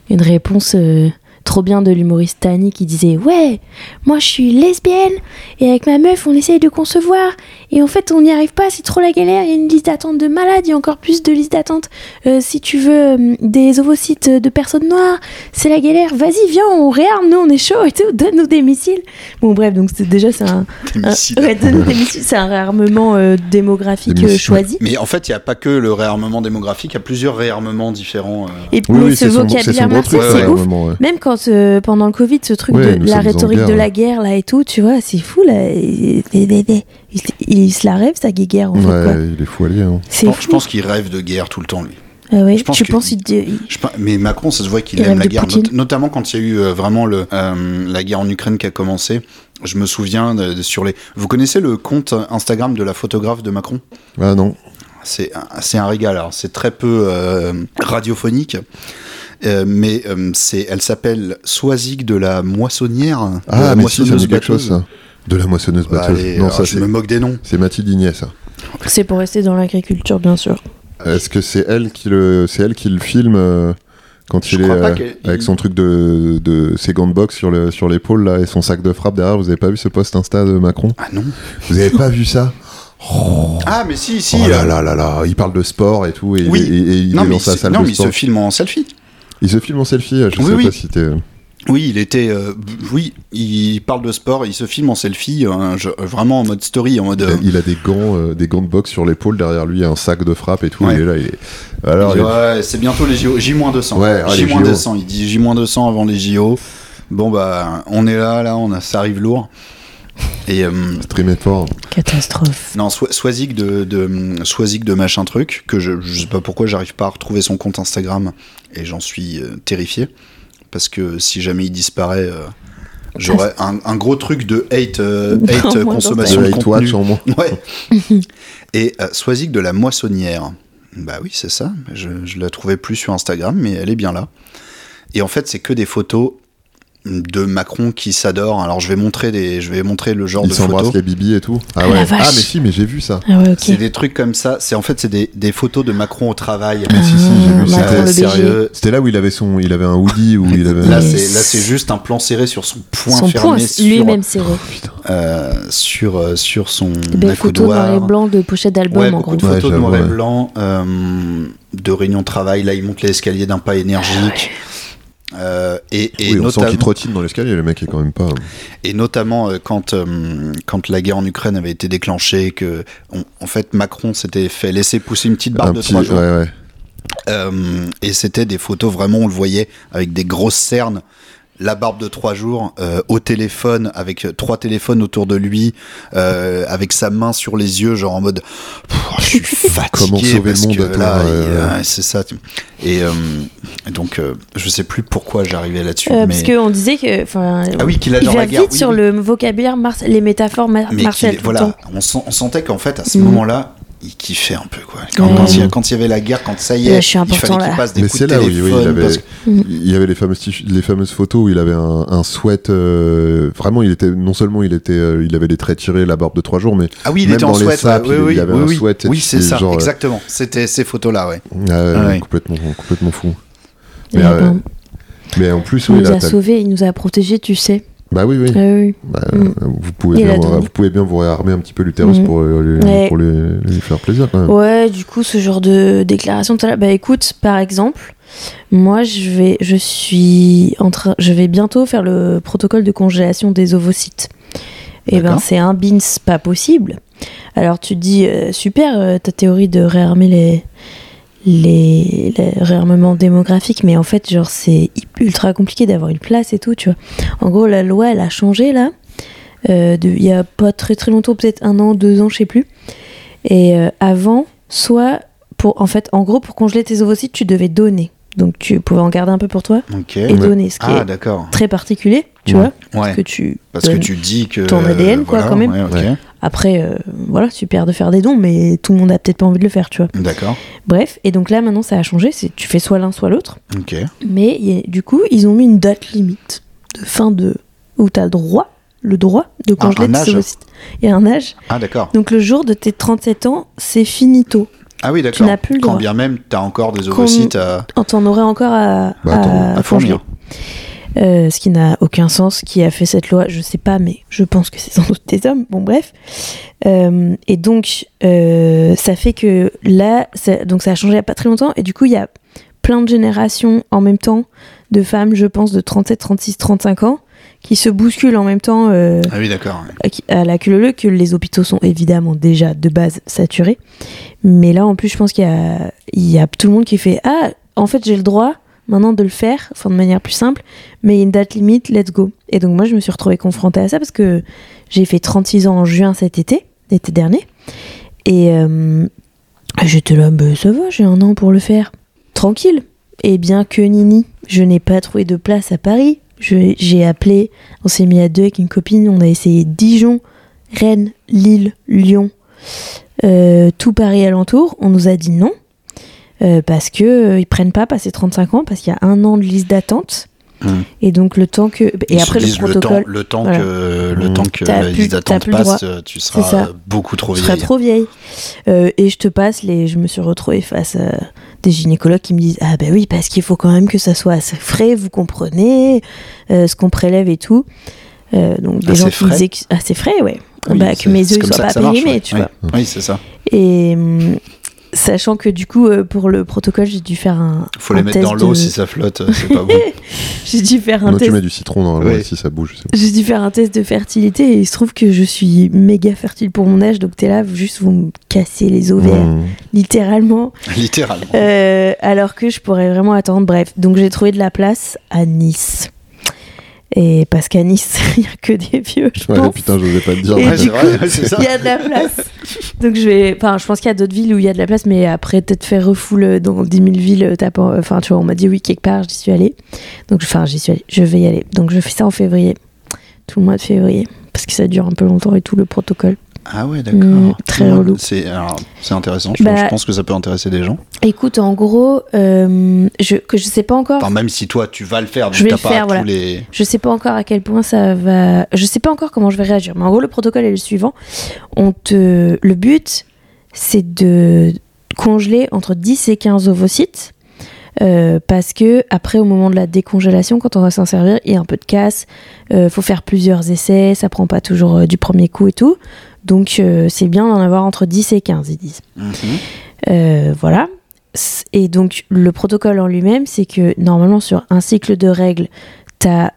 Speaker 8: une réponse euh, trop bien de l'humoriste Tani qui disait Ouais, moi je suis lesbienne et avec ma meuf on essaye de concevoir et en fait on n'y arrive pas, c'est trop la galère. Il y a une liste d'attente de malades, il y a encore plus de listes d'attente euh, si tu veux euh, des ovocytes de personnes noires, c'est la galère. Vas-y, viens, on réarme, nous on est chaud et tout, donne-nous des missiles. Bon, bref, donc c'est- déjà c'est un,
Speaker 7: Des
Speaker 8: un-
Speaker 7: missiles.
Speaker 8: Ah, ouais, donne-nous des missiles, c'est un réarmement euh, démographique
Speaker 9: Des missiles.
Speaker 8: euh, choisi.
Speaker 7: Mais en fait, il n'y a pas que le réarmement démographique, il y a plusieurs réarmements différents. euh.
Speaker 8: Et
Speaker 9: Oui,
Speaker 8: mais
Speaker 9: oui,
Speaker 8: ce
Speaker 9: c'est son, c'est son
Speaker 8: vocabulaire
Speaker 9: gros
Speaker 8: marxiste,
Speaker 9: truc.
Speaker 7: marxiste,
Speaker 8: c'est
Speaker 9: ouais,
Speaker 8: ouf.
Speaker 9: vraiment, ouais.
Speaker 8: Même quand euh, pendant le Covid, ce truc
Speaker 9: Ouais,
Speaker 8: de
Speaker 9: nous
Speaker 8: la
Speaker 9: sommes en
Speaker 8: rhétorique
Speaker 9: guerre,
Speaker 8: de la
Speaker 9: là.
Speaker 8: guerre là et tout, tu vois, c'est fou là. Il, il- il- il se la rêve sa guéguerre en fait.
Speaker 9: Ouais,
Speaker 8: quoi.
Speaker 9: il est fou allié. Hein.
Speaker 7: Je
Speaker 8: C'est
Speaker 7: pense, je
Speaker 8: fou.
Speaker 7: pense qu'il rêve de guerre tout le temps, lui.
Speaker 8: Ah ouais,
Speaker 7: je pense
Speaker 8: tu
Speaker 7: que-
Speaker 8: penses il- il-
Speaker 7: Je pe- mais Macron, ça se voit qu'il
Speaker 8: Il
Speaker 7: aime
Speaker 8: aime
Speaker 7: la
Speaker 8: de
Speaker 7: guerre,
Speaker 8: Poutine.
Speaker 7: not- notamment quand il y a eu euh, vraiment le, euh, la guerre en Ukraine qui a commencé. Je me souviens de- de- sur les. Vous connaissez le compte Instagram de la photographe de Macron
Speaker 9: Ah non.
Speaker 7: C'est un- c'est un régal. Alors c'est très peu euh, radiophonique, euh, mais euh, c'est. Elle s'appelle Soisig de la moissonnière. de la
Speaker 9: Ah, mais si, ça me
Speaker 7: moissonneuse
Speaker 9: dit quelque chose,
Speaker 7: batteuse.
Speaker 9: ça. De la moissonneuse
Speaker 7: Bah,
Speaker 9: batteuse.
Speaker 7: allez,
Speaker 9: non,
Speaker 7: alors,
Speaker 9: ça,
Speaker 7: je
Speaker 9: c'est
Speaker 7: me moque des noms.
Speaker 9: c'est Mathilde Ignet, ça.
Speaker 8: c'est pour rester dans l'agriculture bien sûr.
Speaker 7: Ah,
Speaker 9: Est-ce que c'est elle qui le, c'est elle qui le filme euh, quand
Speaker 7: Je
Speaker 9: il est
Speaker 7: crois pas
Speaker 9: euh,
Speaker 7: qu'elle-
Speaker 9: avec
Speaker 7: il-
Speaker 9: son truc de, de ses gants de boxe sur le sur l'épaule là et son sac de frappe derrière Vous avez pas vu ce post Insta de Macron
Speaker 7: Ah non.
Speaker 9: Vous avez pas vu ça
Speaker 7: Ah mais si si.
Speaker 9: Oh là
Speaker 7: euh,
Speaker 9: là là là Il parle de sport et tout et,
Speaker 7: Oui.
Speaker 9: il, est- et il
Speaker 7: non,
Speaker 9: est
Speaker 7: mais
Speaker 9: dans
Speaker 7: il
Speaker 9: sa
Speaker 7: se-
Speaker 9: salle
Speaker 7: non,
Speaker 9: de
Speaker 7: mais il
Speaker 9: sport.
Speaker 7: se filme en selfie.
Speaker 9: Il se filme en selfie. Je
Speaker 7: Oui,
Speaker 9: sais
Speaker 7: oui.
Speaker 9: pas si t'es.
Speaker 7: Oui, il était. euh, oui, il parle de sport, il se filme en selfie, euh, je- vraiment en mode story, en mode. euh,
Speaker 9: Il a des gants, euh, des gants de boxe sur l'épaule derrière lui, il y a un sac de frappe et tout.
Speaker 7: Ouais.
Speaker 9: Il est là. Il est... Alors, il-
Speaker 7: euh, ouais, c'est bientôt les JO, J-200.
Speaker 9: Ouais, ah, les
Speaker 7: J-200, il dit J-200 avant les JO. Bon, bah, on est là, là, on a, ça arrive lourd. Et euh,
Speaker 9: streamer fort.
Speaker 8: Catastrophe.
Speaker 7: non, Swa- Swazik de, de, Swazik de machin truc, que je, je sais pas pourquoi j'arrive pas à retrouver son compte Instagram, et j'en suis euh, terrifié, parce que si jamais il disparaît, euh, j'aurais un, un gros truc de hate, euh,
Speaker 8: Non,
Speaker 7: hate
Speaker 8: moi,
Speaker 7: euh,
Speaker 8: j'en
Speaker 7: consommation
Speaker 9: De
Speaker 7: de
Speaker 9: hate
Speaker 7: contenu.
Speaker 9: watch en moins.
Speaker 7: Ouais. et euh, Swazik de la Moissonnière. Bah oui, c'est ça. Je, je la trouvais plus sur Instagram, mais elle est bien là. Et en fait, c'est que des photos de Macron qui s'adore. Alors, je vais montrer des, je vais montrer le genre
Speaker 9: Il
Speaker 7: de
Speaker 9: s'embrasse
Speaker 7: photos.
Speaker 9: les bibis et tout.
Speaker 8: Ah,
Speaker 9: Ah
Speaker 8: la
Speaker 9: ouais.
Speaker 8: vache.
Speaker 9: Ah mais si, mais j'ai vu ça.
Speaker 8: Ah ouais, ok.
Speaker 7: C'est des trucs comme ça. C'est en fait, c'est des, des photos de Macron au travail.
Speaker 9: Mais si, si, j'ai vu
Speaker 8: Ah,
Speaker 9: ça.
Speaker 8: Macron, le
Speaker 9: C'était-
Speaker 8: BG.
Speaker 7: sérieux.
Speaker 9: C'était là où il avait son, il avait un hoodie où il avait.
Speaker 7: Là,
Speaker 8: Yes.
Speaker 7: c'est là, c'est juste un plan serré sur son poing
Speaker 8: Son
Speaker 7: fermé
Speaker 8: point
Speaker 7: sur,
Speaker 8: lui-même serré.
Speaker 7: euh, sur euh, sur son
Speaker 8: Des belles photos
Speaker 7: accoudoir.
Speaker 8: noir et blanc de pochettes d'album
Speaker 7: Ouais,
Speaker 8: en
Speaker 7: beaucoup
Speaker 8: gros.
Speaker 7: de
Speaker 9: Ouais,
Speaker 7: photos de
Speaker 9: j'avoue,
Speaker 7: noir et
Speaker 9: ouais.
Speaker 7: blanc, euh, de réunions de travail. Là, il monte l'escalier d'un pas énergique.
Speaker 8: Ah
Speaker 7: Euh, et, et,
Speaker 9: oui, on sent
Speaker 7: notam-
Speaker 9: qu'il trottine dans l'escalier, le mec est quand même pas.
Speaker 7: et notamment euh, quand euh, quand la guerre en Ukraine avait été déclenchée, que on- en fait Macron s'était fait laisser pousser une petite barre
Speaker 9: un
Speaker 7: de
Speaker 9: petit.
Speaker 7: trois
Speaker 9: Ouais,
Speaker 7: jours.
Speaker 9: ouais.
Speaker 7: Euh, et c'était des photos vraiment, on le voyait avec des grosses cernes, la barbe de trois jours, euh, au téléphone, avec euh, trois téléphones autour de lui, euh, avec sa main sur les yeux, genre en mode Pff, je suis fatigué.
Speaker 9: Comment sauver
Speaker 7: parce
Speaker 9: le monde,
Speaker 7: que
Speaker 9: attends, euh,
Speaker 7: là,
Speaker 9: ouais,
Speaker 7: il-
Speaker 9: ouais.
Speaker 7: ouais, C'est ça. tu- Et euh, et donc, euh, je sais plus pourquoi j'arrivais là-dessus. mais...
Speaker 8: Euh, Parce qu'on disait que. enfin,
Speaker 7: Ah oui, qu'il
Speaker 8: Il
Speaker 7: adore
Speaker 8: va
Speaker 7: la guerre.
Speaker 8: vite
Speaker 7: oui,
Speaker 8: sur
Speaker 7: oui.
Speaker 8: le vocabulaire, Marse- les métaphores mar-
Speaker 7: Mais
Speaker 8: martiales
Speaker 7: qu'il-
Speaker 8: tout le
Speaker 7: voilà,
Speaker 8: temps.
Speaker 7: on, sent- on sentait qu'en fait, à ce
Speaker 8: Mm.
Speaker 7: moment-là, il kiffait un peu quoi. Quand,
Speaker 8: Ouais.
Speaker 7: quand il, y a- quand il y avait la guerre, quand ça y est,
Speaker 8: Là, Euh, je suis
Speaker 7: il fallait
Speaker 8: important,
Speaker 7: qu'il
Speaker 8: là.
Speaker 7: passe des
Speaker 9: Mais
Speaker 7: coups de
Speaker 9: c'est là où oui,
Speaker 7: téléphone.
Speaker 9: oui, il avait,
Speaker 7: parce que-
Speaker 9: il y avait les fameuses, tif- les fameuses photos où il avait un, un sweat. euh, vraiment, il était non seulement il était, euh, il avait les traits tirés, la barbe de trois jours, mais
Speaker 7: Ah oui, il
Speaker 9: Même
Speaker 7: était en
Speaker 9: dans les
Speaker 7: sweat.
Speaker 9: sapes,
Speaker 7: ouais,
Speaker 9: il-
Speaker 7: oui,
Speaker 9: il avait
Speaker 7: oui,
Speaker 9: un
Speaker 7: oui.
Speaker 9: sweat et
Speaker 7: Oui,
Speaker 9: tout,
Speaker 7: c'est ça,
Speaker 9: genre, euh,
Speaker 7: exactement. C'était ces photos-là, ouais.
Speaker 9: euh,
Speaker 7: Ah Ouais.
Speaker 9: complètement, complètement fou.
Speaker 8: Eh
Speaker 9: Mais, euh,
Speaker 8: ben,
Speaker 9: mais en plus,
Speaker 8: il
Speaker 9: oui,
Speaker 8: nous
Speaker 9: là,
Speaker 8: a
Speaker 9: t'as-
Speaker 8: sauvés, il nous a protégés, tu sais.
Speaker 9: bah oui, oui.
Speaker 8: Ah oui.
Speaker 9: Bah,
Speaker 8: Mm.
Speaker 9: vous, pouvez
Speaker 8: Il
Speaker 9: bien,
Speaker 8: a
Speaker 9: vous,
Speaker 8: drôle.
Speaker 9: pouvez bien vous réarmer un petit peu l'utérus
Speaker 8: Mm.
Speaker 9: pour, euh, lui-
Speaker 8: Ouais.
Speaker 9: pour lui, lui faire plaisir quand même.
Speaker 8: Ouais, du coup, ce genre de déclaration, tout à l'heure- bah écoute, par exemple, moi je vais, je suis en train, je vais bientôt faire le protocole de congélation des ovocytes. Et ben
Speaker 7: D'accord.
Speaker 8: c'est un bins pas possible. Alors tu te dis euh, super euh, ta théorie de réarmer les les, les réarmements démographiques, mais en fait genre c'est hyp- ultra compliqué d'avoir une place et tout, tu vois. En gros, la loi, elle a changé là. Euh, de- Il y a pas très très longtemps, peut-être un an, deux ans, je sais plus. Et euh, avant, soit pour, en fait, en gros, pour congeler tes ovocytes, tu devais donner. Donc tu pouvais en garder un peu pour toi
Speaker 7: Ok.
Speaker 8: et donner, ce qui
Speaker 7: Ah,
Speaker 8: est
Speaker 7: d'accord.
Speaker 8: très particulier, tu
Speaker 9: Ouais.
Speaker 8: vois,
Speaker 7: Ouais.
Speaker 8: que tu.
Speaker 7: Parce que
Speaker 8: donnes.
Speaker 7: tu dis que.
Speaker 8: ton ADN,
Speaker 7: euh,
Speaker 8: quoi,
Speaker 7: voilà,
Speaker 8: quand même.
Speaker 7: ouais, ok.
Speaker 9: Ouais.
Speaker 8: Après, euh, voilà, super de faire des dons, mais tout le monde a peut-être pas envie de le faire, tu vois.
Speaker 7: D'accord.
Speaker 8: Bref, et donc là maintenant ça a changé, c'est tu fais soit l'un soit l'autre.
Speaker 7: Ok.
Speaker 8: Mais il y a- du coup, ils ont mis une date limite de fin de où t'as droit, le droit de congeler
Speaker 7: Ah, un âge.
Speaker 8: tes ovocytes. Il y a un âge.
Speaker 7: Ah, d'accord.
Speaker 8: Donc le jour de tes 37 ans, c'est finito.
Speaker 7: Ah oui,
Speaker 8: Tu
Speaker 7: d'accord.
Speaker 8: n'as plus le
Speaker 7: Quand
Speaker 8: droit.
Speaker 7: bien même, t'as encore des
Speaker 8: Qu'on-
Speaker 7: ovocytes à,
Speaker 8: Oh, T'en aurais encore à,
Speaker 9: Bah, attends,
Speaker 8: à-
Speaker 7: à fournir.
Speaker 8: Euh, ce qui n'a aucun sens, qui a fait cette loi, je sais pas, mais je pense que c'est sans doute des hommes, bon bref. Euh, et donc, euh, ça fait que là, ça, donc ça a changé il y a pas très longtemps, et du coup, il y a plein de générations en même temps de femmes, je pense, de 37, 36, 35 ans, qui se bousculent en même temps euh,
Speaker 7: Ah oui, d'accord. ouais.
Speaker 8: à qui- à la queue leu leu, que les hôpitaux sont évidemment déjà de base saturés. Mais là, en plus, je pense qu'il y a, il y a tout le monde qui fait Ah, en fait, j'ai le droit maintenant de le faire, enfin de manière plus simple, mais il y a une date limite, let's go. Et donc, moi, je me suis retrouvée confrontée à ça parce que j'ai fait 36 ans en juin cet été, l'été dernier. Et euh, j'étais là, Bah, ça va, j'ai un an pour le faire. Tranquille. Et bien que Nini, je n'ai pas trouvé de place à Paris. Je- J'ai appelé on s'est mis à deux avec une copine, on a essayé Dijon, Rennes, Lille, Lyon, euh, tout Paris alentour. On nous a dit non, euh, parce que euh, ils prennent pas passer 35 ans, parce qu'il y a un an de liste d'attente.
Speaker 7: Hum.
Speaker 8: Et donc le temps que... Et
Speaker 7: Ils se
Speaker 8: après le
Speaker 7: disent
Speaker 8: protocole,
Speaker 7: Le temps, le temps
Speaker 8: Voilà.
Speaker 7: que, le
Speaker 9: Mmh.
Speaker 7: temps que
Speaker 8: T'as
Speaker 7: la
Speaker 8: plus-
Speaker 7: liste
Speaker 8: t'as
Speaker 7: d'attente
Speaker 8: plus le
Speaker 7: passe, euh, tu seras
Speaker 8: ça.
Speaker 7: euh, beaucoup trop
Speaker 8: je
Speaker 7: vieille.
Speaker 8: serais trop vieille. Euh, et je te passe, les... je me suis retrouvée face à des gynécologues qui me disent Ah ben oui, parce qu'il faut quand même que ça soit assez frais, vous comprenez, euh, ce qu'on prélève et tout. Euh, donc des
Speaker 7: Assez
Speaker 8: gens qui
Speaker 7: frais
Speaker 8: me disaient que... Ah c'est frais, ouais.
Speaker 7: Oui,
Speaker 8: bah,
Speaker 7: c'est-
Speaker 8: que mes
Speaker 7: c'est
Speaker 8: œufs
Speaker 7: comme
Speaker 8: ne
Speaker 7: ça
Speaker 8: soient
Speaker 7: que ça
Speaker 8: pas
Speaker 7: marche,
Speaker 8: périmés,
Speaker 7: ouais.
Speaker 8: tu
Speaker 7: Oui.
Speaker 8: vois.
Speaker 7: Oui, c'est ça.
Speaker 8: Et hum, sachant que du coup, euh, pour le protocole, j'ai dû faire un.
Speaker 7: Faut
Speaker 8: un
Speaker 7: les mettre
Speaker 8: test
Speaker 7: dans l'eau
Speaker 8: de-
Speaker 7: si ça flotte, euh, c'est pas bon.
Speaker 8: J'ai dû faire un
Speaker 9: Non, tu
Speaker 8: test.
Speaker 9: mets du citron dans
Speaker 7: Ouais.
Speaker 9: ouais, si ça bouge. c'est bon.
Speaker 8: J'ai dû faire un test de fertilité et il se trouve que je suis méga fertile pour mon âge, donc t'es là, juste vous me cassez les ovaires,
Speaker 9: Mmh.
Speaker 7: Mm.
Speaker 8: littéralement.
Speaker 7: Littéralement.
Speaker 8: Euh, alors que je pourrais vraiment attendre. Bref, donc j'ai trouvé de la place à Nice. Et parce qu'à Nice, il n'y a que des vieux, je
Speaker 9: Ouais,
Speaker 8: pense.
Speaker 9: putain, j'osais pas te dire.
Speaker 8: Et
Speaker 7: Ouais,
Speaker 9: mais-
Speaker 8: du
Speaker 7: c'est
Speaker 8: coup,
Speaker 7: vrai, ouais, c'est ça.
Speaker 8: Il y a de la place. Donc je vais, enfin, je pense qu'il y a d'autres villes où il y a de la place, mais après peut-être faire refoule euh, dans 10 000 villes, euh, t'as pas- enfin, tu vois, on m'a dit oui quelque part, j'y suis allée. Donc, enfin, j'y suis allée, je vais y aller. Donc je fais ça en février, tout le mois de février, parce que ça dure un peu longtemps et tout le protocole.
Speaker 7: Ah ouais, d'accord.
Speaker 8: Mmh, très relou.
Speaker 7: C'est alors, c'est intéressant, je,
Speaker 8: Bah-
Speaker 7: pense, je pense que ça peut intéresser des gens.
Speaker 8: Écoute, en gros, euh, je que je sais pas encore.
Speaker 7: Enfin, même si toi, tu vas le faire,
Speaker 8: Je
Speaker 7: donc
Speaker 8: vais
Speaker 7: t'as
Speaker 8: le
Speaker 7: pas
Speaker 8: faire,
Speaker 7: tous
Speaker 8: voilà.
Speaker 7: les...
Speaker 8: Je sais pas encore à quel point ça va. Je sais pas encore comment je vais réagir. Mais en gros, le protocole est le suivant. On te... Le but, c'est de congeler entre 10 et 15 ovocytes. euh, parce que après au moment de la décongélation quand on va s'en servir il y a un peu de casse euh, faut faire plusieurs essais ça prend pas toujours euh, du premier coup et tout donc euh, c'est bien d'en avoir entre 10 et 15 ils disent
Speaker 7: Mhm.
Speaker 8: euh, voilà. S- Et donc, le protocole en lui-même, c'est que normalement, sur un cycle de règles, tu as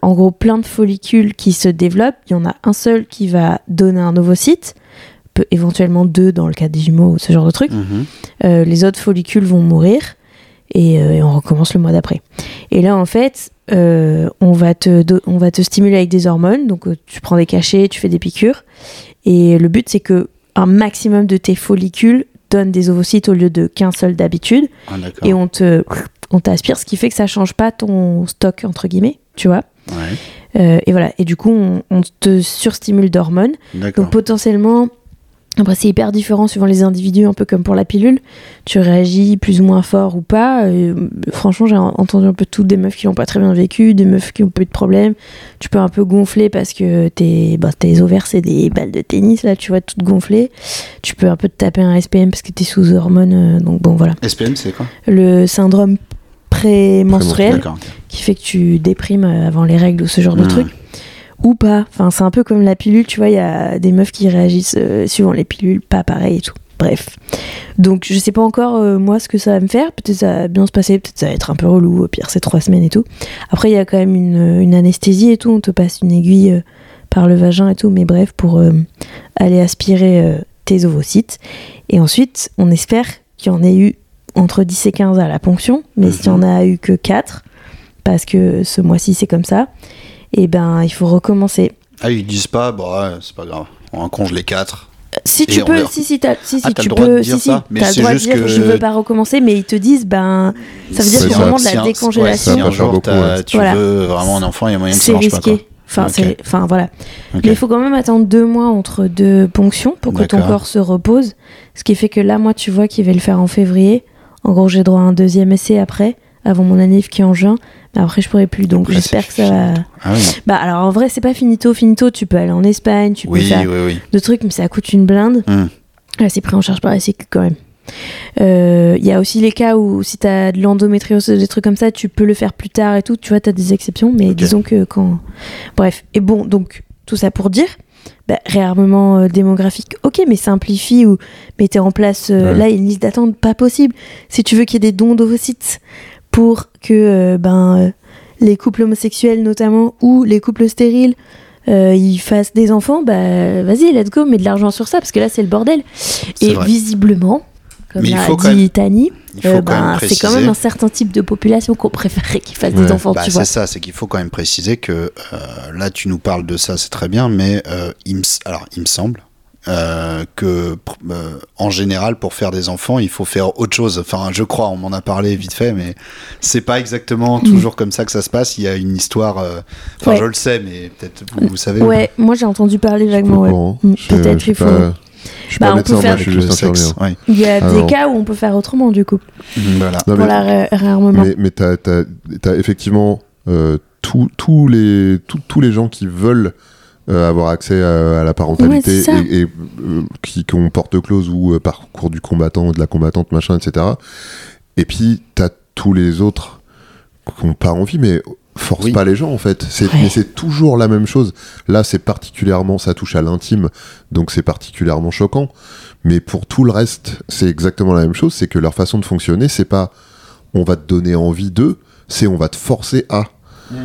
Speaker 8: en gros plein de follicules qui se développent. Il y en a un seul qui va donner un ovocyte, peut éventuellement deux dans le cas des jumeaux ou ce genre de truc.
Speaker 7: Mhm.
Speaker 8: Euh, les autres follicules vont mourir et, euh, et on recommence le mois d'après. Et là, en fait, euh, on, va te do- on va te stimuler avec des hormones. Donc, euh, tu prends des cachets, tu fais des piqûres. Et le but, c'est que un maximum de tes follicules donnent des ovocytes au lieu de qu'un seul d'habitude.
Speaker 7: Ah d'accord.
Speaker 8: Et on te on t'aspire, ce qui fait que ça change pas ton stock, entre guillemets, tu vois.
Speaker 7: Ouais,
Speaker 8: Euh, et voilà. Et du coup, on, on te surstimule d'hormones.
Speaker 7: d'accord.
Speaker 8: Donc potentiellement, après c'est hyper différent suivant les individus, un peu comme pour la pilule. Tu réagis plus ou moins fort ou pas. Euh, franchement, j'ai en- entendu un peu tout des meufs qui l'ont pas très bien vécu, des meufs qui ont pas eu de problème. Tu peux un peu gonfler parce que tes, bah, tes ovaires c'est des balles de tennis là, tu vois, toutes gonflées. Tu peux un peu te taper un SPM parce que t'es sous hormones. euh, donc bon voilà.
Speaker 7: SPM, c'est quoi
Speaker 8: Le syndrome prémenstruel
Speaker 7: D'accord. ok.
Speaker 8: qui fait que tu déprimes euh, avant les règles ou ce genre de
Speaker 7: Mhm.
Speaker 8: truc. Ou pas. Enfin, c'est un peu comme la pilule, tu vois, il y a des meufs qui réagissent euh, suivant les pilules, pas pareil et tout. Bref. Donc, je sais pas encore, euh, moi, ce que ça va me faire. Peut-être ça va bien se passer, peut-être ça va être un peu relou, au pire, c'est trois semaines et tout. Après, il y a quand même une, euh, une anesthésie et tout, on te passe une aiguille euh, par le vagin et tout, mais bref, pour euh, aller aspirer euh, tes ovocytes. Et ensuite, on espère qu'il y en ait eu entre 10 et 15 à la ponction, mais
Speaker 7: Mhm.
Speaker 8: s'il y en a eu que 4, parce que ce mois-ci c'est comme ça, et ben il faut recommencer.
Speaker 7: Ah, ils disent pas, bah, ouais, c'est pas grave. On en conge les quatre.
Speaker 8: Si
Speaker 7: Et
Speaker 8: tu
Speaker 7: on
Speaker 8: peux,
Speaker 7: meurt.
Speaker 8: si si, t'as- si, si
Speaker 7: Ah, t'as
Speaker 8: tu
Speaker 7: le droit de
Speaker 8: peux,
Speaker 7: dire
Speaker 8: si si,
Speaker 7: ça, mais
Speaker 8: t'as
Speaker 7: c'est
Speaker 8: le droit de
Speaker 7: juste
Speaker 8: dire
Speaker 7: que-
Speaker 8: je veux pas recommencer, mais ils te disent ben ça veut dire
Speaker 9: C'est
Speaker 8: qu'au
Speaker 9: ça.
Speaker 8: moment de
Speaker 7: Si
Speaker 8: la
Speaker 7: un-
Speaker 8: décongélation,
Speaker 7: ouais, si un jour
Speaker 9: Ça marche pas beaucoup,
Speaker 7: t'as-
Speaker 9: ouais.
Speaker 7: tu
Speaker 8: Voilà.
Speaker 7: veux vraiment un enfant, il y a moyen que ça
Speaker 8: c'est
Speaker 7: marche pas.
Speaker 8: risqué. Enfin,
Speaker 7: Ok.
Speaker 8: c'est- enfin voilà.
Speaker 7: quoi. Ok.
Speaker 8: Mais il faut quand même attendre deux mois entre deux ponctions pour que ton
Speaker 7: D'accord.
Speaker 8: corps se repose. Ce qui fait que là, moi, tu vois qu'il va le faire en février. En gros, j'ai droit à un deuxième essai après, avant mon anniv qui est en juin. Mais après, je pourrai plus. Donc,
Speaker 7: Là,
Speaker 8: j'espère
Speaker 7: c'est
Speaker 8: que ça va.
Speaker 7: Ah oui.
Speaker 8: Bah, alors en vrai, c'est pas finito, finito. Tu peux aller en Espagne, tu peux
Speaker 7: Oui,
Speaker 8: faire
Speaker 7: oui, oui.
Speaker 8: de trucs, mais ça coûte une blinde.
Speaker 7: Hmm.
Speaker 8: Là, c'est pris en charge par la Sécu quand même. Euh, Il y a aussi les cas où si tu as de l'endométriose, des trucs comme ça, tu peux le faire plus tard et tout. Tu vois, tu as des exceptions, mais disons que quand. Bref. Et bon, donc, tout ça pour dire. bah, réarmement euh, démographique, ok, mais simplifie ou mettez en place euh,
Speaker 9: Ouais.
Speaker 8: là une liste d'attente pas possible. Si tu veux qu'il y ait des dons d'ovocytes pour que euh, ben, euh, les couples homosexuels notamment ou les couples stériles euh, ils fassent des enfants, bah vas-y, let's go, mets de l'argent sur ça parce que là c'est le bordel.
Speaker 7: C'est
Speaker 8: Et
Speaker 7: vrai.
Speaker 8: visiblement, comme
Speaker 7: Mais il
Speaker 8: l'a
Speaker 7: faut quand
Speaker 8: dit
Speaker 7: même-
Speaker 8: Tani,
Speaker 7: Il faut
Speaker 8: euh,
Speaker 7: quand même
Speaker 8: ben, c'est
Speaker 7: préciser.
Speaker 8: quand même un certain type de population qu'on préférerait qu'ils fassent
Speaker 9: Ouais.
Speaker 8: des enfants,
Speaker 7: Bah,
Speaker 8: tu vois.
Speaker 7: c'est ça, c'est qu'il faut quand même préciser que euh, là, tu nous parles de ça, c'est très bien, mais euh, il, me, s- alors, il me semble euh, que pr- euh, en général, pour faire des enfants, il faut faire autre chose. Enfin, je crois, on m'en a parlé vite fait, mais c'est pas exactement toujours comme ça que ça se passe. Il y a une histoire. euh, Enfin,
Speaker 8: Mm. Ouais.
Speaker 7: je le sais, mais peut-être vous, vous savez.
Speaker 8: Ouais, moi j'ai entendu parler
Speaker 9: Je suis
Speaker 8: vaguement,
Speaker 9: pas au
Speaker 8: ouais.
Speaker 9: courant.
Speaker 8: Mm,
Speaker 9: hein. Je-
Speaker 8: peut-être
Speaker 9: je suis
Speaker 8: il faut-
Speaker 9: pas- Je suis
Speaker 8: Bah,
Speaker 9: pas
Speaker 8: on
Speaker 9: médecin,
Speaker 8: peut
Speaker 9: moi,
Speaker 8: faire-
Speaker 9: je
Speaker 7: Avec
Speaker 9: suis
Speaker 7: le
Speaker 9: juste hein.
Speaker 7: sexe,
Speaker 9: infirmière.
Speaker 7: ouais.
Speaker 8: Il y a des
Speaker 9: Alors.
Speaker 8: cas où on peut faire autrement du coup,
Speaker 7: Ah, Voilà.
Speaker 9: Non,
Speaker 8: pour
Speaker 9: mais-
Speaker 8: la ré- réarmement.
Speaker 9: Mais, mais t'as, t'as- t'as effectivement euh, tous- tous les, tous- tous les gens qui veulent euh, avoir accès à, à la
Speaker 8: Ouais,
Speaker 9: parentalité
Speaker 8: c'est ça.
Speaker 9: et, et, euh, qui, qui ont porte close ou euh, parcours du combattant, de la combattante, machin, etc. Et puis t'as tous les autres qui n'ont pas envie, mais force
Speaker 7: Oui.
Speaker 9: pas les gens en fait. C'est,
Speaker 8: Ouais.
Speaker 9: Mais c'est toujours la même chose. Là, c'est particulièrement, ça touche à l'intime, donc c'est particulièrement choquant. Mais pour tout le reste, c'est exactement la même chose. C'est que leur façon de fonctionner, c'est pas on va te donner envie d'eux, c'est on va te forcer à.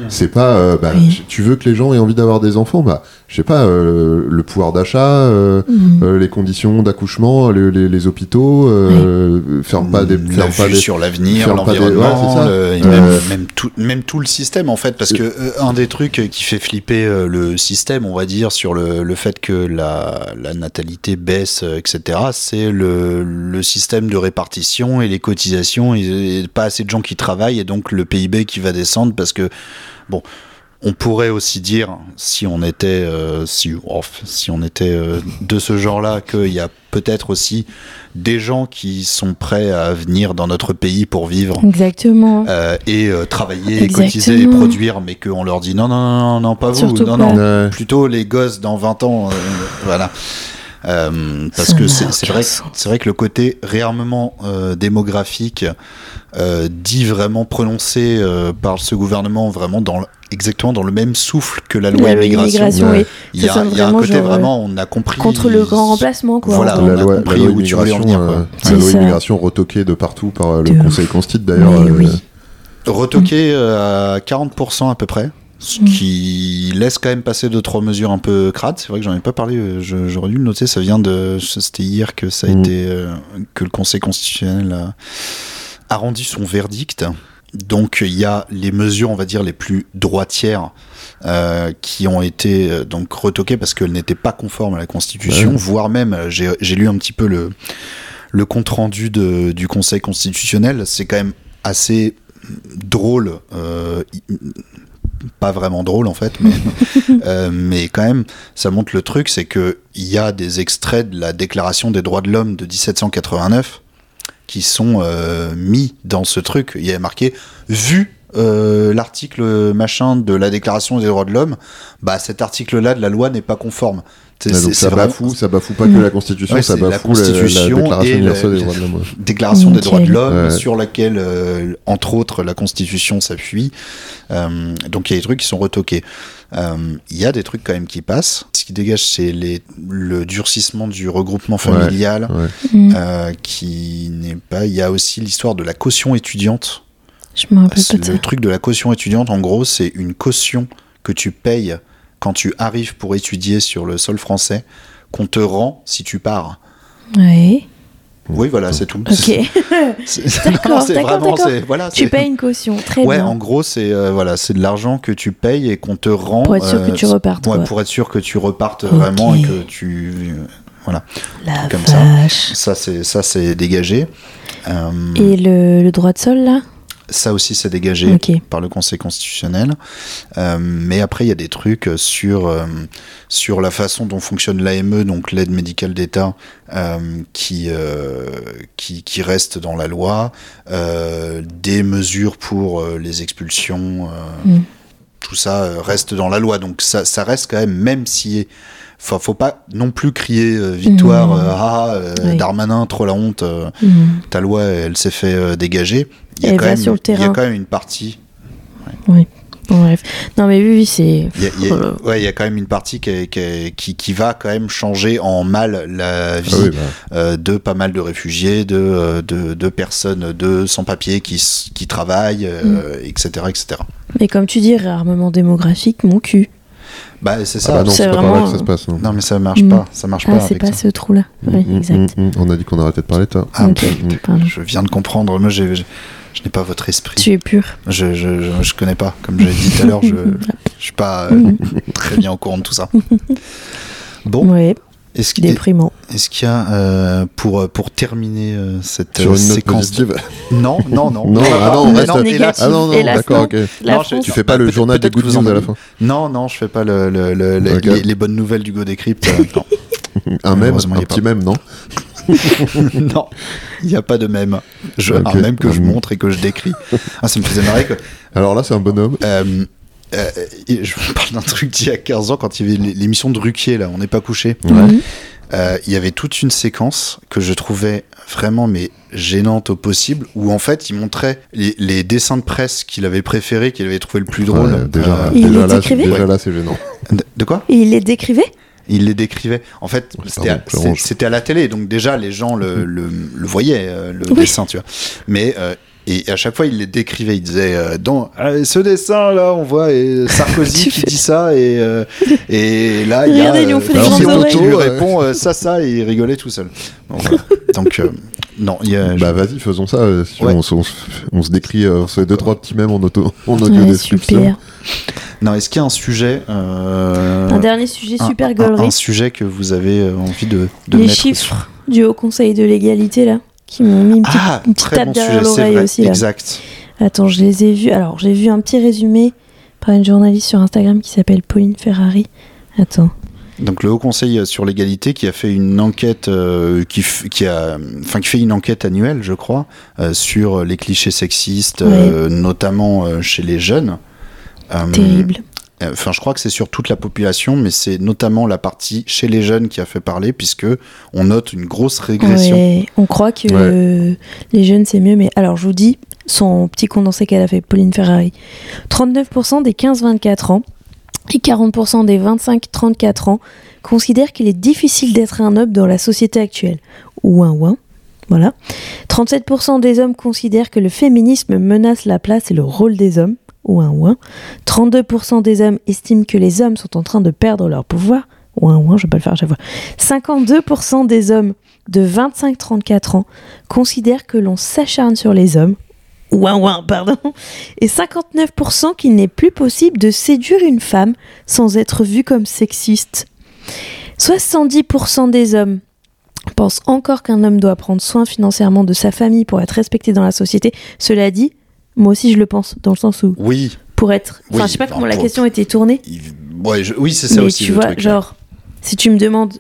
Speaker 9: C'est pas, euh, bah,
Speaker 8: Oui.
Speaker 9: tu- tu veux que les gens aient envie d'avoir des enfants, bah, je sais pas, euh, le pouvoir d'achat, euh,
Speaker 8: Mhm.
Speaker 9: euh, les conditions d'accouchement, le- les, les hôpitaux, euh, ferme pas des,
Speaker 7: Mm. la
Speaker 9: ferme
Speaker 7: vue
Speaker 9: pas des,
Speaker 7: sur l'avenir,
Speaker 9: faire pas des-
Speaker 7: l'environnement,
Speaker 9: ouais, c'est ça.
Speaker 7: le- et
Speaker 9: Euh,
Speaker 7: même, même tout, même tout le système en fait, parce que euh, un des trucs qui fait flipper euh, le système, on va dire, sur le, le fait que la, la natalité baisse, euh, etc., c'est le, le système de répartition et les cotisations, et, et pas assez de gens qui travaillent, et donc le PIB qui va descendre, parce que, bon... On pourrait aussi dire, si on était, euh, si, oh, si on était euh, de ce genre-là, qu'il y a peut-être aussi des gens qui sont prêts à venir dans notre pays pour vivre
Speaker 8: Exactement.
Speaker 7: euh, et euh, travailler, et
Speaker 8: Exactement.
Speaker 7: cotiser et produire, mais qu'on leur dit non, non, non, non, non, pas vous,
Speaker 8: Surtout
Speaker 7: non,
Speaker 8: pas.
Speaker 7: non,
Speaker 9: Ouais.
Speaker 7: plutôt les gosses dans 20 ans, euh, voilà. Euh, parce
Speaker 8: Ça
Speaker 7: que
Speaker 8: n'a
Speaker 7: c'est c'est
Speaker 8: aucun
Speaker 7: vrai, que-
Speaker 8: sens.
Speaker 7: c'est vrai que le côté réarmement euh, démographique euh, dit vraiment prononcé euh, par ce gouvernement vraiment dans le- exactement dans le même souffle que Ah, la loi
Speaker 8: La
Speaker 7: immigration.
Speaker 8: immigration, oui.
Speaker 7: Il y
Speaker 8: Ça
Speaker 7: a,
Speaker 8: sonne
Speaker 7: il y a un
Speaker 8: vraiment
Speaker 7: côté
Speaker 8: genre, euh,
Speaker 7: vraiment, on a compris
Speaker 8: Contre le grand remplacement, quoi. Hein.
Speaker 7: Voilà.
Speaker 8: en gros.
Speaker 9: la
Speaker 7: on a
Speaker 9: loi,
Speaker 7: compris
Speaker 9: la loi
Speaker 7: où tu voulais en
Speaker 9: immigration,
Speaker 7: venir, quoi.
Speaker 9: euh,
Speaker 8: C'est
Speaker 9: la loi
Speaker 8: ça.
Speaker 9: immigration retoquée de partout par euh, le
Speaker 8: De
Speaker 9: Conseil Constitue d'ailleurs.
Speaker 8: Mais
Speaker 9: euh,
Speaker 8: oui.
Speaker 7: retoqué euh, à 40% à peu près, ce
Speaker 8: Mm.
Speaker 7: qui laisse quand même passer deux trois mesures un peu crades. C'est vrai que j'en ai pas parlé, euh, je- j'aurais dû le noter. Ça vient de, c'était hier que ça a
Speaker 9: Mm.
Speaker 7: été euh, que le Conseil constitutionnel a, a rendu son verdict. Donc il y a les mesures, on va dire, les plus droitières euh, qui ont été euh, donc retoquées parce qu'elles n'étaient pas conformes à la Constitution,
Speaker 9: Ouais.
Speaker 7: voire même, euh, j'ai j'ai lu un petit peu le, le compte-rendu de- du Conseil constitutionnel, c'est quand même assez drôle, euh, i- pas vraiment drôle en fait, mais, euh, mais quand même, ça montre le truc, c'est que il y a des extraits de la Déclaration des droits de l'homme de 1789 qui sont euh, mis dans ce truc. Il y a marqué vu. euh, l'article machin de la déclaration des droits de l'homme, bah cet article-là de la loi n'est pas conforme. C'est-
Speaker 9: là, Bah, donc
Speaker 7: c'est-
Speaker 9: ça
Speaker 7: c'est vraiment-
Speaker 9: bafoue, ça bafoue
Speaker 8: Mm.
Speaker 9: pas que la Constitution,
Speaker 7: Ouais,
Speaker 9: ça
Speaker 7: c'est la
Speaker 9: bafoue la-
Speaker 7: Constitution
Speaker 9: la, Déclaration
Speaker 7: et le-
Speaker 9: universelle des droits de l'homme.
Speaker 7: déclaration des
Speaker 8: Nickel.
Speaker 7: droits de l'homme
Speaker 9: Ouais.
Speaker 7: sur laquelle, euh, entre autres, la Constitution s'appuie. Euh, donc il y a des trucs qui sont retoqués. Euh, Il y a des trucs quand même qui passent. Ce qui dégage, c'est les- le durcissement du regroupement familial
Speaker 9: ouais.
Speaker 8: Mm.
Speaker 7: euh, qui n'est pas. Il y a aussi l'histoire de la caution étudiante.
Speaker 8: Je me rappelle pas de ça.
Speaker 7: Le truc de la caution étudiante, en gros, c'est une caution que tu payes quand tu arrives pour étudier sur le sol français qu'on te rend si tu pars.
Speaker 8: Ouais.
Speaker 9: Mmh.
Speaker 7: Oui, voilà, c'est tout.
Speaker 8: Ok.
Speaker 7: C'est-
Speaker 8: D'accord,
Speaker 7: non, c'est
Speaker 8: d'accord,
Speaker 7: vraiment,
Speaker 8: d'accord.
Speaker 7: c'est- voilà,
Speaker 8: tu
Speaker 7: c'est-
Speaker 8: payes une caution. Très
Speaker 7: Ouais,
Speaker 8: bien.
Speaker 7: en gros, c'est euh, voilà, c'est de l'argent que tu payes et qu'on te rend euh,
Speaker 8: Pour être sûr que tu repartes,
Speaker 7: ouais,
Speaker 8: quoi.
Speaker 7: pour être sûr que tu repartes vraiment et
Speaker 8: Ok.
Speaker 7: que tu
Speaker 8: La
Speaker 7: comme ça.
Speaker 8: vache.
Speaker 7: ça c'est ça c'est dégagé. Euh,
Speaker 8: Et le, le droit de sol, là
Speaker 7: ça aussi c'est dégagé
Speaker 8: Ok.
Speaker 7: par le Conseil constitutionnel. Euh, mais après, il y a des trucs sur, euh, sur la façon dont fonctionne l'AME, donc l'aide médicale d'État, euh, qui, euh, qui, qui reste dans la loi, euh, des mesures pour euh, les expulsions, euh,
Speaker 8: Mm.
Speaker 7: tout ça euh, reste dans la loi. Donc ça, ça reste quand même, même si Enfin, faut pas non plus crier euh, victoire,
Speaker 8: Mmh.
Speaker 7: euh, ah, euh,
Speaker 8: Oui.
Speaker 7: Darmanin, trop la honte, euh,
Speaker 8: Mhm.
Speaker 7: ta loi, elle s'est fait euh, dégager. Il y, a
Speaker 8: Elle
Speaker 7: quand
Speaker 8: va
Speaker 7: même,
Speaker 8: sur le
Speaker 7: il y a
Speaker 8: terrain.
Speaker 7: quand même une partie
Speaker 8: Bon, bref. Non, mais oui, oui, c'est.
Speaker 7: Il y a, il y a-
Speaker 8: Oh là là.
Speaker 7: ouais, il y a quand même une partie qui, est- qui est- qui- qui va quand même changer en mal la vie
Speaker 9: Ah oui, bah,
Speaker 7: euh, de pas mal de réfugiés, de, euh, de, de personnes de sans-papiers qui, s- qui travaillent,
Speaker 8: Mm.
Speaker 7: euh, etc., etc.
Speaker 8: Mais comme tu dis, réarmement démographique, mon cul.
Speaker 7: Bah, c'est
Speaker 9: ah
Speaker 7: ça.
Speaker 9: bah non,
Speaker 8: c'est
Speaker 9: c'est pas par
Speaker 8: vraiment,
Speaker 9: là que ça se passe. Non.
Speaker 7: non, mais ça marche
Speaker 8: Mm.
Speaker 7: pas. Ça marche
Speaker 8: Ah,
Speaker 7: pas
Speaker 8: c'est
Speaker 7: avec
Speaker 8: pas
Speaker 7: ça.
Speaker 8: ce trou-là. Oui,
Speaker 9: Mm, mm,
Speaker 8: exact.
Speaker 9: mm, mm. On a dit qu'on arrêtait de parler, toi.
Speaker 7: Ah,
Speaker 8: Ok,
Speaker 7: mm.
Speaker 8: pardon.
Speaker 7: Je viens de comprendre. Moi, j'ai- je, je n'ai pas votre esprit.
Speaker 8: Tu es pur.
Speaker 7: Je, je, je, je connais pas. Comme j'ai dit tout à l'heure, je, je suis pas euh,
Speaker 8: Mm.
Speaker 7: très bien au courant de tout ça. Bon,
Speaker 8: Ouais,
Speaker 7: est-ce qu'il
Speaker 8: déprimant.
Speaker 7: Est-ce qu'il y a, euh, pour, euh, pour terminer euh, cette
Speaker 9: Sur
Speaker 7: euh,
Speaker 9: une note
Speaker 7: séquence
Speaker 9: positive.
Speaker 7: Non, non, non.
Speaker 9: Non, ah non, on reste-
Speaker 7: hélas.
Speaker 9: Ah non, non,
Speaker 8: Hélas,
Speaker 9: d'accord,
Speaker 8: non.
Speaker 9: ok.
Speaker 8: La
Speaker 7: Non, je-
Speaker 8: France.
Speaker 9: Tu fais pas
Speaker 7: Peut-être-
Speaker 9: le journal des
Speaker 7: peut-être
Speaker 9: good
Speaker 7: que vous en
Speaker 9: news à la
Speaker 7: avez-
Speaker 9: fin.
Speaker 7: Non, non, je fais pas le, le- le- le-
Speaker 9: Ok.
Speaker 7: les, les bonnes nouvelles d'Hugo Décrypte. euh, non.
Speaker 9: Un même,
Speaker 7: Heureusement, il y
Speaker 9: un
Speaker 7: a
Speaker 9: petit
Speaker 7: pas.
Speaker 9: même, non
Speaker 7: non, il n'y a pas de même. Je,
Speaker 9: Ok.
Speaker 7: Un même que je
Speaker 9: Hum.
Speaker 7: montre et que je décris. Ah, ça me faisait marrer que.
Speaker 9: Alors là, c'est un bonhomme.
Speaker 7: euh, euh, je vous parle d'un truc d'il y a 15 ans quand il y avait l'émission de Ruquier, là, on n'est pas couché.
Speaker 8: Mhm.
Speaker 7: Euh, il y avait toute une séquence que je trouvais vraiment mais gênante au possible où en fait il montrait les, les dessins de presse qu'il avait préférés qu'il avait trouvé le plus drôle
Speaker 9: Ouais, déjà,
Speaker 7: Euh,
Speaker 8: Il
Speaker 9: déjà
Speaker 8: les
Speaker 9: là,
Speaker 8: décrivait
Speaker 9: déjà là, c'est gênant.
Speaker 7: de- de quoi
Speaker 8: Et il les décrivait
Speaker 7: il les décrivait en fait c'était à,
Speaker 9: pardon, Clément,
Speaker 7: c'est-
Speaker 9: je- Mhm.
Speaker 7: c'était à la télé donc déjà les gens le, le, le voyaient euh, le
Speaker 8: Oui.
Speaker 7: dessin tu vois mais euh, et à chaque fois, il les décrivait. Il disait euh, dans euh, ce dessin là, on voit euh, Sarkozy
Speaker 8: Tu
Speaker 7: qui
Speaker 8: fais-
Speaker 7: dit ça et euh, et là il y a
Speaker 8: Regardez, ils ont fait les
Speaker 7: François
Speaker 8: grandes
Speaker 7: Pinault qui lui
Speaker 9: oreilles.
Speaker 7: répond euh, ça ça et il rigolait tout seul. Donc, voilà. Donc, euh, non, il y a,
Speaker 9: Bah vas-y, faisons ça. euh, si tu veux,
Speaker 7: Ouais.
Speaker 9: on, se- on se- on se décrit, euh, on se fait deux trois petits mèmes en auto, en audio
Speaker 8: Ouais,
Speaker 9: description.
Speaker 8: super.
Speaker 9: bah.
Speaker 7: non. Est-ce qu'il y a un sujet euh,
Speaker 8: Un dernier sujet
Speaker 7: un-
Speaker 8: super
Speaker 7: un, un
Speaker 8: gaulerie.
Speaker 7: sujet que vous avez euh, envie de, de
Speaker 8: Les
Speaker 7: mettre
Speaker 8: chiffres du Haut Conseil de l'égalité, là, qui m'ont mis une petite,
Speaker 7: Ah,
Speaker 8: une petite
Speaker 7: très
Speaker 8: tape
Speaker 7: bon
Speaker 8: derrière
Speaker 7: sujet, c'est
Speaker 8: l'oreille
Speaker 7: vrai.
Speaker 8: aussi. Là.
Speaker 7: Exact.
Speaker 8: Attends, je les ai vus. Alors, j'ai vu un petit résumé par une journaliste sur Instagram qui s'appelle Pauline Ferrari. Attends.
Speaker 7: Donc le Haut Conseil sur l'égalité qui a fait une enquête, euh, qui, f- qui a, enfin qui fait une enquête annuelle, je crois, euh, sur les clichés sexistes, euh, notamment euh, chez les jeunes. Euh,
Speaker 8: Terrible.
Speaker 7: euh, Enfin, je crois que c'est sur toute la population, mais c'est notamment la partie chez les jeunes qui a fait parler, puisque on note une grosse régression.
Speaker 8: Ouais, on croit que euh, les jeunes c'est mieux, mais alors je vous dis son petit condensé qu'elle a fait, Pauline Ferrari. 39% des 15-24 ans et 40% des 25-34 ans considèrent qu'il est difficile d'être un homme dans la société actuelle. Ouin ouin. Voilà. 37% des hommes considèrent que le féminisme menace la place et le rôle des hommes. Ouin ouin. 32% des hommes estiment que les hommes sont en train de perdre leur pouvoir. Ouin ouin, je vais pas le faire à chaque fois. 52% des hommes de 25-34 ans considèrent que l'on s'acharne sur les hommes. Ouin ouin, pardon. Et 59% qu'il n'est plus possible de séduire une femme sans être vu comme sexiste. 70% des hommes pensent encore qu'un homme doit prendre soin financièrement de sa famille pour être respecté dans la société. Cela dit, moi aussi je le pense, dans le sens où
Speaker 7: Oui,
Speaker 8: pour être... Enfin,
Speaker 7: Oui,
Speaker 8: je sais pas
Speaker 7: enfin,
Speaker 8: comment la
Speaker 7: pour-
Speaker 8: question était tournée
Speaker 7: il- ouais, je- oui, c'est ça
Speaker 8: mais
Speaker 7: aussi.
Speaker 8: tu
Speaker 7: le
Speaker 8: vois,
Speaker 7: truc, là.
Speaker 8: genre, si tu me demandes,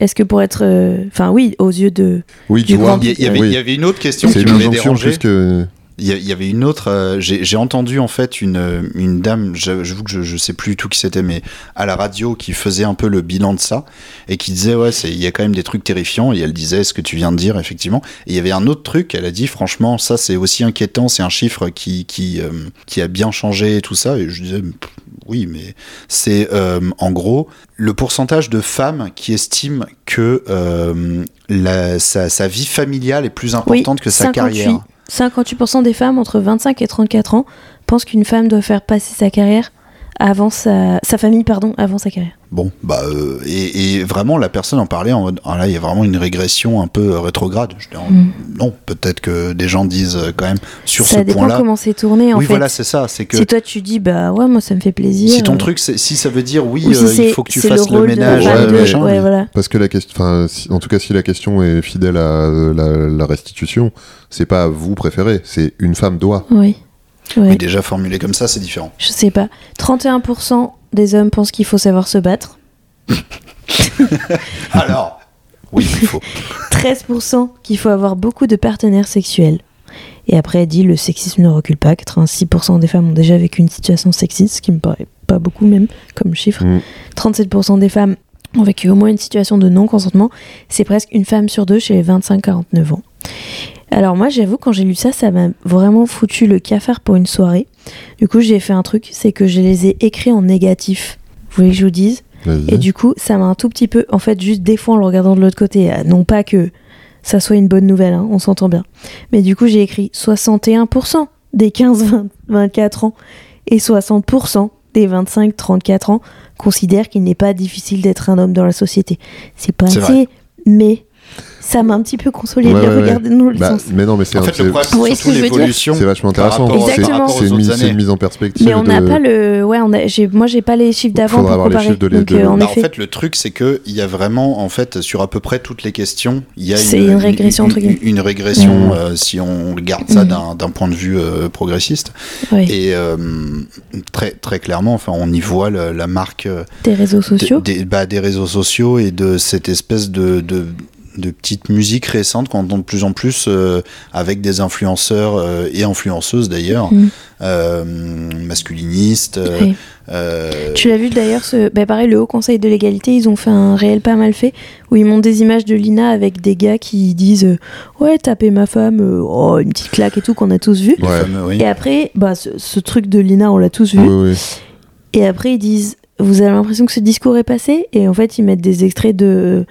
Speaker 8: est-ce que pour être. euh, Enfin, oui, aux yeux de.
Speaker 9: Oui,
Speaker 8: Du
Speaker 9: tu vois.
Speaker 8: grand-
Speaker 7: Il y, a- il y avait, il y
Speaker 9: Oui.
Speaker 7: avait une autre question
Speaker 9: C'est
Speaker 7: qui
Speaker 9: une
Speaker 7: m'avait
Speaker 9: injonction
Speaker 7: dérangé.
Speaker 9: plus que.
Speaker 7: Il y, a- il y avait une autre, euh, j'ai j'ai entendu en fait une, euh, une dame, j'a- j'avoue que je, je sais plus du tout qui c'était, mais à la radio qui faisait un peu le bilan de ça et qui disait ouais, c'est- il y a quand même des trucs terrifiants et elle disait ce que tu viens de dire effectivement. Et il y avait un autre truc, elle a dit franchement ça c'est aussi inquiétant, c'est un chiffre qui qui euh, qui a bien changé et tout ça. Et je disais pff, oui, mais c'est euh, en gros le pourcentage de femmes qui estiment que euh, la, sa, sa vie familiale est plus importante
Speaker 8: oui,
Speaker 7: que sa
Speaker 8: 58,
Speaker 7: carrière.
Speaker 8: 58% des femmes entre 25 et 34 ans pensent qu'une femme doit faire passer sa carrière avant sa. Sa famille, pardon, avant sa carrière.
Speaker 7: Bon, bah, euh, et, et vraiment, la personne en parlait en mode, ah là, il y a vraiment une régression un peu euh, rétrograde. Je dis, oh,
Speaker 8: Mm.
Speaker 7: non, peut-être que des gens disent euh, quand même sur
Speaker 8: ça
Speaker 7: ce
Speaker 8: dépend
Speaker 7: point-là.
Speaker 8: comment c'est tourné, en
Speaker 7: oui,
Speaker 8: fait.
Speaker 7: voilà, c'est ça, c'est que.
Speaker 8: si toi tu dis, bah ouais, moi ça me fait plaisir.
Speaker 7: Si ton
Speaker 8: euh,
Speaker 7: truc, c'est- si ça veut dire oui,
Speaker 8: ou si
Speaker 7: euh,
Speaker 8: c'est-
Speaker 7: il faut que tu
Speaker 8: c'est
Speaker 7: fasses le,
Speaker 8: rôle de la
Speaker 7: ménage,
Speaker 9: ouais,
Speaker 8: femme
Speaker 7: euh,
Speaker 8: de-
Speaker 9: mais-
Speaker 7: machin.
Speaker 8: ouais, voilà.
Speaker 9: Parce que la question, enfin, si- en tout cas, si la question est fidèle à euh, la, la restitution, c'est pas vous préférez, c'est une femme doit.
Speaker 8: Oui. Ouais.
Speaker 7: Oui, déjà formulé comme ça, c'est différent.
Speaker 8: Je sais pas. 31% des hommes pensent qu'il faut savoir se battre.
Speaker 7: Alors, oui, il faut.
Speaker 8: 13% qu'il faut avoir beaucoup de partenaires sexuels. Et après, elle dit le sexisme ne recule pas. 86% des femmes ont déjà vécu une situation sexiste, ce qui me paraît pas beaucoup même comme chiffre.
Speaker 9: Mm.
Speaker 8: 37% des femmes ont vécu au moins une situation de non-consentement. C'est presque une femme sur deux chez les 25-49 ans. Alors moi j'avoue quand j'ai lu ça ça m'a vraiment foutu le cafard pour une soirée. Du coup j'ai fait un truc, c'est que je les ai écrits en négatif. Vous voulez que je vous dise
Speaker 9: Vas-y.
Speaker 8: Et du coup ça m'a un tout petit peu, en fait juste des fois en le regardant de l'autre côté, euh, non pas que ça soit une bonne nouvelle, hein, on s'entend bien. Mais du coup j'ai écrit 61% des 15-24 ans et 60% des 25-34 ans considèrent qu'il n'est pas difficile d'être un homme dans la société. C'est pas
Speaker 7: C'est
Speaker 8: assez, mais ça m'a un petit peu consolé
Speaker 9: Ouais,
Speaker 8: de les
Speaker 9: ouais, ouais.
Speaker 8: regarder dans l'autre
Speaker 9: Bah,
Speaker 8: sens.
Speaker 9: mais non, mais c'est
Speaker 7: En fait,
Speaker 9: c'est-
Speaker 7: le problème,
Speaker 8: Vous voyez
Speaker 7: c'est
Speaker 8: ce que
Speaker 7: surtout
Speaker 8: je veux dire
Speaker 7: l'évolution.
Speaker 9: c'est vachement intéressant.
Speaker 8: rapport-
Speaker 9: c'est-
Speaker 8: par rapport
Speaker 9: C'est
Speaker 7: aux
Speaker 9: une,
Speaker 7: autres
Speaker 9: mise- c'est
Speaker 7: années.
Speaker 9: une mise en perspective.
Speaker 8: Mais on n'a
Speaker 9: de-
Speaker 8: pas le. Ouais, on a... j'ai- moi j'ai pas les chiffres d'avant
Speaker 9: Faudra
Speaker 8: pour
Speaker 9: avoir les
Speaker 8: comparer.
Speaker 9: chiffres de les-
Speaker 8: Donc,
Speaker 9: de-
Speaker 8: euh, en
Speaker 9: Bah,
Speaker 7: Bah, en
Speaker 8: effet,
Speaker 7: fait, le truc, c'est que il y a vraiment, en fait, sur à peu près toutes les questions, il y a
Speaker 8: C'est une régression,
Speaker 7: une,
Speaker 8: entre guillemets. Mm.
Speaker 7: une régression,
Speaker 8: Mhm.
Speaker 7: euh, si on regarde ça d'un d'un point de vue euh, progressiste.
Speaker 8: ouais,
Speaker 7: Et euh, très, très clairement, enfin, on y voit le- la marque euh,
Speaker 8: des réseaux sociaux.
Speaker 7: des, des- bah, des réseaux sociaux et de cette espèce de, de, de petite musique récente qu'on entend de plus en plus euh, avec des influenceurs euh, et influenceuses d'ailleurs,
Speaker 8: Mhm.
Speaker 7: euh, masculinistes. euh,
Speaker 8: Ouais.
Speaker 7: euh,
Speaker 8: Tu l'as vu d'ailleurs, ce... bah, pareil, le Haut Conseil de l'égalité, ils ont fait un réel pas mal fait où ils montent des images de Lina avec des gars qui disent euh, Ouais, taper ma femme, euh, oh, une petite claque et tout, qu'on a tous vu.
Speaker 7: les
Speaker 9: Ouais.
Speaker 7: fameux, oui.
Speaker 8: Et après, bah, ce, ce truc de Lina, on l'a tous vu.
Speaker 9: Oui, oui.
Speaker 8: Et après, ils disent Vous avez l'impression que ce discours est passé Et en fait, ils mettent des extraits de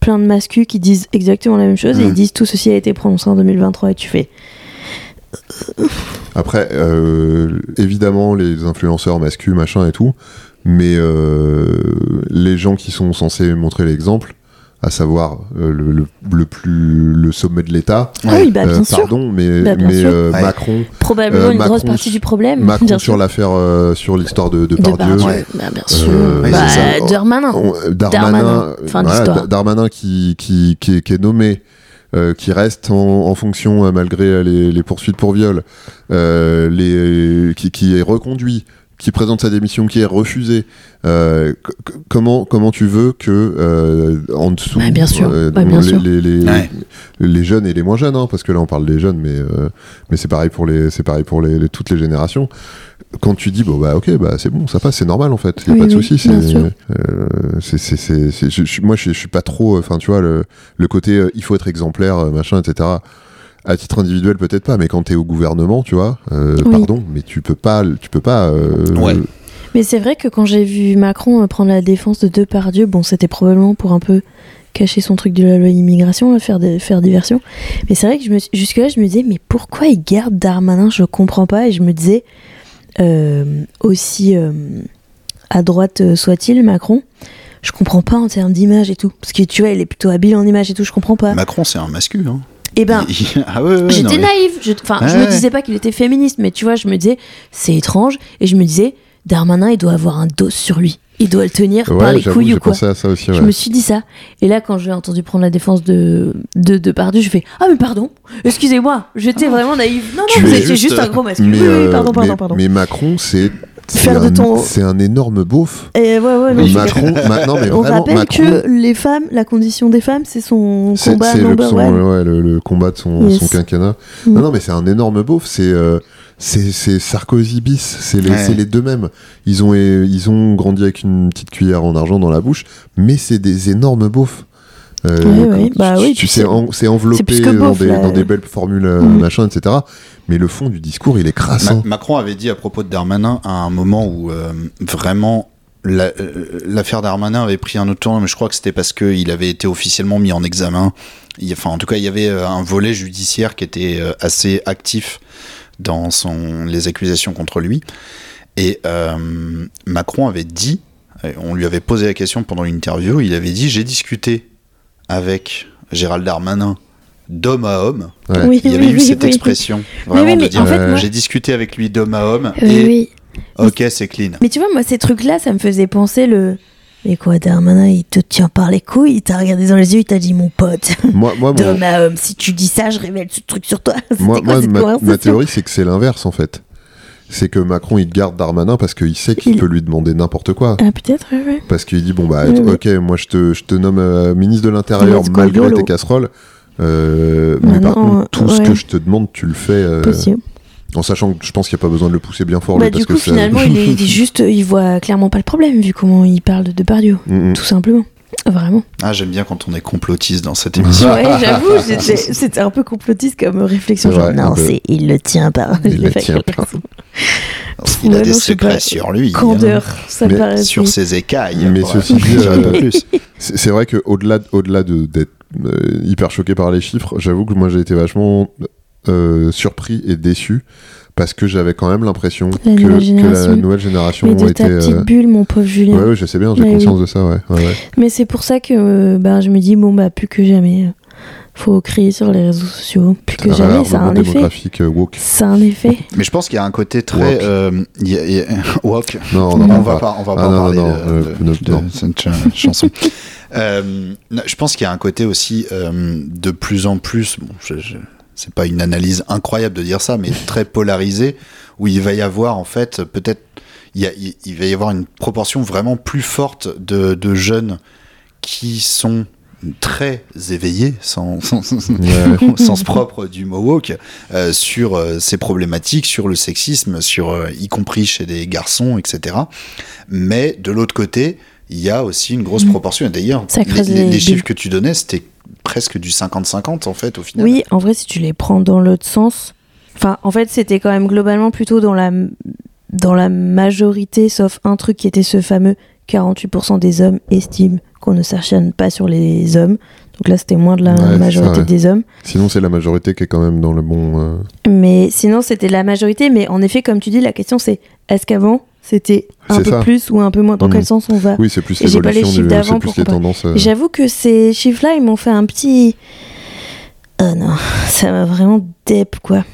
Speaker 8: plein de mascus qui disent exactement la même chose et
Speaker 9: Mm.
Speaker 7: Mhm.
Speaker 8: ils disent Tout ceci a été prononcé en 2023 et tu fais.
Speaker 9: Après, euh, évidemment, les influenceurs masculins, machin et tout, mais euh, les gens qui sont censés montrer l'exemple, à savoir euh, le, le- le plus le sommet de l'État,
Speaker 8: Ah oui, bah,
Speaker 9: euh,
Speaker 8: bien sûr.
Speaker 9: pardon, mais,
Speaker 8: Bah, bien
Speaker 9: mais,
Speaker 8: sûr.
Speaker 9: euh,
Speaker 7: Ouais.
Speaker 9: Macron,
Speaker 8: Probablement
Speaker 9: Euh,
Speaker 8: une grosse
Speaker 9: Macron
Speaker 8: partie
Speaker 9: su-
Speaker 8: du problème.
Speaker 9: Macron
Speaker 8: bien
Speaker 9: sur
Speaker 8: sûr.
Speaker 9: l'affaire, euh, sur l'histoire de, de
Speaker 8: De
Speaker 9: Pardieu,
Speaker 8: Pardieu.
Speaker 7: ouais.
Speaker 8: Bah, bien sûr.
Speaker 9: Euh,
Speaker 8: Bah,
Speaker 7: oui, c'est
Speaker 9: ça.
Speaker 8: Darmanin.
Speaker 9: On- euh, Darmanin,
Speaker 8: Darmanin,
Speaker 9: euh,
Speaker 8: fin
Speaker 9: voilà,
Speaker 8: d'histoire.
Speaker 9: Da- Darmanin qui, qui, qui, est, qui est nommé, euh, qui reste en, en fonction euh, malgré euh, les, les poursuites pour viol, euh, les, qui, qui est reconduit, qui présente sa démission, qui est refusée. Euh, c- c- comment, comment tu veux que euh, en dessous,
Speaker 8: Ouais, Bah, bien sûr.
Speaker 9: euh,
Speaker 8: Ouais, bien
Speaker 9: les,
Speaker 8: sûr.
Speaker 9: les, les,
Speaker 7: Ouais.
Speaker 9: les jeunes et les moins jeunes, hein, parce que là on parle des jeunes, mais, euh, mais c'est pareil pour, les, c'est pareil pour les, les- toutes les générations. Quand tu dis bon bah ok bah c'est bon ça passe c'est normal en fait y a
Speaker 8: Oui,
Speaker 9: pas de
Speaker 8: oui,
Speaker 9: souci c'est
Speaker 8: bien sûr.
Speaker 9: euh, c'est c'est c'est c'est- je, je- moi je, je suis pas trop euh, enfin tu vois le le côté euh, il faut être exemplaire euh, machin etc à titre individuel peut-être pas mais quand t'es au gouvernement tu vois euh,
Speaker 8: Oui.
Speaker 9: pardon mais tu peux pas tu peux pas euh,
Speaker 7: Ouais.
Speaker 8: Mais c'est vrai que quand j'ai vu Macron euh, prendre la défense de Depardieu, bon, c'était probablement pour un peu cacher son truc de la loi immigration, là, faire, des- faire diversion. Mais c'est vrai que je me suis- jusque-là, je me disais, mais pourquoi il garde Darmanin Je comprends pas. Et je me disais, euh, aussi euh, à droite euh, soit-il, Macron, je comprends pas en termes d'image et tout. Parce que tu vois, il est plutôt habile en image et tout, je comprends pas.
Speaker 7: Macron, c'est un masculin. Hein.
Speaker 8: et ben,
Speaker 7: Il- il- ah ouais, ouais, non,
Speaker 8: J'étais
Speaker 7: mais-
Speaker 8: naïve. Je, enfin, je
Speaker 7: Ouais,
Speaker 8: me
Speaker 7: ouais.
Speaker 8: disais pas qu'il était féministe, mais tu vois, je me disais, c'est étrange. Et je me disais, Darmanin, il doit avoir un dos sur lui. Il doit le tenir par
Speaker 9: ouais
Speaker 8: les
Speaker 9: j'avoue
Speaker 8: couilles
Speaker 9: j'ai
Speaker 8: ou quoi.
Speaker 9: pensé à ça aussi
Speaker 8: Je
Speaker 9: ouais.
Speaker 8: me suis dit ça. Et là, quand j'ai entendu prendre la défense de, de, de Pardieu, je fais Ah, mais pardon, excusez-moi, j'étais vraiment naïve. Non,
Speaker 7: Tu
Speaker 8: non, vous
Speaker 7: es
Speaker 8: étiez
Speaker 7: juste-
Speaker 8: juste un gros masculin.
Speaker 9: mais,
Speaker 8: Oui, oui,
Speaker 9: euh,
Speaker 8: pardon, pardon,
Speaker 9: mais-
Speaker 8: pardon.
Speaker 9: mais Macron c'est c'est
Speaker 8: Faire de
Speaker 9: un,
Speaker 8: ton-
Speaker 9: c'est un énorme beauf
Speaker 8: Et Eh, ouais, ouais, non, je suis d'accord.
Speaker 9: Macron maintenant mais
Speaker 8: On
Speaker 9: vraiment
Speaker 8: rappelle
Speaker 9: Macron
Speaker 8: que les femmes, la condition des femmes, c'est son
Speaker 9: C'est
Speaker 8: combat
Speaker 9: c'est le,
Speaker 8: number
Speaker 9: son-
Speaker 8: one.
Speaker 9: ouais, le- le combat de son,
Speaker 8: Yes.
Speaker 9: son quinquennat.
Speaker 8: Mm.
Speaker 9: Non, non, mais c'est un énorme beauf. C'est euh, c'est- c'est Sarkozy bis. C'est les,
Speaker 7: Ouais.
Speaker 9: c'est les deux mêmes. Ils ont, euh, ils ont grandi avec une petite cuillère en argent dans la bouche, mais c'est des énormes beaufs. Euh,
Speaker 8: Ouais,
Speaker 9: quand
Speaker 8: ouais,
Speaker 9: tu-
Speaker 8: bah
Speaker 9: tu-
Speaker 8: oui,
Speaker 9: tu
Speaker 8: puis
Speaker 9: sais,
Speaker 8: c'est-
Speaker 9: en- c'est
Speaker 8: plus
Speaker 9: enveloppé
Speaker 8: que beauf,
Speaker 9: dans, des,
Speaker 8: là.
Speaker 9: dans des belles formules, euh,
Speaker 8: Mm.
Speaker 9: machin, etc. Mais le fond du discours, il est
Speaker 7: Ma-
Speaker 9: crassant.
Speaker 7: Macron avait dit à propos de Darmanin à un moment où euh, vraiment la- euh, l'affaire Darmanin avait pris un autre tournant, mais je crois que c'était parce qu'il avait été officiellement mis en examen. Il- enfin, en tout cas, il y avait euh, un volet judiciaire qui était euh, assez actif dans son, les accusations contre lui. Et euh, Macron avait dit, et on lui avait posé la question pendant une interview, il avait dit J'ai discuté avec Gérald Darmanin d'homme à homme.
Speaker 9: Ouais.
Speaker 8: Oui,
Speaker 7: Il y avait
Speaker 8: oui,
Speaker 7: eu
Speaker 8: oui,
Speaker 7: cette
Speaker 8: oui.
Speaker 7: expression vraiment
Speaker 8: oui,
Speaker 7: de
Speaker 8: mais
Speaker 7: dire euh,
Speaker 8: en fait, moi-
Speaker 7: j'ai discuté avec lui d'homme à homme
Speaker 8: Oui,
Speaker 7: et
Speaker 8: oui.
Speaker 7: ok c'est clean.
Speaker 8: Mais tu vois, moi, ces trucs-là, ça me faisait penser le. Mais quoi, Darmanin, il te tient par les couilles, il t'a regardé dans les yeux, il t'a dit mon pote.
Speaker 9: Moi, moi, mon-
Speaker 8: D'homme à homme, si tu dis ça, je révèle ce truc sur toi. C'était
Speaker 9: moi,
Speaker 8: quoi
Speaker 9: moi,
Speaker 8: cette
Speaker 9: ma- ma,
Speaker 8: conversation
Speaker 9: théorie, c'est que c'est l'inverse, en fait. C'est que Macron, il garde Darmanin parce qu'il sait qu'il
Speaker 8: Il-
Speaker 9: peut lui demander n'importe quoi.
Speaker 8: Ah, peut-être, ouais, ouais.
Speaker 9: parce qu'il dit bon bah
Speaker 8: Oui, oui.
Speaker 9: ok moi je te, je te nomme euh, ministre de l'intérieur
Speaker 8: Let's go,
Speaker 9: malgré
Speaker 8: YOLO.
Speaker 9: tes casseroles euh, mais
Speaker 8: Maintenant,
Speaker 9: par contre tout ce
Speaker 8: ouais.
Speaker 9: que je te demande tu le fais euh,
Speaker 8: Possible.
Speaker 9: en sachant que je pense qu'il n'y a pas besoin de le pousser bien fort
Speaker 8: bah,
Speaker 9: lui,
Speaker 8: du
Speaker 9: parce
Speaker 8: coup,
Speaker 9: que ça-
Speaker 8: euh, finalement, il est, il est juste. Il voit clairement pas le problème, vu comment il parle de Depardieu.
Speaker 9: Mm, mm.
Speaker 8: Tout simplement. Vraiment.
Speaker 7: Ah, j'aime bien quand on est complotiste dans cette émission.
Speaker 8: Ouais, j'avoue, j'étais- c'était un peu complotiste comme réflexion.
Speaker 9: C'est
Speaker 8: Genre,
Speaker 9: vrai, un
Speaker 8: non,
Speaker 9: peu.
Speaker 8: c'est il le tient pas.
Speaker 9: Il le
Speaker 8: fait
Speaker 9: tient
Speaker 8: quelque
Speaker 9: pas.
Speaker 8: chose.
Speaker 7: Il a
Speaker 8: Ouais,
Speaker 7: des
Speaker 8: non, je sais
Speaker 7: secrets
Speaker 8: pas.
Speaker 7: sur lui. hein.
Speaker 8: Candeur, hein, ça
Speaker 9: Mais
Speaker 8: me paraît.
Speaker 7: Sur ses écailles.
Speaker 9: Mais
Speaker 7: Voilà.
Speaker 9: ceci dit,
Speaker 7: Je dirais pas
Speaker 9: euh,
Speaker 7: plus.
Speaker 9: C'est c'est vrai que au-delà au-delà de d'être euh, hyper choqué par les chiffres, j'avoue que moi j'ai été vachement euh, surpris et déçu parce que j'avais quand même l'impression que,
Speaker 8: La nouvelle
Speaker 9: que la
Speaker 8: génération.
Speaker 9: nouvelle génération
Speaker 8: Mais de
Speaker 9: était
Speaker 8: ta petite
Speaker 9: euh,
Speaker 8: bulle, mon pauvre Julien.
Speaker 9: Ouais, ouais, je sais bien, j'ai
Speaker 8: Mais
Speaker 9: conscience de ça, ouais. ouais, ouais.
Speaker 8: Mais c'est pour ça que euh, ben, je me dis, bon, bah, plus que jamais, euh, faut crier sur les réseaux sociaux. Plus que
Speaker 9: Un
Speaker 8: jamais, ça a
Speaker 9: rebond
Speaker 8: un effet.
Speaker 9: démographique euh, woke.
Speaker 8: Ça a un effet.
Speaker 7: Mais je pense qu'il y a un côté très.
Speaker 9: Woke.
Speaker 7: euh, il y a- il y a- woke.
Speaker 9: Non, on
Speaker 7: On,
Speaker 9: en parle
Speaker 7: va
Speaker 9: pas.
Speaker 7: pas, on va
Speaker 9: Ah
Speaker 7: pas
Speaker 9: non,
Speaker 7: parler
Speaker 9: non,
Speaker 7: de,
Speaker 9: euh,
Speaker 7: de-
Speaker 9: ne-
Speaker 7: de
Speaker 9: non.
Speaker 7: cette ch- chanson. Euh, non, je pense qu'il y a un côté aussi euh, de plus en plus. Bon, je- je- c'est pas une analyse incroyable de dire ça, mais très polarisé, où il va y avoir en fait peut-être il, y a- il- il va y avoir une proportion vraiment plus forte de, de jeunes qui sont très éveillés, sans, sans, sans- au sens propre du mot woke, euh, sur euh, ces problématiques, sur le sexisme, sur, euh, y compris chez des garçons, etc. Mais de l'autre côté, il y a aussi une grosse proportion. Et d'ailleurs,
Speaker 8: Mm. Ça
Speaker 7: les,
Speaker 8: creuse
Speaker 7: les-
Speaker 8: les
Speaker 7: les chiffres
Speaker 8: billes.
Speaker 7: que tu donnais, c'était presque du 50-50 en fait au final.
Speaker 8: Oui, en vrai, si tu les prends dans l'autre sens. Enfin, en fait, c'était quand même globalement plutôt dans la, dans la majorité, sauf un truc qui était ce fameux 48% des hommes estiment qu'on ne s'acharne pas sur les hommes. Donc là, c'était moins de la
Speaker 9: Ouais, c'est ça,
Speaker 8: majorité
Speaker 9: ouais.
Speaker 8: des hommes.
Speaker 9: Sinon, c'est la majorité qui est quand même dans le bon. euh,
Speaker 8: Mais sinon, c'était la majorité. Mais en effet, comme tu dis, la question c'est est-ce qu'avant, c'était un
Speaker 9: C'est
Speaker 8: peu
Speaker 9: ça.
Speaker 8: plus ou un peu moins Dans
Speaker 9: Mm.
Speaker 8: quel sens on va
Speaker 9: Oui, c'est plus
Speaker 8: Et Ah. j'ai pas les
Speaker 9: l'évolution,
Speaker 8: chiffres
Speaker 9: du-
Speaker 8: d'avant
Speaker 9: c'est
Speaker 8: pour
Speaker 9: plus les
Speaker 8: comparer.
Speaker 9: tendances. euh,
Speaker 8: J'avoue que ces chiffres-là, ils m'ont fait un petit. Ah non, ça m'a vraiment dep, quoi.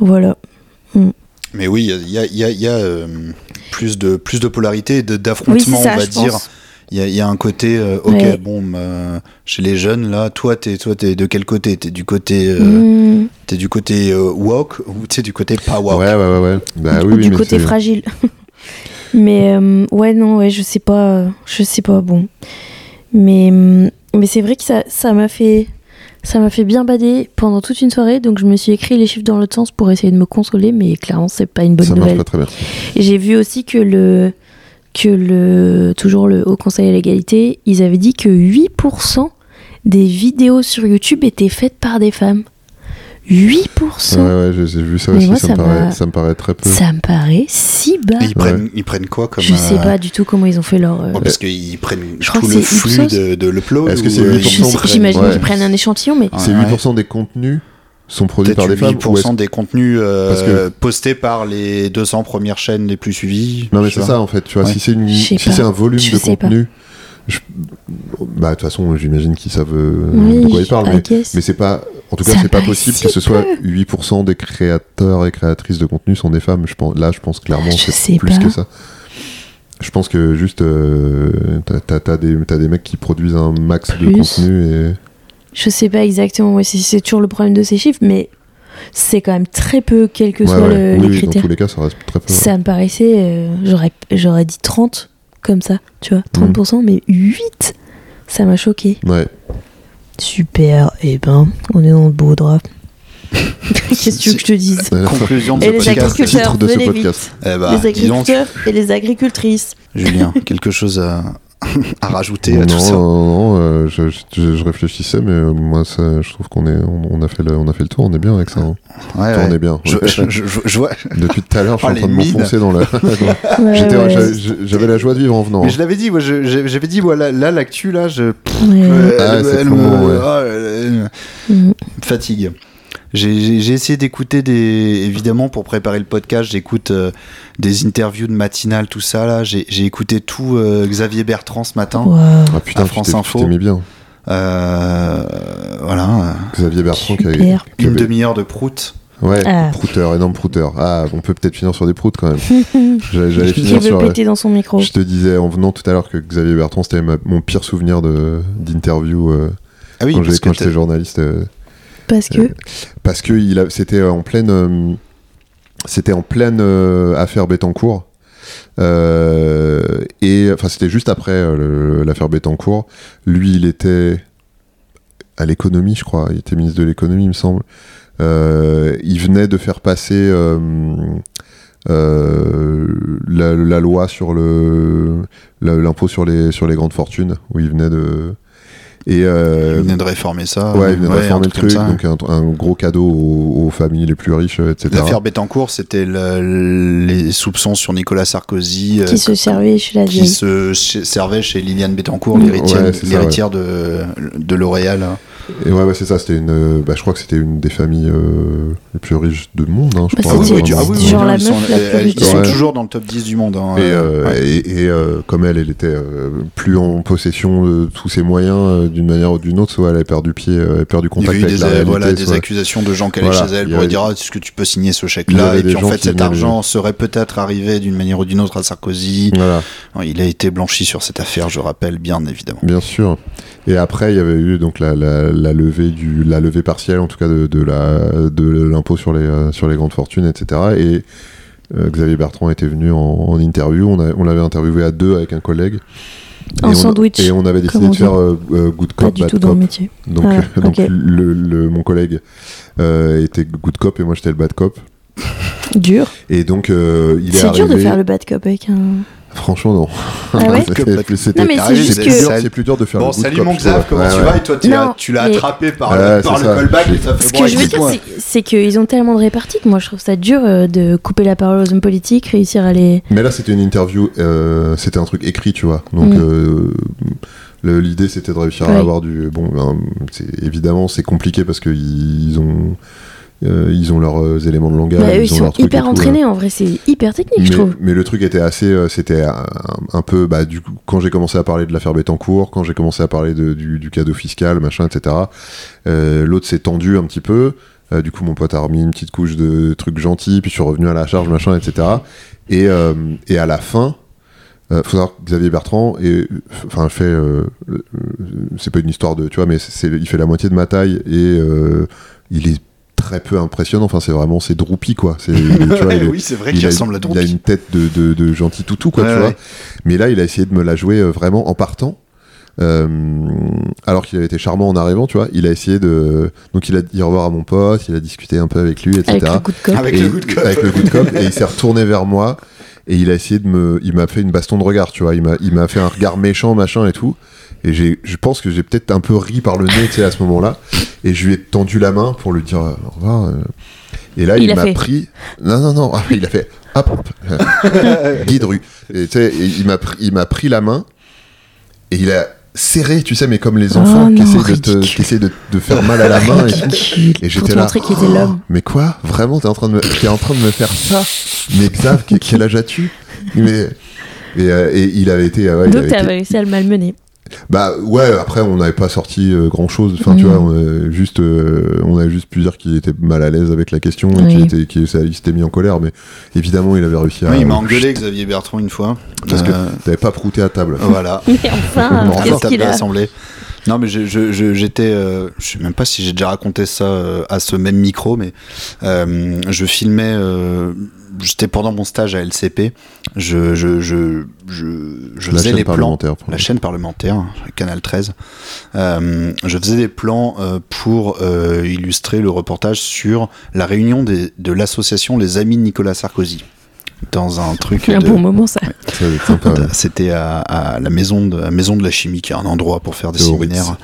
Speaker 8: Voilà.
Speaker 7: Mais oui, il y a, il y a- il y a, euh, plus de plus de polarité, de-
Speaker 8: Oui, c'est
Speaker 7: d'affrontement,
Speaker 8: ça,
Speaker 7: on va
Speaker 8: je
Speaker 7: dire.
Speaker 8: pense.
Speaker 7: Il y a, il y a un côté, euh, ok,
Speaker 8: Ouais.
Speaker 7: bon, bah, chez les jeunes, là, toi, t'es, toi, t'es de quel côté T'es du côté, euh,
Speaker 8: Mmh.
Speaker 7: t'es du côté euh, woke ou t'es du côté pas woke
Speaker 9: Ouais, ouais, ouais, ouais. Bah
Speaker 8: Mm. Ou
Speaker 9: oui, oui,
Speaker 8: du
Speaker 9: mais
Speaker 8: côté
Speaker 9: c'est-
Speaker 8: fragile. mais euh, ouais, non, ouais, je sais pas. euh, Je sais pas, bon. Mais, euh, mais c'est vrai que ça ça m'a fait. Ça m'a fait bien bader pendant toute une soirée, donc je me suis écrit les chiffres dans l'autre sens pour essayer de me consoler, mais clairement c'est pas une bonne
Speaker 9: ça marche
Speaker 8: nouvelle.
Speaker 9: pas très bien.
Speaker 8: Et J'ai vu aussi que le que le toujours le Haut Conseil à l'égalité, ils avaient dit que 8% des vidéos sur YouTube étaient faites par des femmes. 8%.
Speaker 9: Ouais, ouais, j'ai j'ai vu ça
Speaker 8: Mais
Speaker 9: aussi,
Speaker 8: moi,
Speaker 9: ça,
Speaker 8: ça
Speaker 9: me paraît,
Speaker 8: m'a-
Speaker 9: ça me paraît très peu.
Speaker 8: Ça me paraît si bas.
Speaker 7: Ils prennent, ils prennent quoi comme
Speaker 8: Je sais
Speaker 7: euh,
Speaker 8: pas du tout comment ils ont fait leur euh,
Speaker 7: bon, parce qu'ils prennent
Speaker 8: Je crois
Speaker 7: tout
Speaker 8: que
Speaker 7: le
Speaker 8: c'est
Speaker 7: flux
Speaker 8: Ipsos.
Speaker 7: de, de l'upload.
Speaker 9: Est-ce que
Speaker 7: ou,
Speaker 9: c'est
Speaker 7: euh,
Speaker 9: 8%
Speaker 8: je sais-
Speaker 7: prennent-
Speaker 8: J'imagine
Speaker 9: ouais. Euh,
Speaker 8: qu'ils prennent un échantillon, mais
Speaker 7: Ouais,
Speaker 9: C'est
Speaker 7: ouais.
Speaker 9: 8% des contenus sont produits
Speaker 7: Peut-être
Speaker 9: par des femmes ou est-ce
Speaker 7: 8% des contenus euh,
Speaker 9: Parce que-
Speaker 7: postés par les 200 premières chaînes les plus suivies.
Speaker 9: Non mais
Speaker 7: tu
Speaker 9: c'est
Speaker 7: vois.
Speaker 9: ça en fait, tu vois,
Speaker 7: Ouais.
Speaker 9: si c'est une-
Speaker 8: Je sais
Speaker 9: si c'est
Speaker 8: pas.
Speaker 9: un volume
Speaker 8: Je
Speaker 9: de
Speaker 8: sais pas.
Speaker 9: contenu, je- bah de toute façon j'imagine qu'ils savent euh,
Speaker 8: oui,
Speaker 9: de quoi ils parlent,
Speaker 8: I
Speaker 9: mais,
Speaker 8: guess.
Speaker 9: mais c'est pas, en tout cas
Speaker 8: Ça
Speaker 9: c'est pas
Speaker 8: paraît
Speaker 9: possible
Speaker 8: si
Speaker 9: que ce soit
Speaker 8: peu.
Speaker 9: 8% des créateurs et créatrices de contenu sont des femmes. Je pense, là je pense clairement
Speaker 8: Je
Speaker 9: c'est
Speaker 8: sais
Speaker 9: plus
Speaker 8: pas.
Speaker 9: que ça. Je pense que juste euh, t'as- t'as t'as des t'as des mecs qui produisent un max de
Speaker 8: Plus.
Speaker 9: contenu et
Speaker 8: Je sais pas exactement. ouais, c'est- c'est toujours le problème de ces chiffres, mais c'est quand même très peu, quels que
Speaker 9: Ouais,
Speaker 8: soient le-
Speaker 9: ouais. Oui,
Speaker 8: les
Speaker 9: oui, dans
Speaker 8: critères.
Speaker 9: tous les cas ça reste très peu. ouais.
Speaker 8: Ça me paraissait, euh, j'aurais, j'aurais dit 30 comme ça, tu
Speaker 9: Mm.
Speaker 8: vois, 30%, mais 8, ça m'a choqué.
Speaker 9: Ouais.
Speaker 8: Super, et ben, on est dans le beau drap. Qu'est-ce que tu veux que je te dise
Speaker 7: Conclusion de
Speaker 8: Et
Speaker 7: ce
Speaker 8: les
Speaker 7: podcast.
Speaker 8: agriculteurs.
Speaker 9: Titre de ce
Speaker 8: venez vite.
Speaker 9: podcast.
Speaker 7: Eh bah,
Speaker 8: Les
Speaker 7: dis donc,
Speaker 8: agriculteurs et les agricultrices.
Speaker 7: Julien, quelque chose à, à rajouter à
Speaker 9: non,
Speaker 7: tout ça
Speaker 9: non, non, euh, je, je- je réfléchissais, mais euh, moi, ça, je trouve qu'on est, on, on a fait le, on a fait le tour, on est bien avec ça. hein.
Speaker 7: Ouais,
Speaker 9: Toi, on
Speaker 7: ouais.
Speaker 9: est bien.
Speaker 7: Je, je- je- je vois.
Speaker 9: Depuis tout à l'heure, je suis
Speaker 7: Oh,
Speaker 9: en train de
Speaker 7: les mines.
Speaker 9: m'enfoncer dans le.
Speaker 8: Ouais,
Speaker 9: J'étais-
Speaker 8: ouais.
Speaker 9: j'avais- J'avais la joie de vivre en venant. hein.
Speaker 7: Mais je l'avais dit, moi, je- j'ai- j'avais dit, voilà, là, l'actu, là, je.
Speaker 8: Ouais.
Speaker 7: Euh,
Speaker 9: Ah,
Speaker 7: elle-
Speaker 9: c'est
Speaker 7: elle
Speaker 9: trop
Speaker 7: me-
Speaker 9: bon, ouais.
Speaker 7: ah, elle-
Speaker 8: Mm.
Speaker 7: Fatigue. J'ai- J'ai j'ai essayé d'écouter des. Évidemment, pour préparer le podcast, j'écoute euh, des interviews de matinale, tout ça, là. J'ai j'ai écouté tout euh, Xavier Bertrand ce matin.
Speaker 8: Waouh.
Speaker 9: Ah putain,
Speaker 7: à
Speaker 9: tu t'es-
Speaker 7: France
Speaker 9: tu
Speaker 7: Info.
Speaker 9: t'es mis bien.
Speaker 7: Euh, voilà.
Speaker 9: Xavier Bertrand qui a-
Speaker 8: Super.
Speaker 9: qui avait-
Speaker 7: Une demi-heure de prout.
Speaker 9: Ouais,
Speaker 8: Ah.
Speaker 9: prouteur, énorme prouteur. Ah, on peut peut-être finir sur des proutes quand même. J'allais j'allais
Speaker 8: Qui
Speaker 9: finir
Speaker 8: veut
Speaker 9: sur. euh,
Speaker 8: péter dans son micro
Speaker 9: Je te disais en venant tout à l'heure que Xavier Bertrand, c'était ma- mon pire souvenir de- d'interview euh,
Speaker 7: Ah oui,
Speaker 9: quand
Speaker 7: parce
Speaker 9: j'ai-
Speaker 7: que
Speaker 9: quand j'étais journaliste. euh,
Speaker 8: Parce que.
Speaker 9: Euh, parce que il a- c'était euh, en pleine euh, c'était en pleine euh, affaire Bettencourt Euh, et enfin c'était juste après euh, le- l'affaire Bettencourt lui il était à l'économie je crois il était ministre de l'économie il me semble Euh, il venait de faire passer euh, euh, la, la loi sur le la- l'impôt sur les sur les grandes fortunes où il venait de et euh,
Speaker 7: il venait de réformer ça.
Speaker 9: ouais, il venait de
Speaker 7: Ah, un
Speaker 9: réformer le
Speaker 7: comme
Speaker 9: truc,
Speaker 7: ça.
Speaker 9: donc un, un gros cadeau aux, aux familles les plus riches, euh, etc.
Speaker 7: L'affaire Bettencourt, c'était le- les soupçons sur Nicolas Sarkozy euh,
Speaker 8: Qui se servait chez la
Speaker 7: qui
Speaker 8: vieille.
Speaker 7: se ch- servait chez Liliane Bettencourt,
Speaker 8: Mm.
Speaker 7: l'héritière
Speaker 9: Ouais, c'est ça,
Speaker 7: l'héritière de, de L'Oréal. hein.
Speaker 9: Et ouais, ouais, c'est ça, c'était une, euh, bah, je crois que c'était une des familles euh, les plus riches du monde, hein, je
Speaker 8: Bah,
Speaker 9: crois.
Speaker 8: c'était-
Speaker 9: vraiment.
Speaker 8: tu- ah oui, genre oui. la
Speaker 7: ils sont,
Speaker 8: meuf la plus
Speaker 7: elles-
Speaker 8: riche
Speaker 7: ils sont
Speaker 9: du monde.
Speaker 7: toujours dans le top 10 du monde. hein.
Speaker 9: Et, euh,
Speaker 7: Ouais.
Speaker 9: et, et, euh, comme elle, elle était euh, plus en possession de tous ses moyens euh, d'une manière ou d'une autre, soit elle a perdu pied, euh, elle a perdu
Speaker 7: Il y a
Speaker 9: contact
Speaker 7: eu
Speaker 9: avec
Speaker 7: des,
Speaker 9: la réalité.
Speaker 7: voilà, des
Speaker 9: soit-
Speaker 7: accusations de gens qui allaient
Speaker 9: Voilà,
Speaker 7: chez elle
Speaker 9: il y
Speaker 7: pour lui
Speaker 9: avait-
Speaker 7: dire Ah, est-ce que tu peux signer ce
Speaker 9: Il y
Speaker 7: chèque-là
Speaker 9: avait
Speaker 7: Et
Speaker 9: des
Speaker 7: puis en
Speaker 9: gens
Speaker 7: fait,
Speaker 9: qui
Speaker 7: cet
Speaker 9: venaient
Speaker 7: argent serait peut-être arrivé d'une manière ou d'une autre à Sarkozy.
Speaker 9: Voilà,
Speaker 7: Il a été blanchi sur cette affaire, je rappelle, bien évidemment.
Speaker 9: bien sûr. Et après, il y avait eu donc la, la, la levée du, la levée partielle, en tout cas de, de la, de l'impôt sur les, euh, sur les grandes fortunes, etc. Et euh, Xavier Bertrand était venu en, en interview. On, a- on l'avait interviewé à deux avec un collègue.
Speaker 8: En
Speaker 9: Et on-
Speaker 8: sandwich,
Speaker 9: Et on avait décidé
Speaker 8: comme on
Speaker 9: de
Speaker 8: dit.
Speaker 9: faire euh, euh, good
Speaker 8: Pas
Speaker 9: cop,
Speaker 8: du
Speaker 9: bad
Speaker 8: tout dans
Speaker 9: cop.
Speaker 8: le métier.
Speaker 9: Donc,
Speaker 8: Ah,
Speaker 9: euh, donc
Speaker 8: ok.
Speaker 9: le, le- mon collègue euh, était good cop et moi j'étais le bad cop.
Speaker 8: Dur.
Speaker 9: Et donc euh, il est,
Speaker 8: C'est dur
Speaker 9: arrivé.
Speaker 8: de faire le bad cop avec un.
Speaker 9: Franchement non.
Speaker 8: Ah ouais
Speaker 9: C'était plus- c'était-
Speaker 8: Non, mais c'est juste
Speaker 9: c'est
Speaker 8: que-
Speaker 9: plus dur- c'est plus dur de faire
Speaker 7: Bon,
Speaker 9: le good
Speaker 7: salut
Speaker 9: cop.
Speaker 7: mon
Speaker 9: je trouve.
Speaker 7: Xav, comment
Speaker 9: Ouais,
Speaker 7: tu
Speaker 9: ouais.
Speaker 7: vas Et toi, tu
Speaker 8: Non,
Speaker 7: l'as- tu l'as
Speaker 8: mais-
Speaker 7: attrapé par,
Speaker 9: Ouais,
Speaker 7: le, par
Speaker 9: c'est
Speaker 7: le
Speaker 9: ça.
Speaker 7: callback et ça fait
Speaker 8: Ce
Speaker 7: bon,
Speaker 8: que je veux dire,
Speaker 7: écoute-moi.
Speaker 8: c'est- c'est qu'ils ont tellement de réparties que moi je trouve ça dur euh, de couper la parole aux hommes politiques, réussir à les.
Speaker 9: Mais là c'était une interview, euh, c'était un truc écrit, tu vois. Donc
Speaker 8: Mm.
Speaker 9: euh, le- l'idée c'était de réussir
Speaker 8: Ouais.
Speaker 9: à avoir du. Bon, ben, c'est- évidemment c'est compliqué parce que ils ont. euh, ils ont leurs euh, éléments de langage.
Speaker 8: Bah, eux, ils
Speaker 9: ils ont
Speaker 8: sont
Speaker 9: leurs trucs et
Speaker 8: hyper
Speaker 9: tout, euh.
Speaker 8: entraînés en vrai, c'est hyper technique, je
Speaker 9: mais,
Speaker 8: trouve.
Speaker 9: mais le truc était assez, euh, c'était euh, un, un peu, bah, du coup, quand j'ai commencé à parler de l'affaire Bettencourt, quand j'ai commencé à parler de- du, du cadeau fiscal, machin, etc. euh, L'autre s'est tendu un petit peu. Euh, du coup, mon pote a remis une petite couche de trucs gentils, puis je suis revenu à la charge, machin, etc. Et, euh, et à la fin, euh, faut savoir que Xavier Bertrand est, enfin, fait, euh, euh, c'est pas une histoire de, tu vois, mais c'est, il fait la moitié de ma taille et euh, il est très peu impressionnant. Enfin, c'est vraiment, c'est droupi quoi. C'est, tu vois, il est-
Speaker 7: oui, c'est vrai
Speaker 9: il
Speaker 7: qu'il
Speaker 9: a,
Speaker 7: ressemble à
Speaker 9: il a
Speaker 7: Droopy.
Speaker 9: une tête de, de, de gentil toutou, quoi,
Speaker 7: Ouais,
Speaker 9: tu vois.
Speaker 7: ouais.
Speaker 9: Mais là, il a essayé de me la jouer euh, vraiment en partant. Euh, alors qu'il avait été charmant en arrivant, tu vois. Il a essayé de. Donc, il a dit au revoir à mon pote, il a discuté un peu avec lui, etc.
Speaker 8: Avec le coup de cop.
Speaker 7: Avec
Speaker 9: Et-
Speaker 7: le good cop.
Speaker 9: avec le good cop, et il s'est retourné vers moi et il a essayé de me. Il m'a fait une baston de regard, tu vois. Il m'a il m'a fait un regard méchant, machin et tout. Et j'ai- je pense que j'ai peut-être un peu ri par le nez, tu sais, à ce moment-là. Et je lui ai tendu la main pour lui dire euh, au revoir. euh. Et là,
Speaker 8: Il
Speaker 9: il,
Speaker 8: a
Speaker 9: m'a
Speaker 8: fait.
Speaker 9: pris. Non, non, non. Ah, il a fait. Hop, hop. euh, Guide rue. Et, tu sais, et il m'a pris, il m'a pris la main et il a serré, tu sais, mais comme les
Speaker 8: Oh
Speaker 9: enfants
Speaker 8: non,
Speaker 9: qui essayent de te,
Speaker 8: ridicule.
Speaker 9: qui essayent de te faire mal à la main et tout. Ah, Et
Speaker 8: Pour te
Speaker 9: j'étais là. Oh,
Speaker 8: montrer qu'il était l'homme.
Speaker 9: Mais quoi Vraiment, t'es en train de me, t'es en train de me faire ça Mais Xav, que- quel âge as-tu Mais et, euh, et il avait été, ah ouais, il
Speaker 8: Donc
Speaker 9: avait
Speaker 8: t'as
Speaker 9: été-
Speaker 8: réussi à le malmener.
Speaker 9: bah ouais. Après, on n'avait pas sorti grand chose. Enfin, tu
Speaker 8: Mm.
Speaker 9: vois, on a juste, euh, on a juste pu dire qu'il était mal à l'aise avec la question et
Speaker 8: Oui.
Speaker 9: qu'il était, qu'il ça- il s'était mis en colère. Mais évidemment, il avait réussi à.
Speaker 7: Oui, il m'a engueulé Xavier Bertrand une fois.
Speaker 9: parce que
Speaker 7: Euh,
Speaker 9: t'avais pas prouté à table.
Speaker 7: voilà.
Speaker 8: Mais enfin,
Speaker 9: Non, enfin,
Speaker 8: Ah, qu'est-ce qu'il a
Speaker 7: assemblé Non, mais je- je- je- j'étais. euh, je sais même pas si j'ai déjà raconté ça euh, à ce même micro, mais euh, je filmais. euh, J'étais pendant mon stage à LCP. Je, je, je, je, je
Speaker 9: la
Speaker 7: faisais
Speaker 9: chaîne
Speaker 7: les plans.
Speaker 9: parlementaire. pour
Speaker 7: La
Speaker 9: le-
Speaker 7: chaîne parlementaire, Canal 13. Euh, je faisais des plans euh, pour euh, illustrer le reportage sur la réunion des- de l'association Les Amis de Nicolas Sarkozy. Dans un truc.
Speaker 8: un
Speaker 7: de-
Speaker 8: bon moment ça.
Speaker 9: Ça va être sympa. ouais.
Speaker 7: c'était à, à la maison de, à maison de la chimie, qui est un endroit pour faire des
Speaker 9: De Horitz.
Speaker 7: séminaires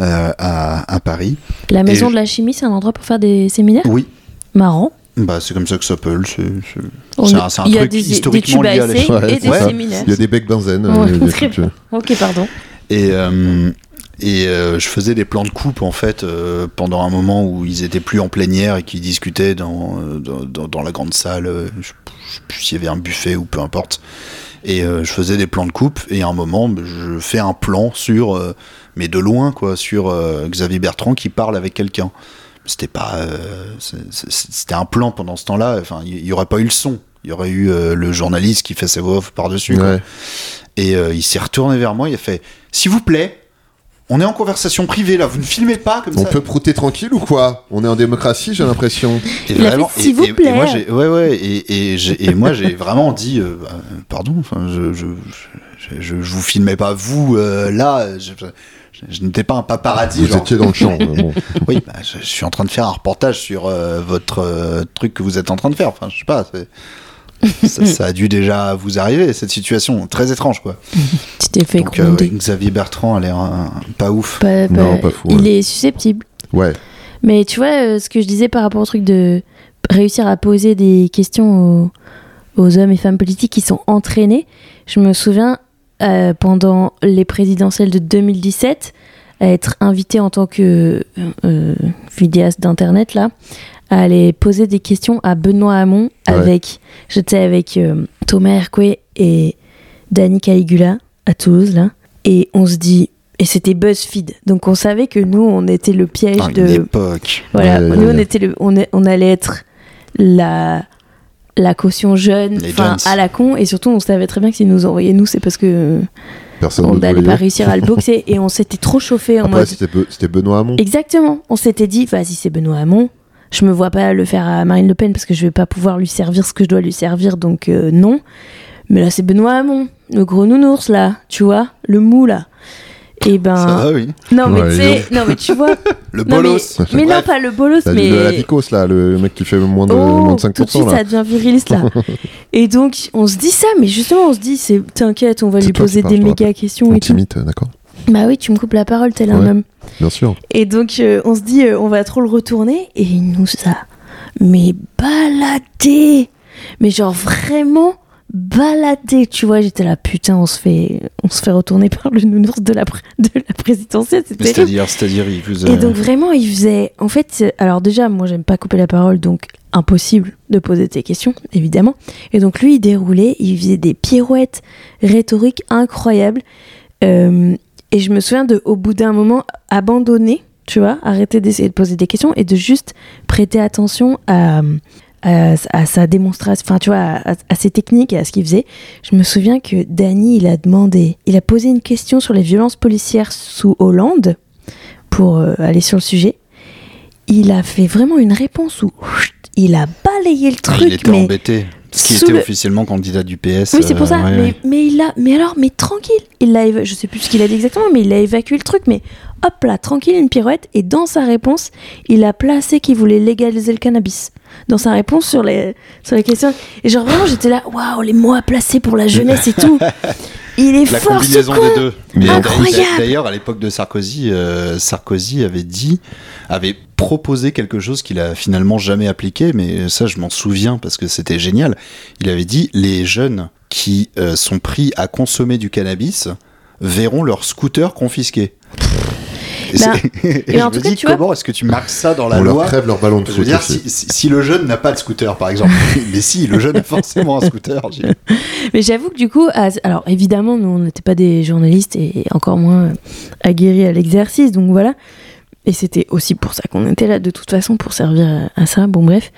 Speaker 7: euh, à, à Paris.
Speaker 8: La maison
Speaker 7: je-
Speaker 8: de la chimie, c'est un endroit pour faire des séminaires
Speaker 7: Oui.
Speaker 8: Marrant.
Speaker 7: Bah, c'est comme ça que ça s'appelle. c'est- c'est-
Speaker 8: On-
Speaker 7: C'est un- c'est un
Speaker 8: Il y a
Speaker 7: truc
Speaker 8: des, des
Speaker 7: historiquement
Speaker 8: tubes à
Speaker 7: lié à la
Speaker 8: essai
Speaker 9: chimie.
Speaker 8: et des
Speaker 7: Ouais.
Speaker 8: séminaires.
Speaker 9: Il y a des becs benzène.
Speaker 8: Ouais,
Speaker 9: euh, des
Speaker 8: très
Speaker 9: trucs, euh,
Speaker 8: Ok, pardon.
Speaker 7: Et, euh, et euh, je faisais des plans de coupe, en fait, euh, pendant un moment où ils étaient plus en plénière et qu'ils discutaient dans, euh, dans, dans- dans la grande salle. euh, Je je sais plus s'il y avait un buffet ou peu importe. Et euh, je faisais des plans de coupe. Et à un moment, bah, je fais un plan sur, euh, mais de loin, quoi, sur euh, Xavier Bertrand qui parle avec quelqu'un. C'était pas, euh, c'est- c'est- c'était un plan pendant ce temps-là. Enfin, il y, y aurait pas eu le son. Il y aurait eu euh, le journaliste qui fait ses voix off par-dessus. quoi.
Speaker 9: ouais.
Speaker 7: Et euh, il s'est retourné vers moi, il a fait S'il vous plaît, on est en conversation privée là, vous ne filmez pas comme
Speaker 9: On
Speaker 7: ça.
Speaker 9: peut prouter tranquille ou quoi On est en démocratie, j'ai l'impression.
Speaker 7: Et
Speaker 8: Il a fait, S'il vous
Speaker 7: et- et
Speaker 8: plaît.
Speaker 7: moi, j'ai, ouais, ouais, et, et j'ai, et moi j'ai vraiment dit euh, bah, Pardon, enfin, je, je, je, je- je vous filmais pas vous euh, là, je, je- je n'étais pas un paparazzi.
Speaker 9: Vous
Speaker 7: Genre.
Speaker 9: étiez dans le champ. euh, bon.
Speaker 7: Oui, bah, je, je suis en train de faire un reportage sur euh, votre euh, truc que vous êtes en train de faire. Enfin, je sais pas. c'est- ça, ça a dû déjà vous arriver, cette situation très étrange, quoi.
Speaker 8: Tu t'es fait
Speaker 7: Donc, euh,
Speaker 8: gronder.
Speaker 7: ouais, Xavier Bertrand a l'air euh, pas ouf.
Speaker 8: Pas-
Speaker 9: Non,
Speaker 8: pas-
Speaker 9: pas fou,
Speaker 8: il
Speaker 9: ouais.
Speaker 8: est susceptible.
Speaker 9: Ouais.
Speaker 8: Mais tu vois, euh, ce que je disais par rapport au truc de réussir à poser des questions aux, aux hommes et femmes politiques qui sont entraînés, je me souviens euh, pendant les présidentielles de 2017 à être invité en tant que euh, vidéaste d'internet là à aller poser des questions à Benoît Hamon
Speaker 7: Ah
Speaker 9: Ouais.
Speaker 8: avec j'étais avec euh, Thomas Hercouet et Dani Caligula à Toulouse là et on se dit et c'était BuzzFeed donc on savait que nous on était le piège
Speaker 7: Enfin,
Speaker 8: de
Speaker 7: Ah, une époque.
Speaker 8: voilà,
Speaker 9: Ouais, ouais,
Speaker 8: nous
Speaker 9: ouais.
Speaker 8: on était le- on, est- on allait être la la caution jeune,
Speaker 7: Les
Speaker 8: enfin
Speaker 7: jeunes.
Speaker 8: à la con, et surtout on savait très bien que s'ils nous envoyaient nous, c'est parce que euh,
Speaker 9: Personne
Speaker 8: on
Speaker 9: d'autre
Speaker 8: n'allait
Speaker 9: voulait.
Speaker 8: pas réussir à le boxer, et on s'était trop chauffé en
Speaker 9: Après,
Speaker 8: mode.
Speaker 9: c'était Be- c'était Benoît Hamon.
Speaker 8: Exactement, on s'était dit, vas-y c'est Benoît Hamon, je me vois pas le faire à Marine Le Pen parce que je vais pas pouvoir lui servir ce que je dois lui servir, donc euh, non. Mais là c'est Benoît Hamon, le gros nounours là, tu vois, le mou là. Et ben
Speaker 7: Ça va, oui.
Speaker 8: non mais
Speaker 9: Ouais,
Speaker 8: tu
Speaker 9: dis
Speaker 8: sais, non mais tu vois,
Speaker 7: Le
Speaker 8: non, mais-
Speaker 7: bolos.
Speaker 8: mais, non
Speaker 7: Bref.
Speaker 8: pas le bolos
Speaker 9: La,
Speaker 8: mais
Speaker 9: de la Vicos, là, le mec qui fait moins de, moins
Speaker 8: Oh,
Speaker 9: de 5%.
Speaker 8: tout de suite,
Speaker 9: là.
Speaker 8: ça devient viriliste là. et donc, on se dit ça, mais justement, on se dit, c'est t'inquiète, on va
Speaker 9: C'est
Speaker 8: lui
Speaker 9: toi qui
Speaker 8: poser
Speaker 9: parles,
Speaker 8: des
Speaker 9: je me
Speaker 8: méga
Speaker 9: rappelle.
Speaker 8: questions
Speaker 9: On
Speaker 8: et tout.
Speaker 9: t'imite, euh, d'accord
Speaker 8: Bah oui, tu me coupes la parole, tel un
Speaker 9: Ouais.
Speaker 8: homme.
Speaker 9: Bien sûr.
Speaker 8: Et donc, euh, on se dit, euh, on va trop le retourner, et il nous a, mais baladé, mais genre vraiment baladé, tu vois. J'étais là, putain, on se fait, on se fait retourner par le nounours de la, pré- de la présidentielle, c'est
Speaker 7: Mais
Speaker 8: terrible.
Speaker 7: C'est-à-dire, c'est-à-dire, il vous a-
Speaker 8: Et donc vraiment, il faisait. En fait, euh, alors déjà, moi, j'aime pas couper la parole, donc impossible de poser tes questions, évidemment. Et donc lui, il déroulait, il faisait des pirouettes rhétoriques incroyables. Euh, et je me souviens de, au bout d'un moment, abandonner, tu vois, arrêter d'essayer de poser des questions et de juste prêter attention à, à, à sa démonstration, enfin, tu vois, à, à- à ses techniques et à ce qu'il faisait. Je me souviens que Dany, il a demandé, il a posé une question sur les violences policières sous Hollande pour euh, aller sur le sujet. Il a fait vraiment une réponse où chut, il a balayé le
Speaker 7: Ah,
Speaker 8: truc,
Speaker 7: il était
Speaker 8: mais
Speaker 7: embêté. Parce qu'il
Speaker 8: sous
Speaker 7: était
Speaker 8: le-
Speaker 7: officiellement candidat du PS.
Speaker 8: oui, c'est pour ça.
Speaker 7: euh, ouais,
Speaker 8: mais,
Speaker 7: ouais.
Speaker 8: mais il a, mais alors, mais tranquille. Il l'a, éva- je sais plus ce qu'il a dit exactement, mais il a évacué le truc. Mais hop là, tranquille, une pirouette. Et dans sa réponse, il a placé qu'il voulait légaliser le cannabis. Dans sa réponse sur les, sur les questions. Et genre vraiment, j'étais là, waouh, les mots à placer pour la jeunesse et tout. Il est
Speaker 7: La
Speaker 8: fort, ce
Speaker 7: combinaison
Speaker 8: con.
Speaker 7: des deux. Mais
Speaker 8: Incroyable.
Speaker 7: d'ailleurs- d'ailleurs, à l'époque de Sarkozy, euh, Sarkozy avait dit, avait proposé quelque chose qu'il a finalement jamais appliqué, mais ça, je m'en souviens parce que c'était génial. Il avait dit les jeunes qui euh, sont pris à consommer du cannabis verront leur scooter confisqué. Et,
Speaker 8: Ben,
Speaker 7: c'est- et
Speaker 8: mais
Speaker 7: je
Speaker 8: Bah, en
Speaker 7: me
Speaker 8: tout cas,
Speaker 7: dis
Speaker 8: tu vois-
Speaker 7: comment est-ce que tu marques ça dans la
Speaker 9: on leur
Speaker 7: loi
Speaker 9: crève leur ballon de
Speaker 7: je
Speaker 9: foot.
Speaker 7: veux dire,
Speaker 9: aussi.
Speaker 7: si, si- si le jeune n'a pas de scooter, par exemple, mais si, le jeune a forcément un scooter. j'ai-
Speaker 8: Mais j'avoue que du coup, à- alors évidemment, nous, on n'était pas des journalistes et encore moins euh, aguerris à l'exercice, donc voilà. Et c'était aussi pour ça qu'on était là, de toute façon, pour servir euh, à, à ça. Bon, bref.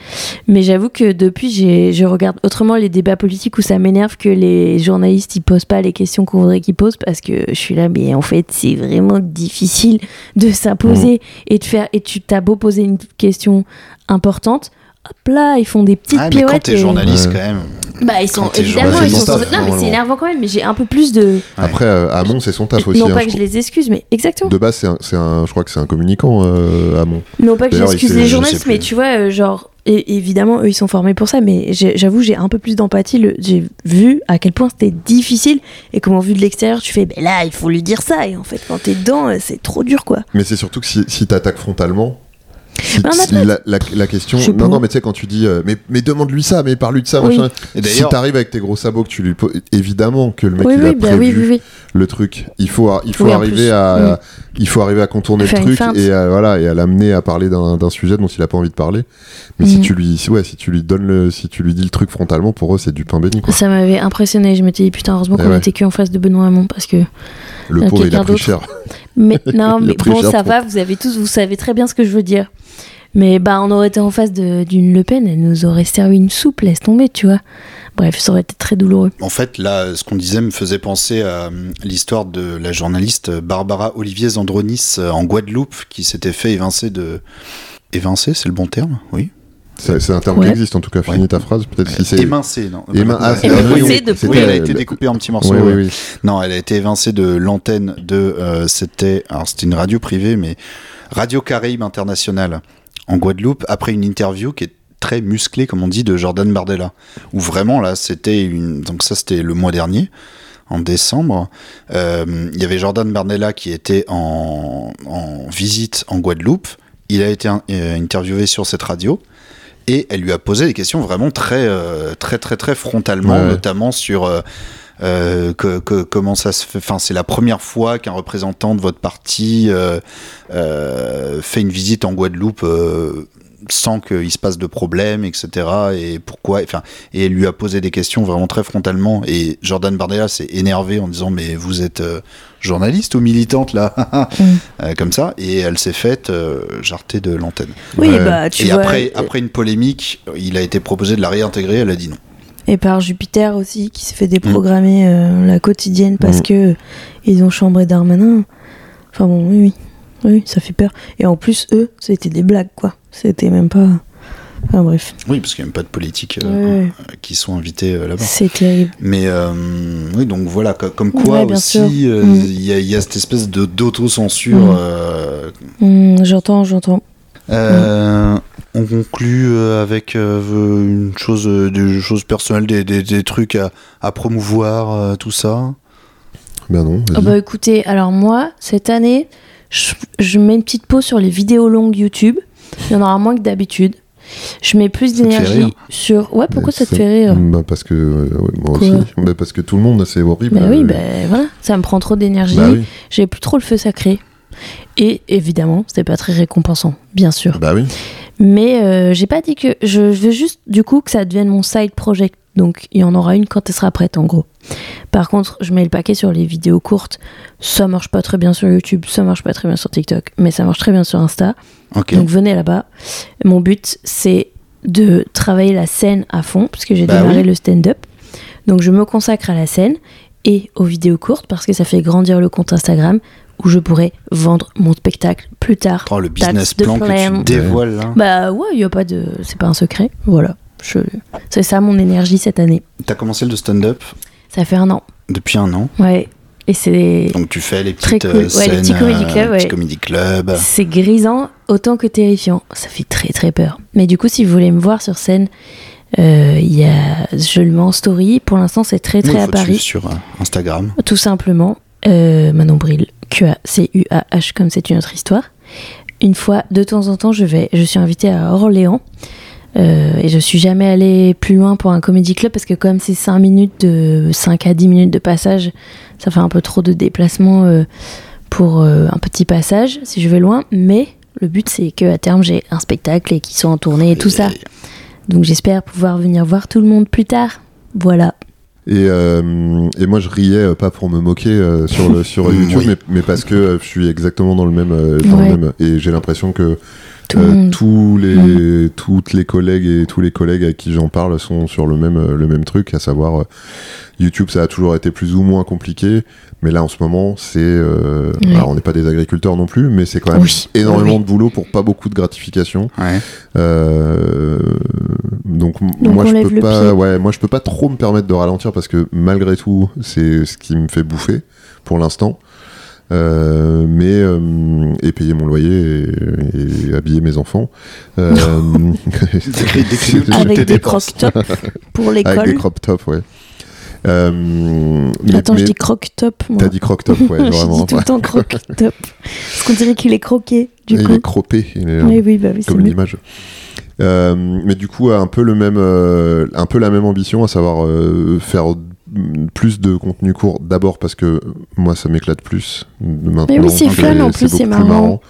Speaker 8: Mais j'avoue que depuis, j'ai- je regarde autrement les débats politiques où ça m'énerve que les journalistes, ils posent pas les questions qu'on voudrait qu'ils posent parce que je suis là, mais en fait, c'est vraiment difficile de s'imposer
Speaker 7: Mmh.
Speaker 8: et de faire. Et tu t'as beau poser une question importante, hop là, ils font des petites
Speaker 7: Ah, mais
Speaker 8: pirouettes.
Speaker 7: quand t'es
Speaker 8: et-
Speaker 7: journaliste,
Speaker 9: Ouais.
Speaker 7: quand même.
Speaker 8: bah ils sont
Speaker 7: Quand t'es
Speaker 8: évidemment ils
Speaker 9: journaliste,
Speaker 8: sont
Speaker 9: c'est
Speaker 8: sans-
Speaker 9: mon taf,
Speaker 8: non mais c'est
Speaker 9: normalement.
Speaker 8: énervant quand même mais j'ai un peu plus de
Speaker 9: Après, euh, Hamon, c'est son taf aussi.
Speaker 8: non
Speaker 9: hein,
Speaker 8: pas
Speaker 9: je
Speaker 8: que je
Speaker 9: trouve.
Speaker 8: les excuse mais exactement
Speaker 9: De base, c'est un, c'est un- je crois que c'est un communicant, euh, Hamon.
Speaker 8: non pas que
Speaker 9: D'ailleurs, il
Speaker 8: j'excuse
Speaker 9: s'est-
Speaker 8: les
Speaker 9: je
Speaker 8: journalistes
Speaker 9: sais
Speaker 8: mais
Speaker 9: plus.
Speaker 8: tu vois euh, genre et- évidemment eux ils sont formés pour ça mais j'ai- j'avoue j'ai un peu plus d'empathie le- j'ai vu à quel point c'était difficile et comment vu de l'extérieur tu fais ben là il faut lui dire ça et en fait quand t'es dedans euh, c'est trop dur quoi
Speaker 9: Mais c'est surtout que si, si t'attaques frontalement, si-
Speaker 8: Mais on
Speaker 9: si-
Speaker 8: attaque.
Speaker 9: la, la- la question.
Speaker 8: Je sais pas.
Speaker 9: Non, non, mais tu sais, quand tu dis, euh, mais, mais demande-lui ça, mais parle-lui de ça,
Speaker 8: Oui.
Speaker 9: machin.
Speaker 7: Et
Speaker 9: Si
Speaker 7: d'ailleurs,
Speaker 9: t'arrives avec tes gros sabots que tu lui poses, évidemment que le mec
Speaker 8: oui
Speaker 9: il a
Speaker 8: oui bah
Speaker 9: prévu
Speaker 8: oui oui oui
Speaker 9: le truc. Il faut, il faut
Speaker 8: Oui, en plus. Mm.
Speaker 9: arriver à, il faut arriver à contourner
Speaker 8: Faire une
Speaker 9: le truc
Speaker 8: feinte.
Speaker 9: et à, voilà et à l'amener à parler d'un d'un sujet dont il a pas envie de parler. Mais si
Speaker 8: Mhm.
Speaker 9: tu lui, si- ouais, si tu lui donnes le, si tu lui dis le truc frontalement, pour eux c'est du pain béni quoi.
Speaker 8: ça m'avait impressionné je m'étais dit putain heureusement
Speaker 9: Eh
Speaker 8: qu'on
Speaker 9: ouais.
Speaker 8: était que en face de Benoît Hamon parce que
Speaker 9: Le
Speaker 8: Euh,
Speaker 9: pauvre il
Speaker 8: quelqu'un
Speaker 9: a pris
Speaker 8: d'autre.
Speaker 9: cher.
Speaker 8: Mais non,
Speaker 9: Il a
Speaker 8: mais
Speaker 9: pris
Speaker 8: bon,
Speaker 9: cher
Speaker 8: ça
Speaker 9: pour-
Speaker 8: va, vous avez tous, vous savez très bien ce que je veux dire. Mais bah, on aurait été en face de- d'une Le Pen, elle nous aurait servi une soupe, laisse tomber, tu vois. Bref, ça aurait été très douloureux.
Speaker 7: en fait, là, ce qu'on disait me faisait penser à hum, l'histoire de la journaliste euh, Barbara Olivier Zandronis euh, en Guadeloupe qui s'était fait évincer de. Évincer, c'est le bon terme Oui.
Speaker 9: C'est c'est un terme
Speaker 8: Ouais.
Speaker 9: qui existe en tout cas. Finis
Speaker 7: Ouais. Euh,
Speaker 9: ta phrase peut-être si c'est.
Speaker 7: Émincé, non
Speaker 9: Émin- ah, c'est-
Speaker 8: Émincé
Speaker 9: oui,
Speaker 8: de
Speaker 9: c'était-
Speaker 7: Oui, elle a été
Speaker 9: le-
Speaker 7: découpée en petits morceaux.
Speaker 9: Oui, oui,
Speaker 7: ouais.
Speaker 9: oui.
Speaker 7: Non, elle a été évincée de l'antenne de. euh, c'était. Alors, c'était une radio privée, mais Radio Caraïbe Internationale en Guadeloupe, après une interview qui est très musclé, comme on dit, de Jordan Bardella. Où vraiment, là, c'était une. Donc, ça, c'était le mois dernier, en décembre. Euh, Il y avait Jordan Bardella qui était en, en visite en Guadeloupe. Il a été in- euh, interviewé sur cette radio. Et elle lui a posé des questions vraiment très, euh, très, très, très frontalement,
Speaker 9: Ouais.
Speaker 7: notamment sur. euh, euh, que, que- comment ça se fait Enfin, c'est la première fois qu'un représentant de votre parti euh, euh, fait une visite en Guadeloupe euh, sans qu'il se passe de problème, etc. Et pourquoi Enfin, et elle lui a posé des questions vraiment très frontalement. Et Jordan Bardella s'est énervé en disant mais vous êtes euh, journaliste ou militante là,
Speaker 8: Mm.
Speaker 7: Euh, comme ça. Et elle s'est faite euh, jarter de l'antenne.
Speaker 8: Oui,
Speaker 9: Ouais.
Speaker 8: bah, tu
Speaker 7: et
Speaker 8: vois.
Speaker 7: après, après une polémique, il a été proposé de la réintégrer. Elle a dit non.
Speaker 8: Et par Jupiter aussi, qui s'est fait déprogrammer euh, la quotidienne parce que euh, ils ont chambré Darmanin. Enfin bon, oui, oui. Oui, ça fait peur. Et en plus, eux, c'était des blagues, quoi. C'était même pas. Enfin bref.
Speaker 7: Oui, parce qu'il n'y a même pas de politique euh,
Speaker 8: Ouais.
Speaker 7: euh, qui sont invités euh, là-bas.
Speaker 8: C'est terrible.
Speaker 7: Mais euh, oui, donc voilà, co- comme quoi
Speaker 8: Ouais, bien
Speaker 7: aussi,
Speaker 8: sûr.
Speaker 7: euh,
Speaker 8: Mm.
Speaker 7: il y, a- il y a cette espèce de d'autocensure.
Speaker 8: Mm.
Speaker 7: euh,
Speaker 8: Hum, j'entends, j'entends.
Speaker 7: euh, On conclut euh, avec euh, une chose, euh, des choses personnelles, des, des- des trucs à, à promouvoir, euh, tout ça.
Speaker 9: Ben non, vas-y.
Speaker 8: Ah bah écoutez, alors moi, cette année, je, je mets une petite pause sur les vidéos longues YouTube. Il y en aura moins que d'habitude. Je mets plus
Speaker 7: Ça te fait rire
Speaker 8: d'énergie sur. Ouais, pourquoi
Speaker 9: Mais
Speaker 8: ça te
Speaker 9: ça-
Speaker 8: fait rire
Speaker 9: Ben, parce que euh, ouais,
Speaker 8: Quoi
Speaker 9: moi aussi. Ben, parce que tout le monde, c'est horrible.
Speaker 8: Bah oui,
Speaker 9: Euh,
Speaker 8: bah voilà, ça me prend trop d'énergie.
Speaker 9: bah oui.
Speaker 8: J'ai plus trop le feu sacré. Et évidemment, c'était pas très récompensant, bien sûr.
Speaker 9: Bah oui.
Speaker 8: Mais euh, j'ai pas dit que. Je, je veux juste, du coup, que ça devienne mon side project. Donc, il y en aura une quand elle sera prête, en gros. Par contre, je mets le paquet sur les vidéos courtes. Ça marche pas très bien sur YouTube, ça marche pas très bien sur TikTok, mais ça marche très bien sur Insta.
Speaker 7: Ok.
Speaker 8: Donc, venez là-bas. Mon but, c'est de travailler la scène à fond, parce que j'ai
Speaker 7: Bah
Speaker 8: démarré
Speaker 7: oui.
Speaker 8: le stand-up. Donc, je me consacre à la scène et aux vidéos courtes, parce que ça fait grandir le compte Instagram, où je pourrais vendre mon spectacle plus tard.
Speaker 7: Oh, le business
Speaker 8: the
Speaker 7: plan que
Speaker 8: plan.
Speaker 7: tu dévoiles hein. là.
Speaker 8: Bah ouais, il y a pas de c'est pas un secret, voilà. Je... C'est ça mon énergie cette année.
Speaker 7: T'as commencé le stand-up
Speaker 8: Ça fait un an.
Speaker 7: depuis un an.
Speaker 8: Ouais. Et c'est
Speaker 7: Donc tu fais les
Speaker 8: Très
Speaker 7: petites
Speaker 8: cool.
Speaker 7: euh,
Speaker 8: Ouais, les
Speaker 7: scènes,
Speaker 8: petits comedy
Speaker 7: euh,
Speaker 8: clubs,
Speaker 7: petits
Speaker 8: ouais.
Speaker 7: comedy clubs.
Speaker 8: c'est grisant autant que terrifiant. Ça fait très très peur. Mais du coup, si vous voulez me voir sur scène, euh, il y a je le mets en story. Pour l'instant, c'est très
Speaker 7: Oui,
Speaker 8: très à
Speaker 7: faut te suivre
Speaker 8: Paris,
Speaker 7: sur euh, Instagram.
Speaker 8: tout simplement. Euh, Manon Bril, QA, C-U-A-H, comme c'est une autre histoire. Une fois, de temps en temps, je vais, je suis invitée à Orléans. Euh, et je suis jamais allée plus loin pour un comédie club parce que comme c'est 5 minutes de 5 à 10 minutes de passage, ça fait un peu trop de déplacement euh, pour euh, un petit passage si je vais loin, mais le but c'est que à terme j'ai un spectacle et qu'ils soient en tournée et tout ça. Donc j'espère pouvoir venir voir tout le monde plus tard. Voilà.
Speaker 9: Et, euh, et moi, je riais euh, pas pour me moquer euh, sur, le, sur
Speaker 7: Mm,
Speaker 9: YouTube,
Speaker 7: oui.
Speaker 9: mais, mais parce que euh, je suis exactement dans le même. euh, dans
Speaker 8: Ouais.
Speaker 9: le même et j'ai l'impression que
Speaker 8: Tout le
Speaker 9: euh,
Speaker 8: monde.
Speaker 9: tous les, toutes les collègues et tous les collègues à qui j'en parle sont sur le même, euh, le même truc, à savoir euh, YouTube, ça a toujours été plus ou moins compliqué, mais là, en ce moment, c'est. euh,
Speaker 8: Ouais.
Speaker 9: alors, on n'est pas des agriculteurs non plus, mais c'est quand même
Speaker 8: Oui.
Speaker 9: énormément
Speaker 8: Oui, oui.
Speaker 9: de boulot pour pas beaucoup de gratification.
Speaker 7: Ouais.
Speaker 9: Euh, donc, m-
Speaker 8: Donc,
Speaker 9: moi
Speaker 8: on
Speaker 9: je
Speaker 8: lève
Speaker 9: peux
Speaker 8: le
Speaker 9: pas
Speaker 8: pied.
Speaker 9: ouais moi je peux pas trop me permettre de ralentir parce que malgré tout c'est ce qui me fait bouffer pour l'instant Euh, mais euh, et payer mon loyer et, et habiller mes enfants Euh,
Speaker 7: Décris- décris-nous
Speaker 9: c'est-
Speaker 7: tout.
Speaker 9: avec
Speaker 7: tes
Speaker 8: Avec des
Speaker 7: dépenses.
Speaker 8: croque-tops pour
Speaker 9: des
Speaker 8: l'école.
Speaker 9: crop tops ouais Euh, mais-
Speaker 8: Attends,
Speaker 9: mais
Speaker 8: je dis croque-top moi.
Speaker 9: t'as dit croc top ouais
Speaker 8: je
Speaker 9: vraiment
Speaker 8: dis tout le temps croque-top. Parce qu'on dirait qu'il est croqué
Speaker 9: Et
Speaker 8: du
Speaker 9: il
Speaker 8: coup.
Speaker 9: est croppé il est-
Speaker 8: Oui, oui, bah oui, c'est
Speaker 9: comme une
Speaker 8: mieux.
Speaker 9: image. Euh, mais du coup, un peu le même, euh, un peu la même ambition, à savoir euh, faire mm, plus de contenu court. D'abord parce que euh, moi, ça m'éclate plus. Maintenant,
Speaker 8: Mais oui, c'est
Speaker 9: que
Speaker 8: fun, en plus, c'est
Speaker 9: beaucoup
Speaker 8: marrant.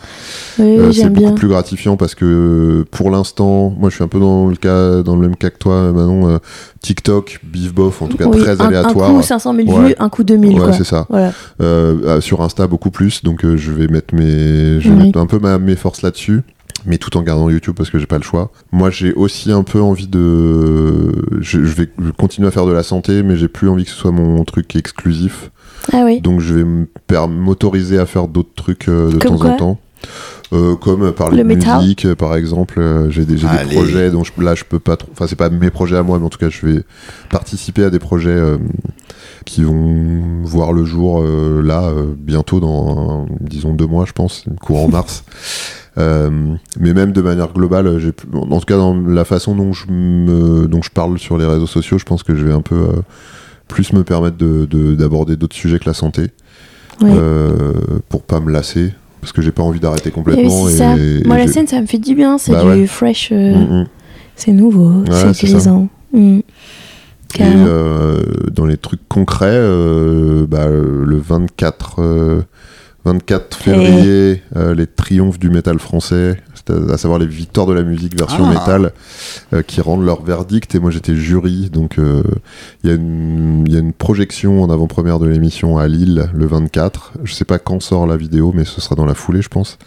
Speaker 8: Oui, oui,
Speaker 9: Euh, c'est
Speaker 8: j'aime bien.
Speaker 9: beaucoup plus gratifiant parce que pour l'instant, moi, je suis un peu dans le cas, dans le même cas que toi, Manon. euh, TikTok, bif bof, en tout cas
Speaker 8: Oui,
Speaker 9: très
Speaker 8: un-
Speaker 9: aléatoire.
Speaker 8: Un coup 500 000
Speaker 9: Ouais.
Speaker 8: vues, un coup 2000
Speaker 9: ouais,
Speaker 8: quoi.
Speaker 9: c'est ça.
Speaker 8: Voilà.
Speaker 9: Euh, euh, sur Insta beaucoup plus, donc euh, je vais mettre mes, je vais
Speaker 8: Oui.
Speaker 9: mettre un peu ma, mes forces là-dessus, mais tout en gardant YouTube parce que j'ai pas le choix. Moi, j'ai aussi un peu envie de, je, je vais continuer à faire de la santé, mais j'ai plus envie que ce soit mon truc exclusif,
Speaker 8: Ah oui.
Speaker 9: donc je vais me per- m'autoriser à faire d'autres trucs euh, de
Speaker 8: Comme
Speaker 9: temps
Speaker 8: quoi
Speaker 9: en temps. Euh, comme euh, parler
Speaker 8: Le
Speaker 9: de
Speaker 8: métal
Speaker 9: musique euh, par exemple euh, j'ai des, j'ai des
Speaker 7: Allez.
Speaker 9: projets dont je, là je peux pas trop enfin c'est pas mes projets à moi mais en tout cas je vais participer à des projets euh, qui vont voir le jour euh, là euh, bientôt dans disons deux mois je pense courant mars Euh, mais même de manière globale, euh, j'ai plus- en tout cas dans la façon dont je, me, dont je parle sur les réseaux sociaux, je pense que je vais un peu euh, plus me permettre de- de- d'aborder d'autres sujets que la santé
Speaker 8: Ouais.
Speaker 9: euh, pour pas me lasser parce que j'ai pas envie d'arrêter
Speaker 8: Mais oui,
Speaker 9: complètement.
Speaker 8: c'est
Speaker 9: et-
Speaker 8: ça.
Speaker 9: et
Speaker 8: Moi, la
Speaker 9: j'ai-
Speaker 8: scène, ça me fait du bien. C'est
Speaker 9: Bah
Speaker 8: du
Speaker 9: ouais.
Speaker 8: fresh. euh,
Speaker 9: Mm, mm.
Speaker 8: C'est nouveau.
Speaker 9: Ouais,
Speaker 8: c'est
Speaker 9: c'est ça. euh,
Speaker 8: plaisant. Mm.
Speaker 9: Et
Speaker 8: Carrément.
Speaker 9: euh, dans les trucs concrets, euh, bah, euh, le 24, euh, 24 février, euh, les triomphes du métal français, c'est à à savoir les victoires de la musique version
Speaker 7: Ah.
Speaker 9: métal, euh, qui rendent leur verdict. Et moi j'étais jury, donc euh, il y, a une- il y a une projection en avant-première de l'émission à Lille le 24. Je sais pas quand sort la vidéo, mais ce sera dans la foulée, je pense.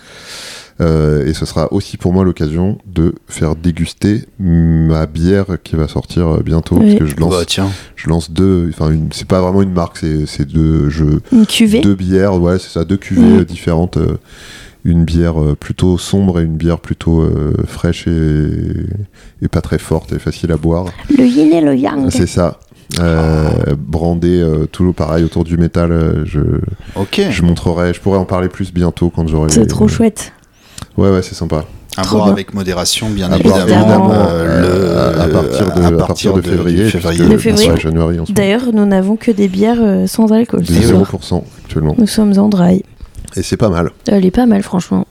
Speaker 9: Euh, et ce sera aussi pour moi l'occasion de faire déguster ma bière qui va sortir euh, bientôt,
Speaker 8: Oui.
Speaker 9: parce que je lance
Speaker 7: Bah, tiens.
Speaker 9: je lance deux, enfin une- c'est pas vraiment une marque, c'est c'est deux jeux,
Speaker 8: Une cuvée.
Speaker 9: deux bières, ouais c'est ça, deux cuvées
Speaker 8: Mhm.
Speaker 9: euh, différentes, euh, une bière euh, plutôt sombre et une bière plutôt euh, fraîche et, et pas très forte et facile à boire.
Speaker 8: Le yin et le yang.
Speaker 9: C'est ça. Euh, brandé euh, toujours pareil autour du métal euh, je,
Speaker 7: Ok.
Speaker 9: je montrerai je pourrais en parler plus bientôt quand j'aurai
Speaker 8: C'est
Speaker 9: les-
Speaker 8: trop chouette.
Speaker 9: ouais ouais c'est sympa
Speaker 7: À
Speaker 8: Trop
Speaker 7: boire
Speaker 8: bien.
Speaker 7: avec modération, bien
Speaker 9: À boire,
Speaker 7: évidemment.
Speaker 8: évidemment,
Speaker 9: Ah, euh, à, à partir de, à partir de février,
Speaker 7: du
Speaker 9: puisque-
Speaker 7: février.
Speaker 8: Le février.
Speaker 9: ouais, janvier ensuite.
Speaker 8: D'ailleurs, nous n'avons que des bières euh, sans alcool.
Speaker 9: Du
Speaker 8: ce soir.
Speaker 9: 0% actuellement
Speaker 8: Nous sommes en dry.
Speaker 9: et c'est pas mal
Speaker 8: Elle est pas mal, franchement.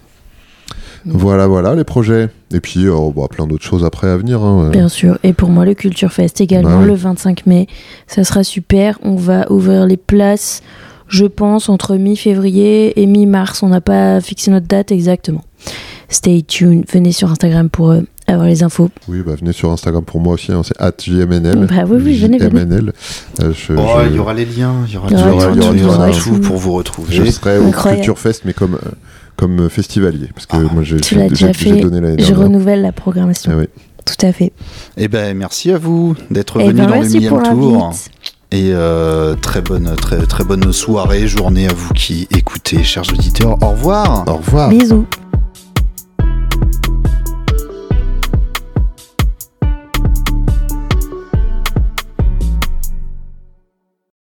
Speaker 9: Voilà, voilà les projets. Et puis, euh, bah, plein d'autres choses après à venir. hein.
Speaker 8: Bien sûr. Et pour moi, le Culture Fest également,
Speaker 9: Bah oui.
Speaker 8: le 25 mai. Ça sera super. On va ouvrir les places, je pense, entre mi-février et mi-mars. On n'a pas fixé notre date exactement. Stay tuned. Venez sur Instagram pour euh, avoir les infos.
Speaker 9: Oui, bah, venez sur Instagram pour moi aussi. hein, c'est @jmnl.
Speaker 8: Bah oui, oui, venez, venez.
Speaker 9: JMNL. Euh, je,
Speaker 7: Oh,
Speaker 9: je-
Speaker 7: il y aura les liens, il y aura
Speaker 8: Il y aura
Speaker 9: tout,
Speaker 7: tout,
Speaker 9: il y aura
Speaker 7: tout
Speaker 8: tout.
Speaker 7: pour vous
Speaker 9: je
Speaker 7: retrouver.
Speaker 9: serai au
Speaker 8: Incroyable.
Speaker 9: Culture Fest, mais comme euh, comme festivalier, parce que
Speaker 7: Ah.
Speaker 9: moi j'ai
Speaker 8: Tu l'as
Speaker 9: j'ai-
Speaker 8: déjà
Speaker 9: j'ai- j'ai
Speaker 8: fait.
Speaker 9: donné l'année
Speaker 8: Je
Speaker 9: dernière.
Speaker 8: renouvelle la programmation.
Speaker 9: Ah oui.
Speaker 8: Tout à fait.
Speaker 7: Eh ben, merci à vous d'être
Speaker 8: Et
Speaker 7: venu dans le
Speaker 8: Eh ben, merci pour
Speaker 7: millième tour.
Speaker 8: l'invite.
Speaker 7: Et euh, très bonne, très très bonne soirée, journée à vous qui écoutez, chers auditeurs. Au revoir.
Speaker 9: Au revoir.
Speaker 8: Bisous.